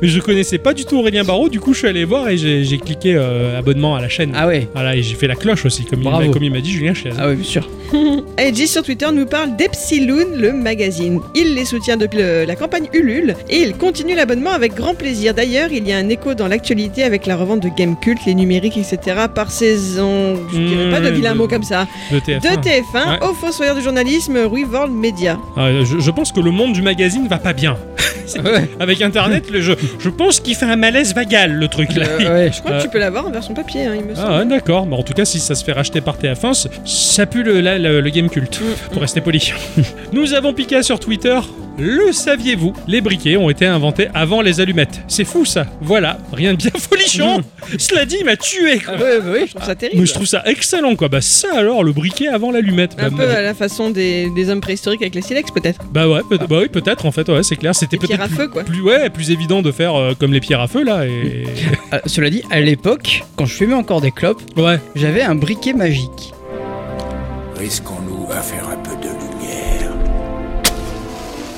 Speaker 1: mais je connaissais pas du tout Aurélien Barraud. Du coup, je suis allé voir et j'ai j'ai cliqué euh, abonnement à la chaîne.
Speaker 2: ah ouais,
Speaker 1: Voilà, et j'ai fait la cloche aussi, comme il
Speaker 2: Bravo.
Speaker 1: m'a- comme il m'a dit Julien chez
Speaker 2: ah ouais, bien sûr.
Speaker 3: AJ sur Twitter nous parle d'Epsiloon, le magazine. Il les soutient depuis le- la campagne Ulule et il continue l'abonnement avec grand plaisir. D'ailleurs, il y a un écho dans l'actualité avec la revente de Gamecult, les numériques, etc. par saison. Je dirais pas de
Speaker 1: Mmh,
Speaker 3: vilain
Speaker 1: de-
Speaker 3: mot comme ça.
Speaker 1: de TF1.
Speaker 3: De TF1
Speaker 1: Ouais.
Speaker 3: au Fossoyeur du journalisme, Revolve Media.
Speaker 1: Ah, je, je pense que le monde du magazine va pas bien.
Speaker 2: Ouais,
Speaker 1: Avec Internet, le jeu. Je pense qu'il fait un malaise vagal, le truc là.
Speaker 2: euh, ouais.
Speaker 3: Je crois
Speaker 1: Euh.
Speaker 3: que tu peux l'avoir en version papier, hein, il me semble.
Speaker 1: Ah ouais, d'accord, mais en tout cas si ça se fait racheter par TF1, c- ça pue le, la- le- le game culte,
Speaker 2: Mm,
Speaker 1: pour rester poli. Nous avons piqué sur Twitter, le saviez-vous Les briquets ont été inventés avant les allumettes. C'est fou ça, voilà, rien de bien folichon Cela dit, il m'a tué quoi.
Speaker 2: Mm. Ah ouais, bah oui.
Speaker 3: Je trouve ça terrible.
Speaker 1: Mais je trouve ça excellent quoi, bah ça alors, le briquet avant l'allumette.
Speaker 3: Un
Speaker 1: Bah,
Speaker 3: peu
Speaker 1: moi,
Speaker 3: à la façon des, des hommes préhistoriques avec les silex, peut-être.
Speaker 1: bah ouais, peut- bah oui peut-être en fait, ouais c'est clair, c'était
Speaker 3: Des pierres
Speaker 1: peut-être
Speaker 3: à
Speaker 1: plus,
Speaker 3: feu, quoi.
Speaker 1: plus- ouais, plus évident de faire euh, comme les pierres à feu là et...
Speaker 2: Ah, cela dit, à l'époque, quand je fumais encore des clopes,
Speaker 1: ouais.
Speaker 2: j'avais un briquet magique.
Speaker 6: Risquons-nous à faire un peu de lumière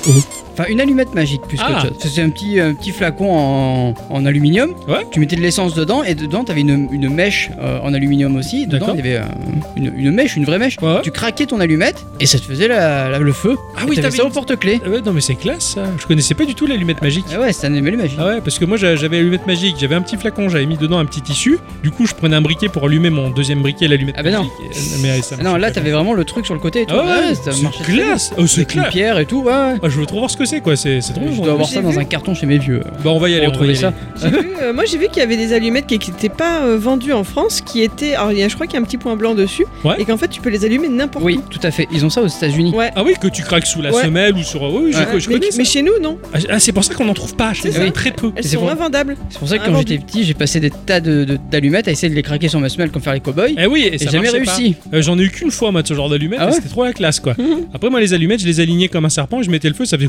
Speaker 2: Oh. Enfin, une allumette magique plus
Speaker 1: Ah.
Speaker 2: que chose. C'est un petit, un petit flacon en, en aluminium.
Speaker 1: Ouais.
Speaker 2: Tu mettais de l'essence dedans et dedans, t'avais une, une mèche euh, en aluminium aussi. Dedans,
Speaker 1: D'accord.
Speaker 2: il y avait euh, une, une mèche, une vraie mèche.
Speaker 1: Ouais.
Speaker 2: Tu craquais ton allumette et ça te faisait la- la- le feu.
Speaker 1: Ah
Speaker 2: Et
Speaker 1: oui,
Speaker 2: t'avais
Speaker 1: t'avais
Speaker 2: ça au
Speaker 1: une-
Speaker 2: porte-clés.
Speaker 1: Ah ouais, non mais c'est classe ça, je connaissais pas du tout l'allumette magique.
Speaker 2: Ah ouais, c'était un allumette magique.
Speaker 1: Ah ouais, parce que moi j'a- j'avais allumette magique, j'avais un petit flacon, j'avais mis dedans un petit tissu. Du coup, je prenais un briquet pour allumer mon deuxième briquet, l'allumette
Speaker 2: Ah bah non.
Speaker 1: magique. et- euh, mais ça
Speaker 2: Ah non,
Speaker 1: marchait
Speaker 2: là,
Speaker 1: pas.
Speaker 2: t'avais vraiment le truc sur le côté et tout.
Speaker 1: Ah ouais,
Speaker 2: Ouais, ça marchait
Speaker 1: c'est
Speaker 2: très bien.
Speaker 1: classe. Oh, c'est
Speaker 2: Avec une
Speaker 1: clair.
Speaker 2: pierre et tout, ouais, ouais.
Speaker 1: Ah, je veux trop voir ce que c'est quoi, c'est c'est trop
Speaker 2: Je
Speaker 1: bon.
Speaker 2: dois avoir
Speaker 3: J'ai
Speaker 2: ça dans
Speaker 3: vu.
Speaker 2: un carton chez mes vieux.
Speaker 1: Bah on va y aller, on va y
Speaker 2: retrouver ça.
Speaker 1: aller.
Speaker 3: J'ai vu, euh, moi j'ai vu qu'il y avait des allumettes qui n'étaient pas euh, vendues en France, qui étaient. Alors il y a- je crois qu'il y a un petit point blanc dessus,
Speaker 1: Ouais.
Speaker 3: et qu'en fait tu peux les allumer n'importe
Speaker 2: Oui, tout à fait. Ils ont ça aux États-Unis.
Speaker 3: Ouais.
Speaker 1: Ah oui, que tu craques sous la
Speaker 3: Ouais.
Speaker 1: semelle ou sur. Oui, je,
Speaker 2: Ouais.
Speaker 1: co- je
Speaker 3: où. Mais,
Speaker 1: connais ça.
Speaker 3: mais chez nous, non
Speaker 1: Ah, Ah, c'est pour ça qu'on en trouve pas, chez
Speaker 3: C'est
Speaker 1: nous,
Speaker 2: ça.
Speaker 1: très peu.
Speaker 3: Elles
Speaker 2: C'est
Speaker 3: sont
Speaker 2: pour-
Speaker 3: invendables.
Speaker 2: C'est pour ça que quand
Speaker 3: Ah,
Speaker 2: j'étais petit, j'ai passé des tas de- de- d'allumettes à essayer de les craquer sur ma semelle comme faire les cow-boys.
Speaker 1: Eh oui, et
Speaker 2: Et
Speaker 1: ça
Speaker 2: jamais
Speaker 1: marchait pas.
Speaker 2: réussi.
Speaker 1: Euh, J'en ai eu qu'une fois, moi, de ce genre d'allumettes, et
Speaker 2: Ah ouais Mmh.
Speaker 1: c'était trop la classe quoi. Après, moi, les allumettes, je les alignais comme un serpent, et je mettais le feu, ça faisait.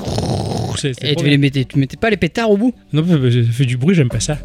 Speaker 1: c'est- c'était
Speaker 2: Et
Speaker 1: trop
Speaker 2: tu, les
Speaker 1: bien.
Speaker 2: mettais, tu mettais pas les pétards au bout.
Speaker 1: Non, bah, ça fait du bruit, j'aime pas ça.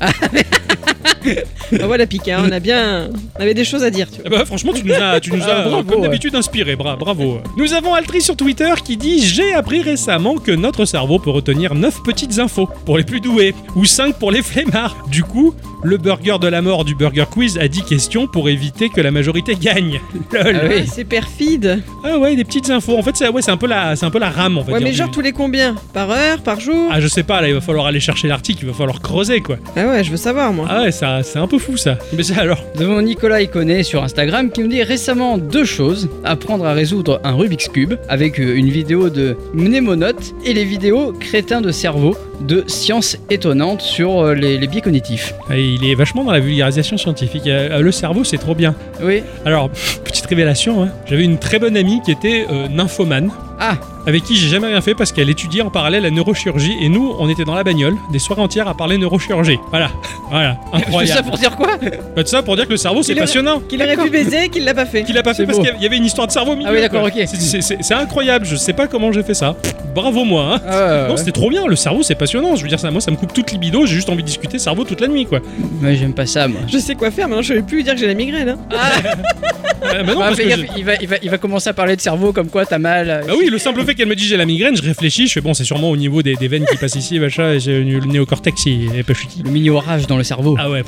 Speaker 3: Ah, voilà, Pika, on a bien. On avait des choses à dire, tu vois.
Speaker 1: Ah bah, franchement, tu nous as, tu nous as
Speaker 2: Ah,
Speaker 1: euh,
Speaker 2: bravo,
Speaker 1: comme
Speaker 2: ouais.
Speaker 1: d'habitude inspiré. Bra- bravo. Nous avons Altri sur Twitter qui dit J'ai appris récemment que notre cerveau peut retenir 9 petites infos pour les plus doués ou 5 pour les flemmards. Du coup, le burger de la mort du Burger Quiz a 10 questions pour éviter que la majorité gagne. Lol.
Speaker 2: Ah oui.
Speaker 3: Ah, c'est perfide.
Speaker 1: Ah ouais, des petites infos. En fait, c'est ouais, c'est un, peu la- c'est un peu la rame, en fait.
Speaker 3: Ouais,
Speaker 1: dire,
Speaker 3: mais
Speaker 1: du-
Speaker 3: genre tous les combien Par heure, par jour
Speaker 1: Ah, je sais pas, là, il va falloir aller chercher l'article, il va falloir creuser, quoi.
Speaker 3: Ah ouais, je veux savoir moi.
Speaker 1: Ah ouais, ça, c'est un peu fou, ça. Mais ça, alors.
Speaker 2: Nous avons Nicolas Iconé sur Instagram qui nous dit récemment deux choses apprendre à résoudre un Rubik's Cube avec euh, une vidéo de Mnémonote et les vidéos Crétins de cerveau de Sciences étonnantes sur euh, les, les biais cognitifs.
Speaker 1: Ah, Il est vachement dans la vulgarisation scientifique. Euh, Le cerveau, c'est trop bien.
Speaker 2: Oui.
Speaker 1: Alors, petite révélation, hein. j'avais une très bonne amie qui était euh, nymphomane,
Speaker 2: Ah,
Speaker 1: avec qui j'ai jamais rien fait parce qu'elle étudiait en parallèle la neurochirurgie et nous, on était dans la bagnole des soirées entières à parler neurochirurgie. Voilà, voilà,
Speaker 2: tout ça
Speaker 1: incroyable.
Speaker 2: pour dire quoi
Speaker 1: Bah, tout ça pour dire que le cerveau, c'est
Speaker 3: Il a-
Speaker 1: passionnant.
Speaker 3: Qu'il aurait pu baiser, qu'il l'a pas fait.
Speaker 1: Qu'il a pas
Speaker 2: C'est
Speaker 1: fait parce
Speaker 2: beau. Ah
Speaker 1: qu'il y avait une histoire de cerveau au milieu,
Speaker 2: oui, d'accord,
Speaker 1: quoi.
Speaker 2: ok.
Speaker 1: C'est- c'est- C'est c'est incroyable, je sais pas comment j'ai fait ça. Bravo moi, hein.
Speaker 2: Ah,
Speaker 1: Non, c'était trop bien, le cerveau c'est passionnant. Je veux dire, ça, moi ça me coupe toute libido, j'ai juste envie de discuter cerveau toute la nuit quoi.
Speaker 2: Mais j'aime pas ça moi.
Speaker 3: Je sais quoi faire, maintenant je vais plus lui dire que j'ai la migraine. hein.
Speaker 1: Ah, bah non,
Speaker 2: Ah,
Speaker 1: parce
Speaker 2: fais
Speaker 1: que
Speaker 2: gaffe,
Speaker 1: je-
Speaker 2: il, va, il, va, il va commencer à parler de cerveau comme quoi t'as mal. euh,
Speaker 1: Bah oui, oui, le simple fait qu'elle me dise j'ai la migraine, je réfléchis, je fais bon, c'est sûrement au niveau des, des veines qui passent ici, machin, et j'ai le néocortex, il est pas chuti.
Speaker 2: Le mini orage dans le cerveau.
Speaker 1: Ah ouais.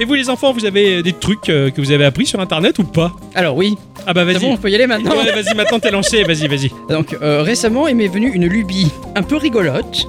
Speaker 1: Et vous les enfants, vous avez des trucs euh, que vous avez appris sur internet ou pas
Speaker 2: Alors oui,
Speaker 1: Ah bah
Speaker 2: c'est
Speaker 1: vas-y.
Speaker 2: bon, on peut y aller maintenant.
Speaker 1: Ouais, vas-y, maintenant t'es lancé, vas-y, vas-y.
Speaker 2: Donc euh, récemment, il m'est venu une lubie un peu rigolote.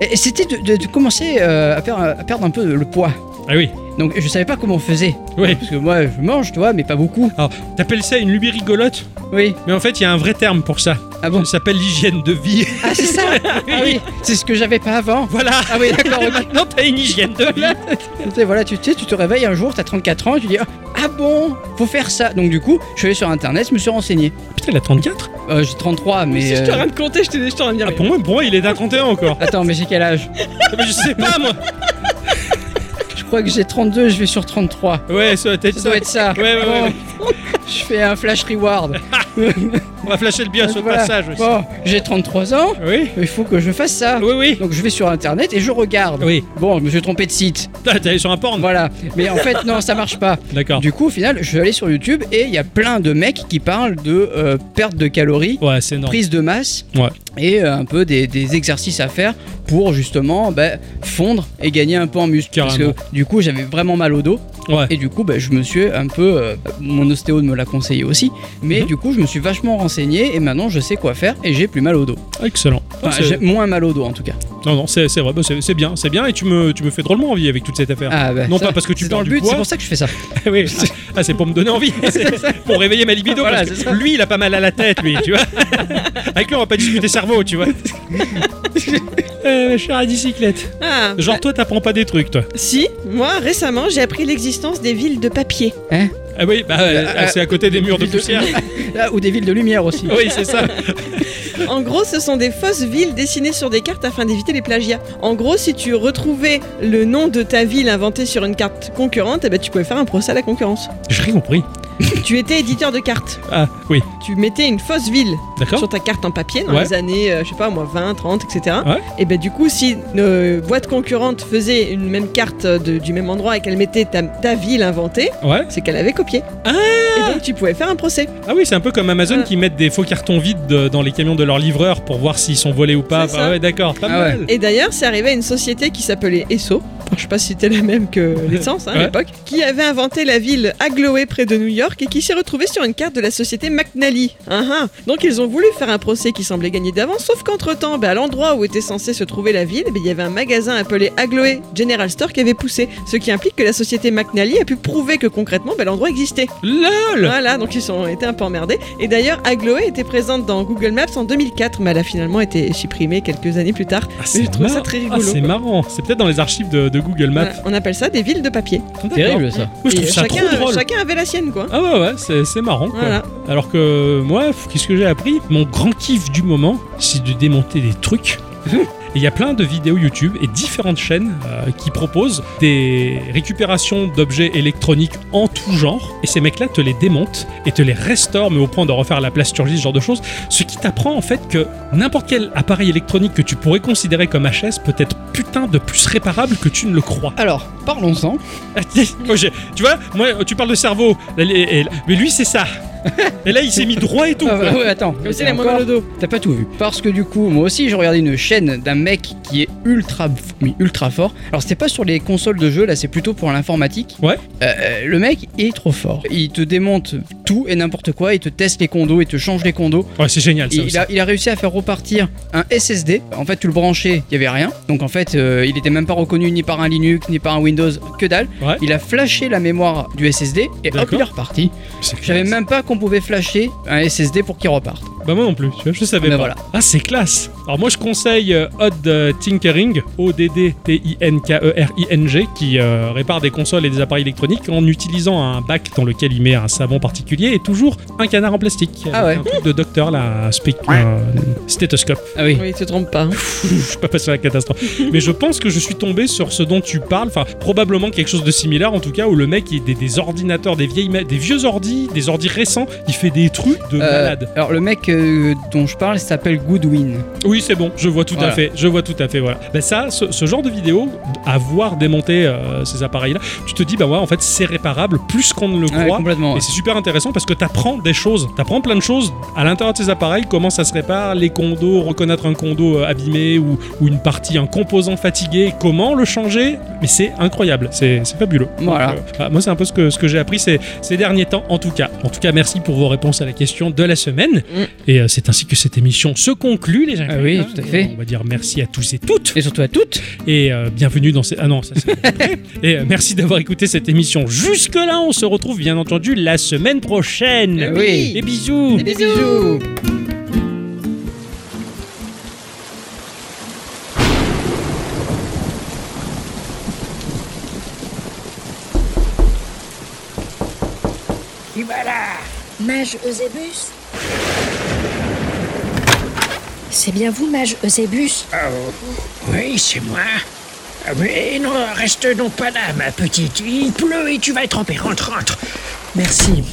Speaker 2: Et C'était de, de- de commencer euh, à, faire- à perdre un peu le poids.
Speaker 1: Ah oui.
Speaker 2: Donc je savais pas comment on faisait.
Speaker 1: Oui.
Speaker 2: Parce que moi, je mange, toi, mais pas beaucoup.
Speaker 1: Alors, t'appelles ça une lubie rigolote
Speaker 2: Oui.
Speaker 1: Mais en fait, il y a un vrai terme pour ça.
Speaker 2: Ah bon
Speaker 1: Ça s'appelle l'hygiène de vie.
Speaker 2: Ah c'est ça. Ah oui. C'est ce que j'avais pas avant.
Speaker 1: Voilà.
Speaker 2: Ah oui, d'accord.
Speaker 1: Et
Speaker 2: ok.
Speaker 1: maintenant, t'as une hygiène de vie.
Speaker 2: Tu sais, voilà, tu tu sais, tu te réveilles un jour, t'as 34 ans, et tu dis ah bon, faut faire ça. Donc du coup, je suis allé sur internet, je me suis renseigné.
Speaker 1: Putain, il a 34
Speaker 2: Euh, j'ai 33, mais.
Speaker 3: Si je
Speaker 2: euh,
Speaker 3: te rien de compter, je t'ai je t'en ai bien
Speaker 1: Ah,
Speaker 3: mis.
Speaker 1: pour, moi, pour moi, il est d'un 31 encore.
Speaker 2: Attends, mais j'ai quel âge
Speaker 1: Ah, mais je sais pas, moi.
Speaker 2: Je crois que j'ai 32, je vais sur 33.
Speaker 1: Ouais, ça doit être
Speaker 2: Ça
Speaker 1: ça.
Speaker 2: doit être ça.
Speaker 1: Ouais, ouais, ouais,
Speaker 2: Bon. Je fais un flash reward.
Speaker 1: On va flasher le bien sur le
Speaker 2: Ah, Voilà.
Speaker 1: passage aussi.
Speaker 2: Bon, j'ai 33 ans,
Speaker 1: Oui
Speaker 2: il faut que je fasse ça.
Speaker 1: Oui, oui.
Speaker 2: Donc je vais sur internet et je regarde.
Speaker 1: Oui.
Speaker 2: Bon, je me suis trompé de site.
Speaker 1: Putain, T'es allé sur un porn
Speaker 2: Voilà. Mais en fait, non, ça marche pas.
Speaker 1: D'accord.
Speaker 2: Du coup, au final, je suis allé sur YouTube et il y a plein de mecs qui parlent de euh, perte de calories,
Speaker 1: Ouais, c'est énorme.
Speaker 2: prise de masse
Speaker 1: Ouais.
Speaker 2: et euh, un peu des, des exercices à faire pour justement bah, fondre et gagner un peu en muscle.
Speaker 1: Carrément.
Speaker 2: Parce que du coup, j'avais vraiment mal au dos.
Speaker 1: Ouais.
Speaker 2: Et du coup, bah, je me suis un peu. euh, mon ostéo me l'a conseillé aussi. Mais
Speaker 1: Mhm.
Speaker 2: du coup, je me suis vachement renseigné et maintenant, je sais quoi faire et j'ai plus mal au dos.
Speaker 1: Excellent.
Speaker 2: Enfin,
Speaker 1: C'est-
Speaker 2: j'ai moins mal au dos en tout cas.
Speaker 1: Non, non, c'est c'est vrai, Bah, c'est c'est bien, c'est bien, et tu me, tu me fais drôlement envie avec toute cette affaire.
Speaker 2: Ah, bah,
Speaker 1: non
Speaker 2: ça,
Speaker 1: pas parce que tu
Speaker 2: c'est dans
Speaker 1: parles du
Speaker 2: le but, c'est
Speaker 1: poids.
Speaker 2: pour ça que je fais ça.
Speaker 1: Oui. Ah, c'est pour me donner envie, C'est pour réveiller ma libido.
Speaker 2: Voilà,
Speaker 1: parce que
Speaker 2: c'est ça.
Speaker 1: lui, il a pas mal à la tête, lui, tu vois. Avec lui, on va pas discuter cerveau, tu vois. Euh, ma chère à bicyclette.
Speaker 3: Ah,
Speaker 2: Euh.
Speaker 1: Genre, toi, t'apprends pas des trucs, toi.
Speaker 3: si, moi récemment j'ai appris l'existence des villes de papier.
Speaker 1: Ah oui, bah, euh, ah, c'est à côté des murs de poussière.
Speaker 2: Là, ou des villes de lumière aussi.
Speaker 1: Oui, c'est ça.
Speaker 3: En gros, ce sont des fausses villes dessinées sur des cartes afin d'éviter les plagiats. En gros, si tu retrouvais le nom de ta ville inventé sur une carte concurrente, eh ben, tu pouvais faire un procès à la concurrence.
Speaker 1: J'ai rien compris.
Speaker 3: tu étais éditeur de cartes.
Speaker 1: Ah, oui,
Speaker 3: Tu mettais une fausse ville
Speaker 1: d'accord.
Speaker 3: sur ta carte en papier dans
Speaker 1: Ouais.
Speaker 3: les années, euh, je sais pas moi, 20, 30, etc.
Speaker 1: Ouais.
Speaker 3: Et ben du coup, si une boîte concurrente faisait une même carte euh, de- du même endroit et qu'elle mettait ta, ta ville inventée,
Speaker 1: Ouais.
Speaker 3: c'est qu'elle avait copié.
Speaker 1: Ah
Speaker 3: et donc tu pouvais faire un procès.
Speaker 1: Ah oui, c'est un peu comme Amazon
Speaker 3: Ah.
Speaker 1: qui mettent des faux cartons vides de- dans les camions de leurs livreurs pour voir s'ils sont volés ou pas.
Speaker 3: C'est
Speaker 1: Bah
Speaker 3: ça.
Speaker 1: ouais, d'accord, pas
Speaker 2: Ah ouais.
Speaker 1: mal.
Speaker 3: Et d'ailleurs, c'est arrivé à une société qui s'appelait Esso. Je sais pas si c'était la même que l'essence hein, à
Speaker 1: Ouais.
Speaker 3: l'époque, qui avait inventé la ville Agloé près de New York et qui s'est retrouvée sur une carte de la société McNally. Hein, hein. Donc ils ont voulu faire un procès qui semblait gagné d'avance, sauf qu'entre temps, à l'endroit où était censé se trouver la ville, ben, il y avait un magasin appelé Agloé General Store qui avait poussé, ce qui implique que la société McNally a pu prouver que concrètement ben, l'endroit existait.
Speaker 1: LOL
Speaker 3: Voilà, donc ils ont été un peu emmerdés. Et d'ailleurs, Agloé était présente dans Google Maps en 2004, mais elle a finalement été supprimée quelques années plus tard.
Speaker 1: Ah,
Speaker 3: Mais
Speaker 1: c'est
Speaker 3: je trouve ça
Speaker 1: marrant.
Speaker 3: très
Speaker 1: Ah,
Speaker 3: rigolo.
Speaker 1: c'est marrant. C'est peut-être dans les archives de, de Google Maps.
Speaker 3: Voilà, on appelle ça des villes de papier.
Speaker 2: Terrible ça.
Speaker 1: Moi, je
Speaker 3: Et
Speaker 1: trouve ça
Speaker 3: chacun,
Speaker 1: trop drôle.
Speaker 3: chacun avait la sienne, quoi.
Speaker 1: Ah ouais, ouais, c'est, c'est marrant quoi.
Speaker 3: Voilà.
Speaker 1: Alors que moi, pff, qu'est-ce que j'ai appris Mon grand kiff du moment, c'est de démonter des trucs. Et Il y a plein de vidéos YouTube et différentes chaînes euh, qui proposent des récupérations d'objets électroniques en tout genre. Et ces mecs-là te les démontent et te les restaurent, mais au point de refaire la plasturgie, ce genre de choses. Ce qui t'apprend en fait que n'importe quel appareil électronique que tu pourrais considérer comme HS peut être putain de plus réparable que tu ne le crois.
Speaker 2: Alors, parlons-en.
Speaker 1: Moi, j'ai- tu vois, moi, tu parles de cerveau, là, les- et- mais lui, c'est ça. Et là, il s'est mis droit et tout.
Speaker 2: Ah, bah,
Speaker 1: quoi.
Speaker 2: ouais, attends.
Speaker 3: Comme si elle a moins
Speaker 2: Encore,
Speaker 3: mal au dos.
Speaker 2: T'as pas tout vu. Parce que du coup, moi aussi, j'ai regardé une chaîne d'un mec qui est ultra, mais ultra fort. Alors, c'était pas sur les consoles de jeu, là, c'est plutôt pour l'informatique.
Speaker 1: Ouais.
Speaker 2: Euh, euh, le mec est trop fort. Il te démonte tout et n'importe quoi. Il te teste les condos, il te change les condos.
Speaker 1: Ouais, c'est génial. Ça,
Speaker 2: Et il,
Speaker 1: aussi.
Speaker 2: a, il a réussi à faire repartir un SSD. En fait, tu le branchais, il y avait rien. Donc en fait, euh, il était même pas reconnu ni par un Linux, ni par un Windows, que dalle.
Speaker 1: Ouais.
Speaker 2: Il a flashé la mémoire du SSD et hop,
Speaker 1: D'accord.
Speaker 2: il est reparti.
Speaker 1: C'est
Speaker 2: Je savais
Speaker 1: classe.
Speaker 2: même pas qu'on pouvait flasher un SSD pour qu'il reparte.
Speaker 1: Bah moi non plus. Tu vois, je savais
Speaker 2: Mais
Speaker 1: pas.
Speaker 2: voilà.
Speaker 1: Ah, c'est classe. Alors moi, je conseille euh, Odd euh, Tinkering, O D D T I N K E R I N G, qui euh, répare des consoles et des appareils électroniques en utilisant un bac dans lequel il met un savon particulier et toujours un canard en plastique.
Speaker 2: Ah
Speaker 1: Avec
Speaker 2: ouais.
Speaker 1: Un truc de docteur là, un spec- un stéthoscope.
Speaker 2: Ah oui.
Speaker 3: Oui, tu te trompes pas. hein.
Speaker 1: je suis pas passé à la catastrophe. Mais je pense que je suis tombé sur ce dont tu parles, enfin probablement quelque chose de similaire en tout cas, où le mec il des, des ordinateurs, des vieilles, ma- des vieux ordi, des ordi récents, il fait des trucs de
Speaker 2: Euh,
Speaker 1: malade.
Speaker 2: alors le mec euh, dont je parle s'appelle Goodwin.
Speaker 1: Oui, Oui, c'est bon, je vois tout
Speaker 2: Voilà.
Speaker 1: à fait, je vois tout à fait, voilà. Ben ça, ce, ce genre de vidéo, à voir démonter euh, ces appareils-là, tu te dis, bah ouais, en fait, c'est réparable plus qu'on ne le
Speaker 2: Ah Ouais,
Speaker 1: croit.
Speaker 2: complètement. ouais.
Speaker 1: Et c'est super intéressant parce que t'apprends des choses, t'apprends plein de choses à l'intérieur de ces appareils, comment ça se répare, les condos, reconnaître un condo euh, abîmé ou, ou une partie, un composant fatigué, comment le changer. Mais c'est incroyable, c'est c'est fabuleux.
Speaker 2: Voilà.
Speaker 1: Donc, euh, bah, moi, c'est un peu ce que, ce que j'ai appris ces, ces derniers temps, en tout cas. En tout cas, merci pour vos réponses à la question de la semaine.
Speaker 3: Mm.
Speaker 1: Et euh, c'est ainsi que cette émission se conclut, les gens.
Speaker 2: Ah oui, tout à fait.
Speaker 1: On va dire merci à tous et toutes.
Speaker 2: Et surtout à toutes.
Speaker 1: Et euh, bienvenue dans ces. Ah non, ça c'est. après. et euh, merci d'avoir écouté cette émission jusque-là. On se retrouve bien entendu la semaine prochaine.
Speaker 2: Eh oui.
Speaker 1: Des bisous.
Speaker 2: Des bisous.
Speaker 7: Mage Eusebus C'est bien vous, Mage Eusebus
Speaker 8: Oh, Oui, c'est moi. Ah, Mais non, reste donc pas là, ma petite. Il pleut et tu vas être trempée. Rentre, rentre. Merci.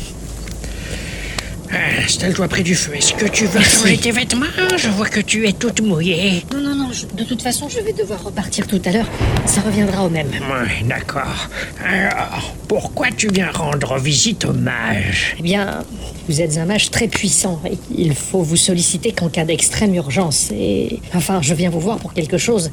Speaker 8: Ah, Installe-toi près du feu. Est-ce que tu veux changer tes vêtements Je vois que tu es toute mouillée.
Speaker 7: Non, non, non, je- de toute façon, je vais devoir repartir tout à l'heure. Ça reviendra au même.
Speaker 8: Ouais, d'accord. Alors, pourquoi tu viens rendre visite au mage
Speaker 7: Eh bien, vous êtes un mage très puissant et il faut vous solliciter qu'en cas d'extrême urgence. Et enfin, je viens vous voir pour quelque chose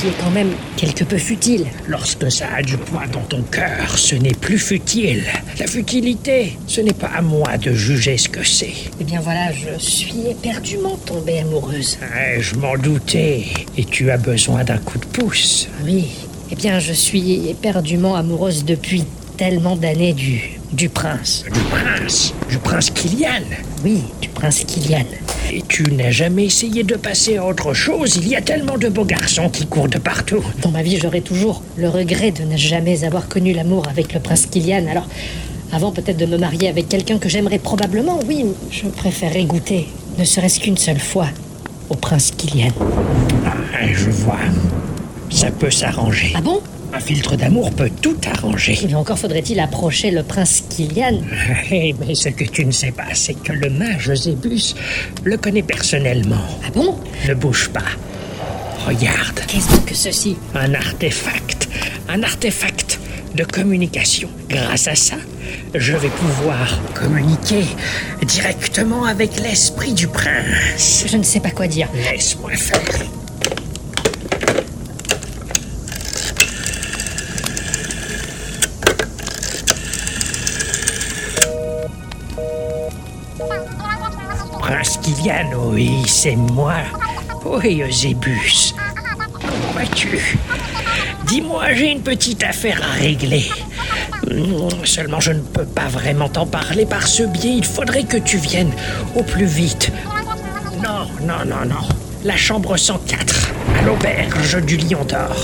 Speaker 7: qui est quand même quelque peu futile.
Speaker 8: Lorsque ça a du poids dans ton cœur, ce n'est plus futile. La futilité, ce n'est pas à moi de juger ce que c'est.
Speaker 7: Eh bien voilà, je suis éperdument tombée amoureuse.
Speaker 8: Ouais, je m'en doutais. Et tu as besoin d'un coup de pouce.
Speaker 7: Oui. Eh bien, je suis éperdument amoureuse depuis tellement d'années du du prince.
Speaker 8: Du prince, du prince Kylian.
Speaker 7: Oui, du prince Kylian.
Speaker 8: Et tu n'as jamais essayé de passer à autre chose. Il y a tellement de beaux garçons qui courent de partout.
Speaker 7: Dans ma vie, j'aurai toujours le regret de ne jamais avoir connu l'amour avec le prince Kylian. Alors, avant peut-être de me marier avec quelqu'un que j'aimerais probablement, oui, je préférerais goûter, ne serait-ce qu'une seule fois, au prince Kylian.
Speaker 8: Ah, je vois. Ça peut s'arranger.
Speaker 7: Ah bon
Speaker 8: Un filtre d'amour peut tout arranger.
Speaker 7: Mais encore faudrait-il approcher le prince Kylian
Speaker 8: Eh, mais ce que tu ne sais pas, c'est que le mage Zébus le connaît personnellement.
Speaker 7: Ah bon
Speaker 8: Ne bouge pas. Regarde,
Speaker 7: Qu'est-ce que ceci
Speaker 8: un artefact. Un artefact de communication. Grâce à ça, je vais pouvoir communiquer directement avec l'esprit du prince.
Speaker 7: Je ne sais pas quoi dire.
Speaker 8: Laisse-moi faire. Prince Kylian, oui, c'est moi. Oui, Eusebus. Comment vas-tu Dis-moi, j'ai une petite affaire à régler. Mm, Seulement, je ne peux pas vraiment t'en parler par ce biais. Il faudrait que tu viennes au plus vite. Non, non, non, non. La chambre 104, à l'auberge du Lion d'Or.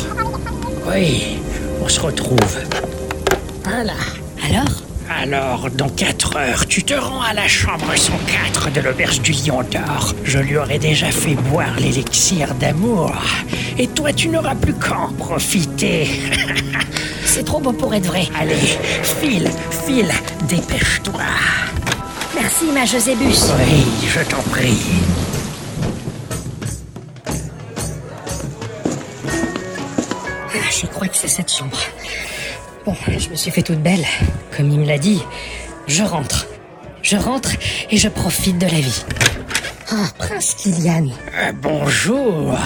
Speaker 8: Oui, on se retrouve. Voilà.
Speaker 7: Ah, Alors
Speaker 8: Alors, dans 4 heures, tu te rends à la chambre 104 de l'auberge du Lion d'Or. Je lui aurais déjà fait boire l'élixir d'amour. Et toi, tu n'auras plus qu'à en profiter.
Speaker 7: C'est trop beau pour être vrai.
Speaker 8: Allez, file, file, dépêche-toi.
Speaker 7: Merci, ma Josébus.
Speaker 8: Oui, je t'en prie.
Speaker 7: Je crois que c'est cette chambre. Bon, je me suis fait toute belle. Comme il me l'a dit, je rentre. Je rentre et je profite de la vie. Ah, Prince Kylian,
Speaker 8: Euh, bonjour.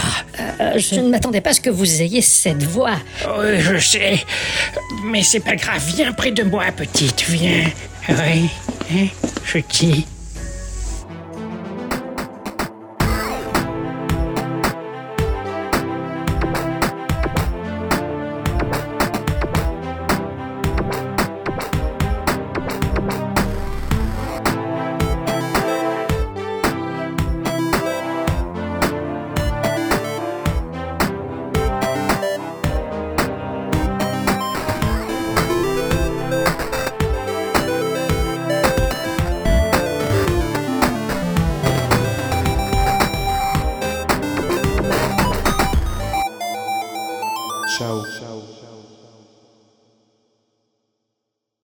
Speaker 7: euh, je ne m'attendais pas à ce que vous ayez cette voix.
Speaker 8: Oui, Oh, je sais. Mais c'est pas grave. Viens près de moi, petite. Viens. Oui. Hein, Je t'y